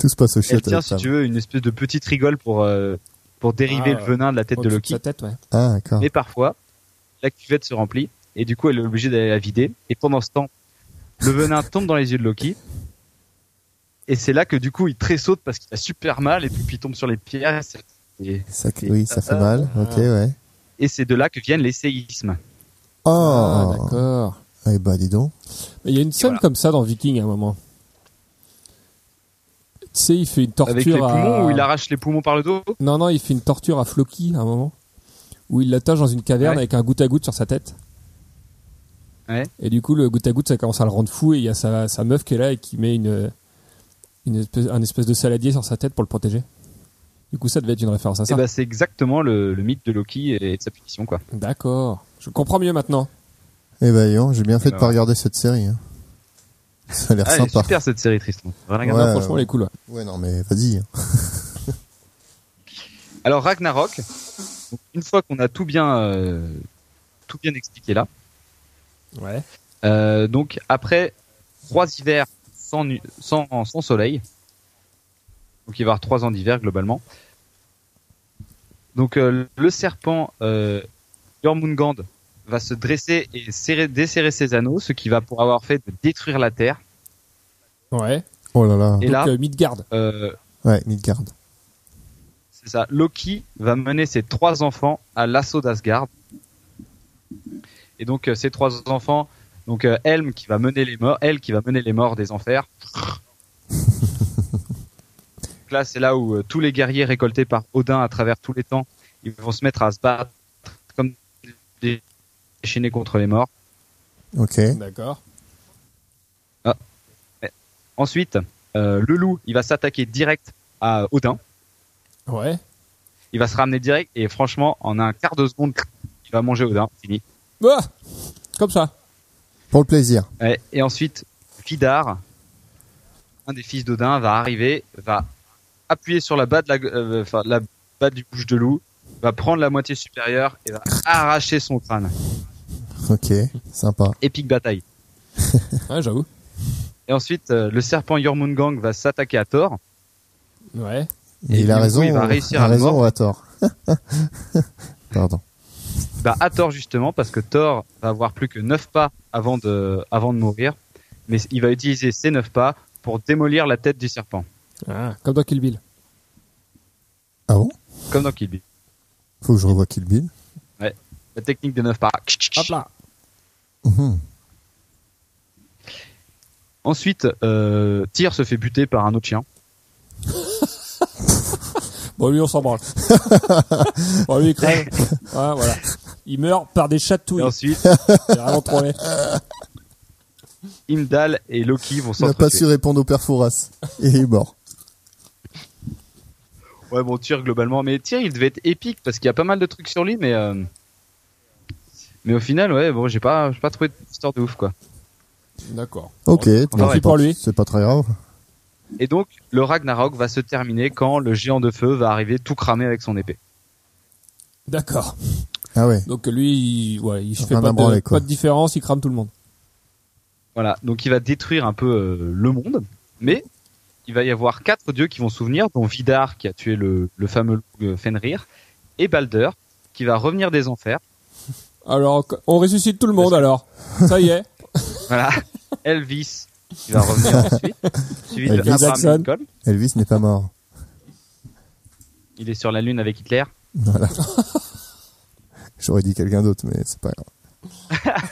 [SPEAKER 4] Tout se passe au
[SPEAKER 6] elle
[SPEAKER 4] chiottes
[SPEAKER 6] tient,
[SPEAKER 4] avec
[SPEAKER 6] Eh, si
[SPEAKER 4] ça.
[SPEAKER 6] tu veux, une espèce de petite rigole pour euh, pour dériver
[SPEAKER 5] Ah,
[SPEAKER 6] le venin de la tête de
[SPEAKER 5] au-dessus
[SPEAKER 6] Loki.
[SPEAKER 5] sa tête, ouais.
[SPEAKER 4] Ah d'accord.
[SPEAKER 6] Mais parfois, la cuvette se remplit et du coup, elle est obligée d'aller la vider. Et pendant ce temps, le venin tombe dans les yeux de Loki. Et c'est là que du coup, il tressaute parce qu'il a super mal et puis il tombe sur les pierres. Et, ah,
[SPEAKER 4] Ça- oui, ça fait mal. Ok, ouais.
[SPEAKER 6] et c'est de là que viennent les séismes.
[SPEAKER 5] Ah,
[SPEAKER 4] Oh.
[SPEAKER 5] d'accord.
[SPEAKER 4] eh bah dis donc.
[SPEAKER 5] Mais il y a une scène
[SPEAKER 6] voilà.
[SPEAKER 5] comme ça dans Viking à un moment. Tu sais, il fait une torture
[SPEAKER 6] Avec les
[SPEAKER 5] à.
[SPEAKER 6] poumons où il arrache les poumons par le dos.
[SPEAKER 5] Non, non, il fait une torture à Floki à un moment. Où il l'attache dans une caverne
[SPEAKER 6] Ouais.
[SPEAKER 5] avec un goutte à goutte sur sa tête.
[SPEAKER 6] Ouais.
[SPEAKER 5] Et du coup, le goutte à goutte, ça commence à le rendre fou. Et il y a sa, sa meuf qui est là et qui met une, une espèce, un espèce de saladier sur sa tête pour le protéger. Du coup, ça devait être une référence à
[SPEAKER 6] Et
[SPEAKER 5] ça.
[SPEAKER 6] bah, c'est exactement le, le mythe de Loki et de sa punition, quoi.
[SPEAKER 5] D'accord. Je comprends mieux maintenant.
[SPEAKER 4] Eh ben, Yann, j'ai bien fait de
[SPEAKER 6] Ah
[SPEAKER 4] pas
[SPEAKER 6] ouais.
[SPEAKER 4] regarder cette série. hein. Ça a l'air
[SPEAKER 6] Ah, elle est
[SPEAKER 4] sympa.
[SPEAKER 6] super cette série, Tristan. Vraiment,
[SPEAKER 4] Ouais.
[SPEAKER 6] regarde.
[SPEAKER 5] Non, franchement, elle est cool. ouais.
[SPEAKER 4] Ouais, non, mais vas-y.
[SPEAKER 6] Alors, Ragnarok, donc, une fois qu'on a tout bien, euh, tout bien expliqué là,
[SPEAKER 5] Ouais.
[SPEAKER 6] Euh, donc après trois hivers sans, nu- sans, sans soleil, donc il va y avoir trois ans d'hiver globalement. Donc euh, le serpent euh, Jormungand va se dresser et serrer, desserrer ses anneaux, ce qui va pour avoir fait de détruire la terre.
[SPEAKER 5] Ouais.
[SPEAKER 4] Oh là là.
[SPEAKER 6] Et
[SPEAKER 5] Donc,
[SPEAKER 6] là,
[SPEAKER 5] euh, Midgard.
[SPEAKER 6] euh,
[SPEAKER 4] Ouais, Midgard.
[SPEAKER 6] c'est ça, Loki va mener ses trois enfants à l'assaut d'Asgard. Et donc euh, ces trois enfants, donc euh, Helm qui va mener les morts, elle qui va mener les morts des enfers. Donc là, c'est là où euh, tous les guerriers récoltés par Odin à travers tous les temps, ils vont se mettre à se battre comme des déchaînés contre les morts.
[SPEAKER 4] Ok.
[SPEAKER 5] D'accord.
[SPEAKER 6] Ensuite, euh, le loup, il va s'attaquer direct à Odin.
[SPEAKER 5] Ouais.
[SPEAKER 6] Il va se ramener direct et franchement, en un quart de seconde, il va manger Odin. Fini.
[SPEAKER 5] Ah Comme ça.
[SPEAKER 4] Pour le plaisir.
[SPEAKER 6] Ouais, et ensuite, Vidar, un des fils d'Odin, va arriver, va appuyer sur la bas de la, gue- euh, enfin, la bas du bouche de loup, va prendre la moitié supérieure et va arracher son crâne.
[SPEAKER 4] Ok. Sympa.
[SPEAKER 6] Épique bataille.
[SPEAKER 5] Ouais, j'avoue.
[SPEAKER 6] Et ensuite, euh, le serpent Jormungand va s'attaquer à Thor.
[SPEAKER 5] Ouais.
[SPEAKER 4] Mais
[SPEAKER 6] Et
[SPEAKER 4] il a
[SPEAKER 6] du coup,
[SPEAKER 4] raison.
[SPEAKER 6] il va
[SPEAKER 4] ou-
[SPEAKER 6] réussir
[SPEAKER 4] a
[SPEAKER 6] à le
[SPEAKER 4] raison
[SPEAKER 6] mordre.
[SPEAKER 4] ou à tort Pardon.
[SPEAKER 6] Bah, à Thor justement, parce que Thor va avoir plus que 9 pas avant de, avant de mourir, mais il va utiliser ces 9 pas pour démolir la tête du serpent,
[SPEAKER 5] Ah, comme dans Kill Bill.
[SPEAKER 4] Ah bon
[SPEAKER 6] comme dans Kill Bill.
[SPEAKER 4] Faut que je revoie Kill Bill.
[SPEAKER 6] La technique des 9 pas.
[SPEAKER 5] Hop là.
[SPEAKER 4] Mhm.
[SPEAKER 6] Ensuite, euh, Tyr se fait buter par un autre chien.
[SPEAKER 5] Bon, lui, on s'en branle. bon, lui, il crève. Ouais, voilà. Il meurt par des
[SPEAKER 6] Et
[SPEAKER 5] chatouilles.
[SPEAKER 6] ensuite,
[SPEAKER 5] C'est vraiment trop laid.
[SPEAKER 6] Imdal et Loki vont
[SPEAKER 4] Il n'a pas
[SPEAKER 6] s'entretuer.
[SPEAKER 4] su répondre au père Fouras. Et il est mort.
[SPEAKER 6] Ouais, bon, Tyr globalement. Mais Tyr, il devait être épique parce qu'il y a pas mal de trucs sur lui, mais. euh, Mais au final, ouais, bon, j'ai pas, j'ai pas trouvé d'histoire de ouf, quoi.
[SPEAKER 5] D'accord.
[SPEAKER 4] Ok.
[SPEAKER 6] va
[SPEAKER 4] bah, c'est
[SPEAKER 5] pour
[SPEAKER 4] pas-
[SPEAKER 5] lui.
[SPEAKER 4] C'est pas très grave.
[SPEAKER 6] Et donc, le Ragnarok va se terminer quand le géant de feu va arriver tout cramé avec son épée.
[SPEAKER 5] D'accord.
[SPEAKER 4] Ah ouais.
[SPEAKER 5] Donc, lui, il, ouais, il fait
[SPEAKER 4] Rien
[SPEAKER 5] pas
[SPEAKER 4] à branler,
[SPEAKER 5] de,
[SPEAKER 4] quoi.
[SPEAKER 5] pas de différence, il crame tout le monde.
[SPEAKER 6] Voilà, donc il va détruire un peu euh, le monde, mais il va y avoir quatre dieux qui vont souvenir, dont Vidar qui a tué le, le fameux loup, euh, Fenrir, et Balder qui va revenir des enfers.
[SPEAKER 5] Alors, on ressuscite tout le monde,
[SPEAKER 6] Parce
[SPEAKER 5] alors. Ça y est.
[SPEAKER 6] Voilà. Elvis, qui va revenir ensuite. Suivi de
[SPEAKER 4] Elvis
[SPEAKER 6] Abraham
[SPEAKER 5] Jackson.
[SPEAKER 6] Lincoln.
[SPEAKER 4] Elvis n'est pas mort.
[SPEAKER 6] Il est sur la Lune avec Hitler.
[SPEAKER 4] Voilà. J'aurais dit quelqu'un d'autre, mais c'est pas grave.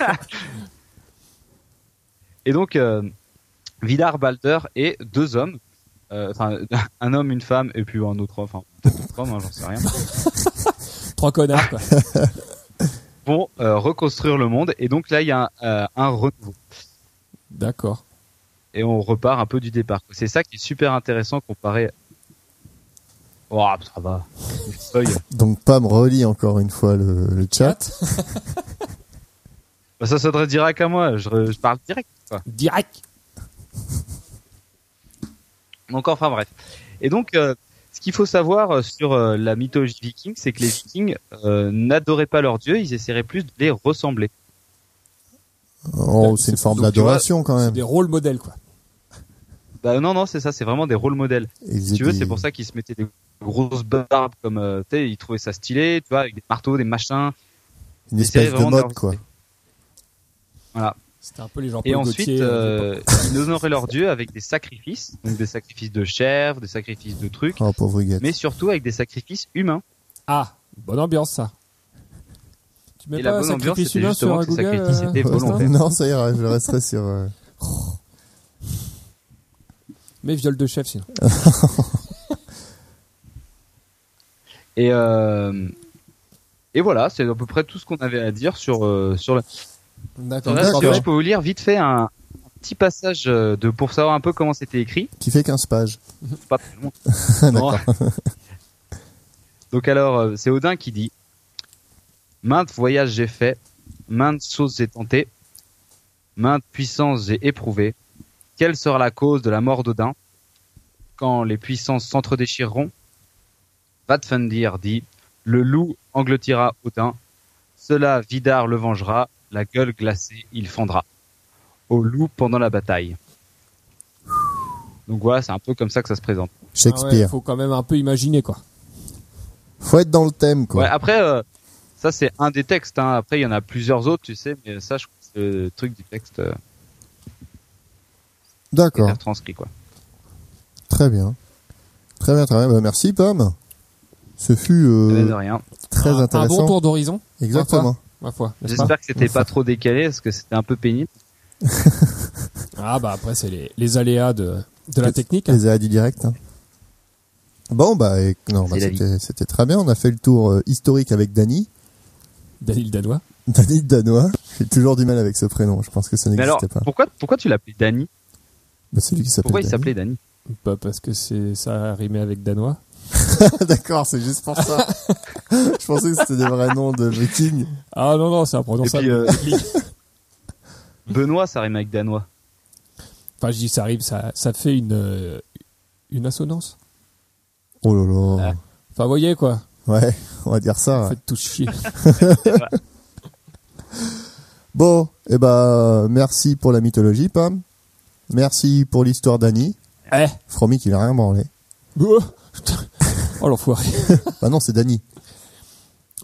[SPEAKER 6] Et donc, euh, Vidar Balder et deux hommes. euh, Enfin, un homme, une femme, et puis un autre homme. Enfin, peut-être autre homme, hein, j'en sais rien.
[SPEAKER 5] Trois connards, quoi.
[SPEAKER 6] Vont euh, reconstruire le monde. Et donc là, il y a un, euh, un renouveau.
[SPEAKER 5] D'accord.
[SPEAKER 6] Et on repart un peu du départ. quoi. C'est ça qui est super intéressant comparé. Oh, ça va. Une feuille.
[SPEAKER 4] Donc Pam relit encore une fois le, le chat.
[SPEAKER 6] Bah, ça s'adresse direct à moi. Je, re- je parle direct.
[SPEAKER 5] Direct.
[SPEAKER 6] Donc enfin bref. Et donc, euh, ce qu'il faut savoir euh, sur euh, la mythologie viking, c'est que les vikings euh, n'adoraient pas leurs dieux, ils essaieraient plus de les ressembler.
[SPEAKER 4] Oh,
[SPEAKER 5] Donc,
[SPEAKER 4] c'est une
[SPEAKER 5] c'est-
[SPEAKER 4] forme
[SPEAKER 5] donc, tu
[SPEAKER 4] d'adoration quand même.
[SPEAKER 5] Des rôles modèles, quoi.
[SPEAKER 6] Bah non, non, c'est ça, c'est vraiment des rôles modèles. Si tu veux, c'est pour ça qu'ils se mettaient des grosses barbes, comme, euh, tu sais, ils trouvaient ça stylé, tu vois, avec des marteaux, des machins.
[SPEAKER 4] Une
[SPEAKER 6] Ils
[SPEAKER 4] espèce
[SPEAKER 6] essayaient
[SPEAKER 4] de
[SPEAKER 6] vraiment
[SPEAKER 4] mode
[SPEAKER 6] leur-
[SPEAKER 4] quoi.
[SPEAKER 5] C'était un peu les gens
[SPEAKER 6] Et ensuite, euh, ils honoraient leurs dieux avec des sacrifices, donc des sacrifices de chèvres, des sacrifices de trucs,
[SPEAKER 4] Oh pauvre guette.
[SPEAKER 6] mais surtout avec des sacrifices humains.
[SPEAKER 5] Ah, bonne ambiance, ça. Tu mets
[SPEAKER 6] Et la
[SPEAKER 5] pas
[SPEAKER 6] bonne ambiance,
[SPEAKER 5] sacrifice
[SPEAKER 6] c'était
[SPEAKER 5] humain sur
[SPEAKER 6] justement
[SPEAKER 5] un
[SPEAKER 6] que ces
[SPEAKER 5] Google
[SPEAKER 6] sacrifices
[SPEAKER 5] euh,
[SPEAKER 6] étaient
[SPEAKER 5] Constant
[SPEAKER 6] volontaires.
[SPEAKER 4] non, ça ira, je resterai sur. euh,
[SPEAKER 5] Mais viol de chef, sinon.
[SPEAKER 6] Et, euh, et voilà, c'est à peu près tout ce qu'on avait à dire sur, euh, sur la...
[SPEAKER 4] D'accord.
[SPEAKER 5] Ah
[SPEAKER 6] Tandis que
[SPEAKER 4] D'accord.
[SPEAKER 6] je peux vous lire vite fait un petit passage euh, de pour savoir un peu comment c'était écrit.
[SPEAKER 4] Qui fait 15 pages.
[SPEAKER 6] C'est Pas très long.
[SPEAKER 4] D'accord.
[SPEAKER 6] Donc alors, euh, c'est Odin qui dit Maintes voyages j'ai fait, maintes choses j'ai tentées, maintes puissances j'ai éprouvées. Quelle sera la cause de la mort d'Odin quand les puissances s'entre-déchireront Vatfandir dit Le loup engloutira Odin, cela Vidar le vengera, la gueule glacée il fendra. Au loup pendant la bataille. Donc voilà, c'est un peu comme ça que ça se présente.
[SPEAKER 4] Shakespeare.
[SPEAKER 5] Ah ouais, faut quand même un peu imaginer quoi.
[SPEAKER 4] Faut être dans le thème, quoi.
[SPEAKER 6] Ouais, après, euh, ça c'est un des textes. Hein. Après, il y en a plusieurs autres, tu sais, mais ça, je crois que c'est le truc du texte euh, qui est
[SPEAKER 4] D'accord.
[SPEAKER 6] transcrit, quoi.
[SPEAKER 4] Très bien. Très bien, très bien. Bah, merci, Pomme. Ce fut euh,
[SPEAKER 6] Mais De rien.
[SPEAKER 4] très
[SPEAKER 5] un, un
[SPEAKER 4] intéressant.
[SPEAKER 5] bon tour d'horizon,
[SPEAKER 4] Exactement.
[SPEAKER 5] ma foi. n'est-ce pas
[SPEAKER 6] J'espère que c'était pas trop décalé parce que c'était un peu pénible.
[SPEAKER 5] Ah bah après c'est les, les aléas de, de la technique. hein.
[SPEAKER 4] Les AD du direct. hein. Bon, bah, et- non, bah,
[SPEAKER 6] C'est la
[SPEAKER 4] c'était c'était très bien. On a fait le tour euh, historique avec Dany.
[SPEAKER 5] Daniel Danois.
[SPEAKER 4] Dany Danois. J'ai toujours du mal avec ce prénom. Je pense que ça
[SPEAKER 6] Mais alors,
[SPEAKER 4] n'existait pas.
[SPEAKER 6] pourquoi, pourquoi tu l'appelais Dany
[SPEAKER 4] Bah, c'est lui qui s'appelle.
[SPEAKER 6] Pourquoi il
[SPEAKER 4] Dany.
[SPEAKER 6] s'appelait Dany
[SPEAKER 5] Bah parce que c'est ça rimait avec Danois.
[SPEAKER 4] D'accord, c'est juste pour ça. je pensais que c'était des vrais noms de vikings.
[SPEAKER 5] Ah non non, c'est un
[SPEAKER 6] Et
[SPEAKER 5] prononçable.
[SPEAKER 6] puis, euh, Benoît, ça rime avec Danois.
[SPEAKER 5] Enfin je dis ça rime, ça, ça fait une, euh, une assonance.
[SPEAKER 4] Oh là là.
[SPEAKER 5] Enfin vous voyez quoi,
[SPEAKER 6] Ah.
[SPEAKER 4] Ouais, on va dire ça. ouais.
[SPEAKER 5] faites tout chier.
[SPEAKER 4] Bon, eh ben, merci pour la mythologie, Pam. Merci pour l'histoire d'Annie.
[SPEAKER 5] eh
[SPEAKER 4] Fromic, il a rien branlé.
[SPEAKER 5] Oh, oh l'enfoiré.
[SPEAKER 4] Bah non, c'est Dany.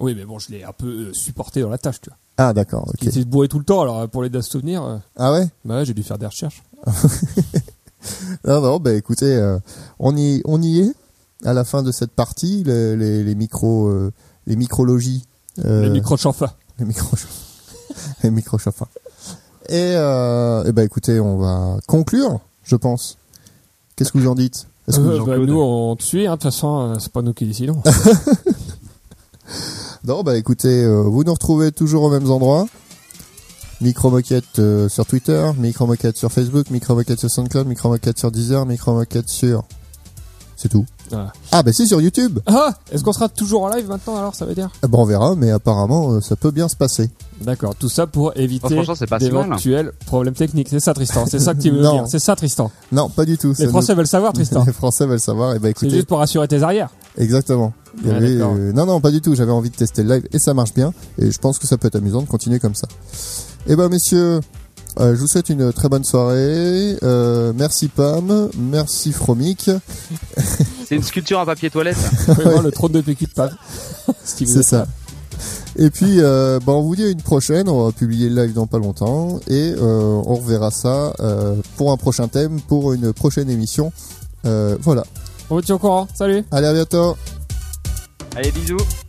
[SPEAKER 5] Oui mais bon je l'ai un peu euh, supporté dans la tâche tu vois.
[SPEAKER 4] Ah d'accord,
[SPEAKER 5] Il
[SPEAKER 4] ok.
[SPEAKER 5] était bourré tout le temps alors euh, pour l'aider à se souvenir, euh,
[SPEAKER 4] Ah ouais
[SPEAKER 5] bah ouais, j'ai dû faire des recherches.
[SPEAKER 4] Non, non, bah écoutez, euh, on, y, on y est à la fin de cette partie, les, les, les micros, euh, les micrologies. euh,
[SPEAKER 5] Les micro chanfa.
[SPEAKER 4] Les micros Les micros chauffins. Et, euh, eh ben écoutez, on va conclure, je pense. Qu'est-ce que vous en dites Est-ce que vous-
[SPEAKER 5] Euh, bah, nous on te suit hein, de toute façon euh, c'est pas nous qui décidons.
[SPEAKER 4] Non, bah écoutez, euh, vous nous retrouvez toujours aux mêmes endroits. Micro Moquette euh, sur Twitter, Micro Moquette sur Facebook, Micro Moquette sur SoundCloud, Micro Moquette sur Deezer, Micro Moquette sur... C'est tout.
[SPEAKER 5] Voilà.
[SPEAKER 4] Ah bah si, sur YouTube
[SPEAKER 5] ah est-ce qu'on sera toujours en live maintenant alors ça veut dire
[SPEAKER 4] Eh ben, On verra, mais apparemment, euh, ça peut bien se passer.
[SPEAKER 5] D'accord, tout ça pour éviter
[SPEAKER 6] franchement, c'est pas si mal. hein.
[SPEAKER 5] d'éventuels problèmes techniques. C'est ça, Tristan. C'est ça que tu veux
[SPEAKER 4] Non.
[SPEAKER 5] dire. C'est ça, Tristan.
[SPEAKER 4] Non, pas du tout. ça
[SPEAKER 5] Les
[SPEAKER 4] nous-
[SPEAKER 5] Français veulent savoir, Tristan.
[SPEAKER 4] Les Français veulent savoir. Eh ben
[SPEAKER 5] hein. C'est
[SPEAKER 4] écoutez,
[SPEAKER 5] juste pour rassurer tes arrières.
[SPEAKER 4] exactement. Il y
[SPEAKER 5] Ah,
[SPEAKER 4] avait,
[SPEAKER 5] d'accord.
[SPEAKER 4] euh, Non, non, pas du tout. J'avais envie de tester le live et ça marche bien. Et je pense que ça peut être amusant de continuer comme ça. Eh ben messieurs, euh, je vous souhaite une très bonne soirée. Euh, merci Pam, merci Fromic.
[SPEAKER 6] C'est une sculpture en papier toilette.
[SPEAKER 5] Vous pouvez voir le trône de Pékin de Pâques. Si vous
[SPEAKER 4] C'est
[SPEAKER 5] êtes
[SPEAKER 4] ça.
[SPEAKER 5] là.
[SPEAKER 4] Et puis, euh, bah, on vous dit à une prochaine. On va publier le live dans pas longtemps. Et euh, on reverra ça euh, pour un prochain thème, pour une prochaine émission. Euh, voilà.
[SPEAKER 5] On vous tient au courant. Salut.
[SPEAKER 4] Allez, à bientôt.
[SPEAKER 6] Allez, bisous.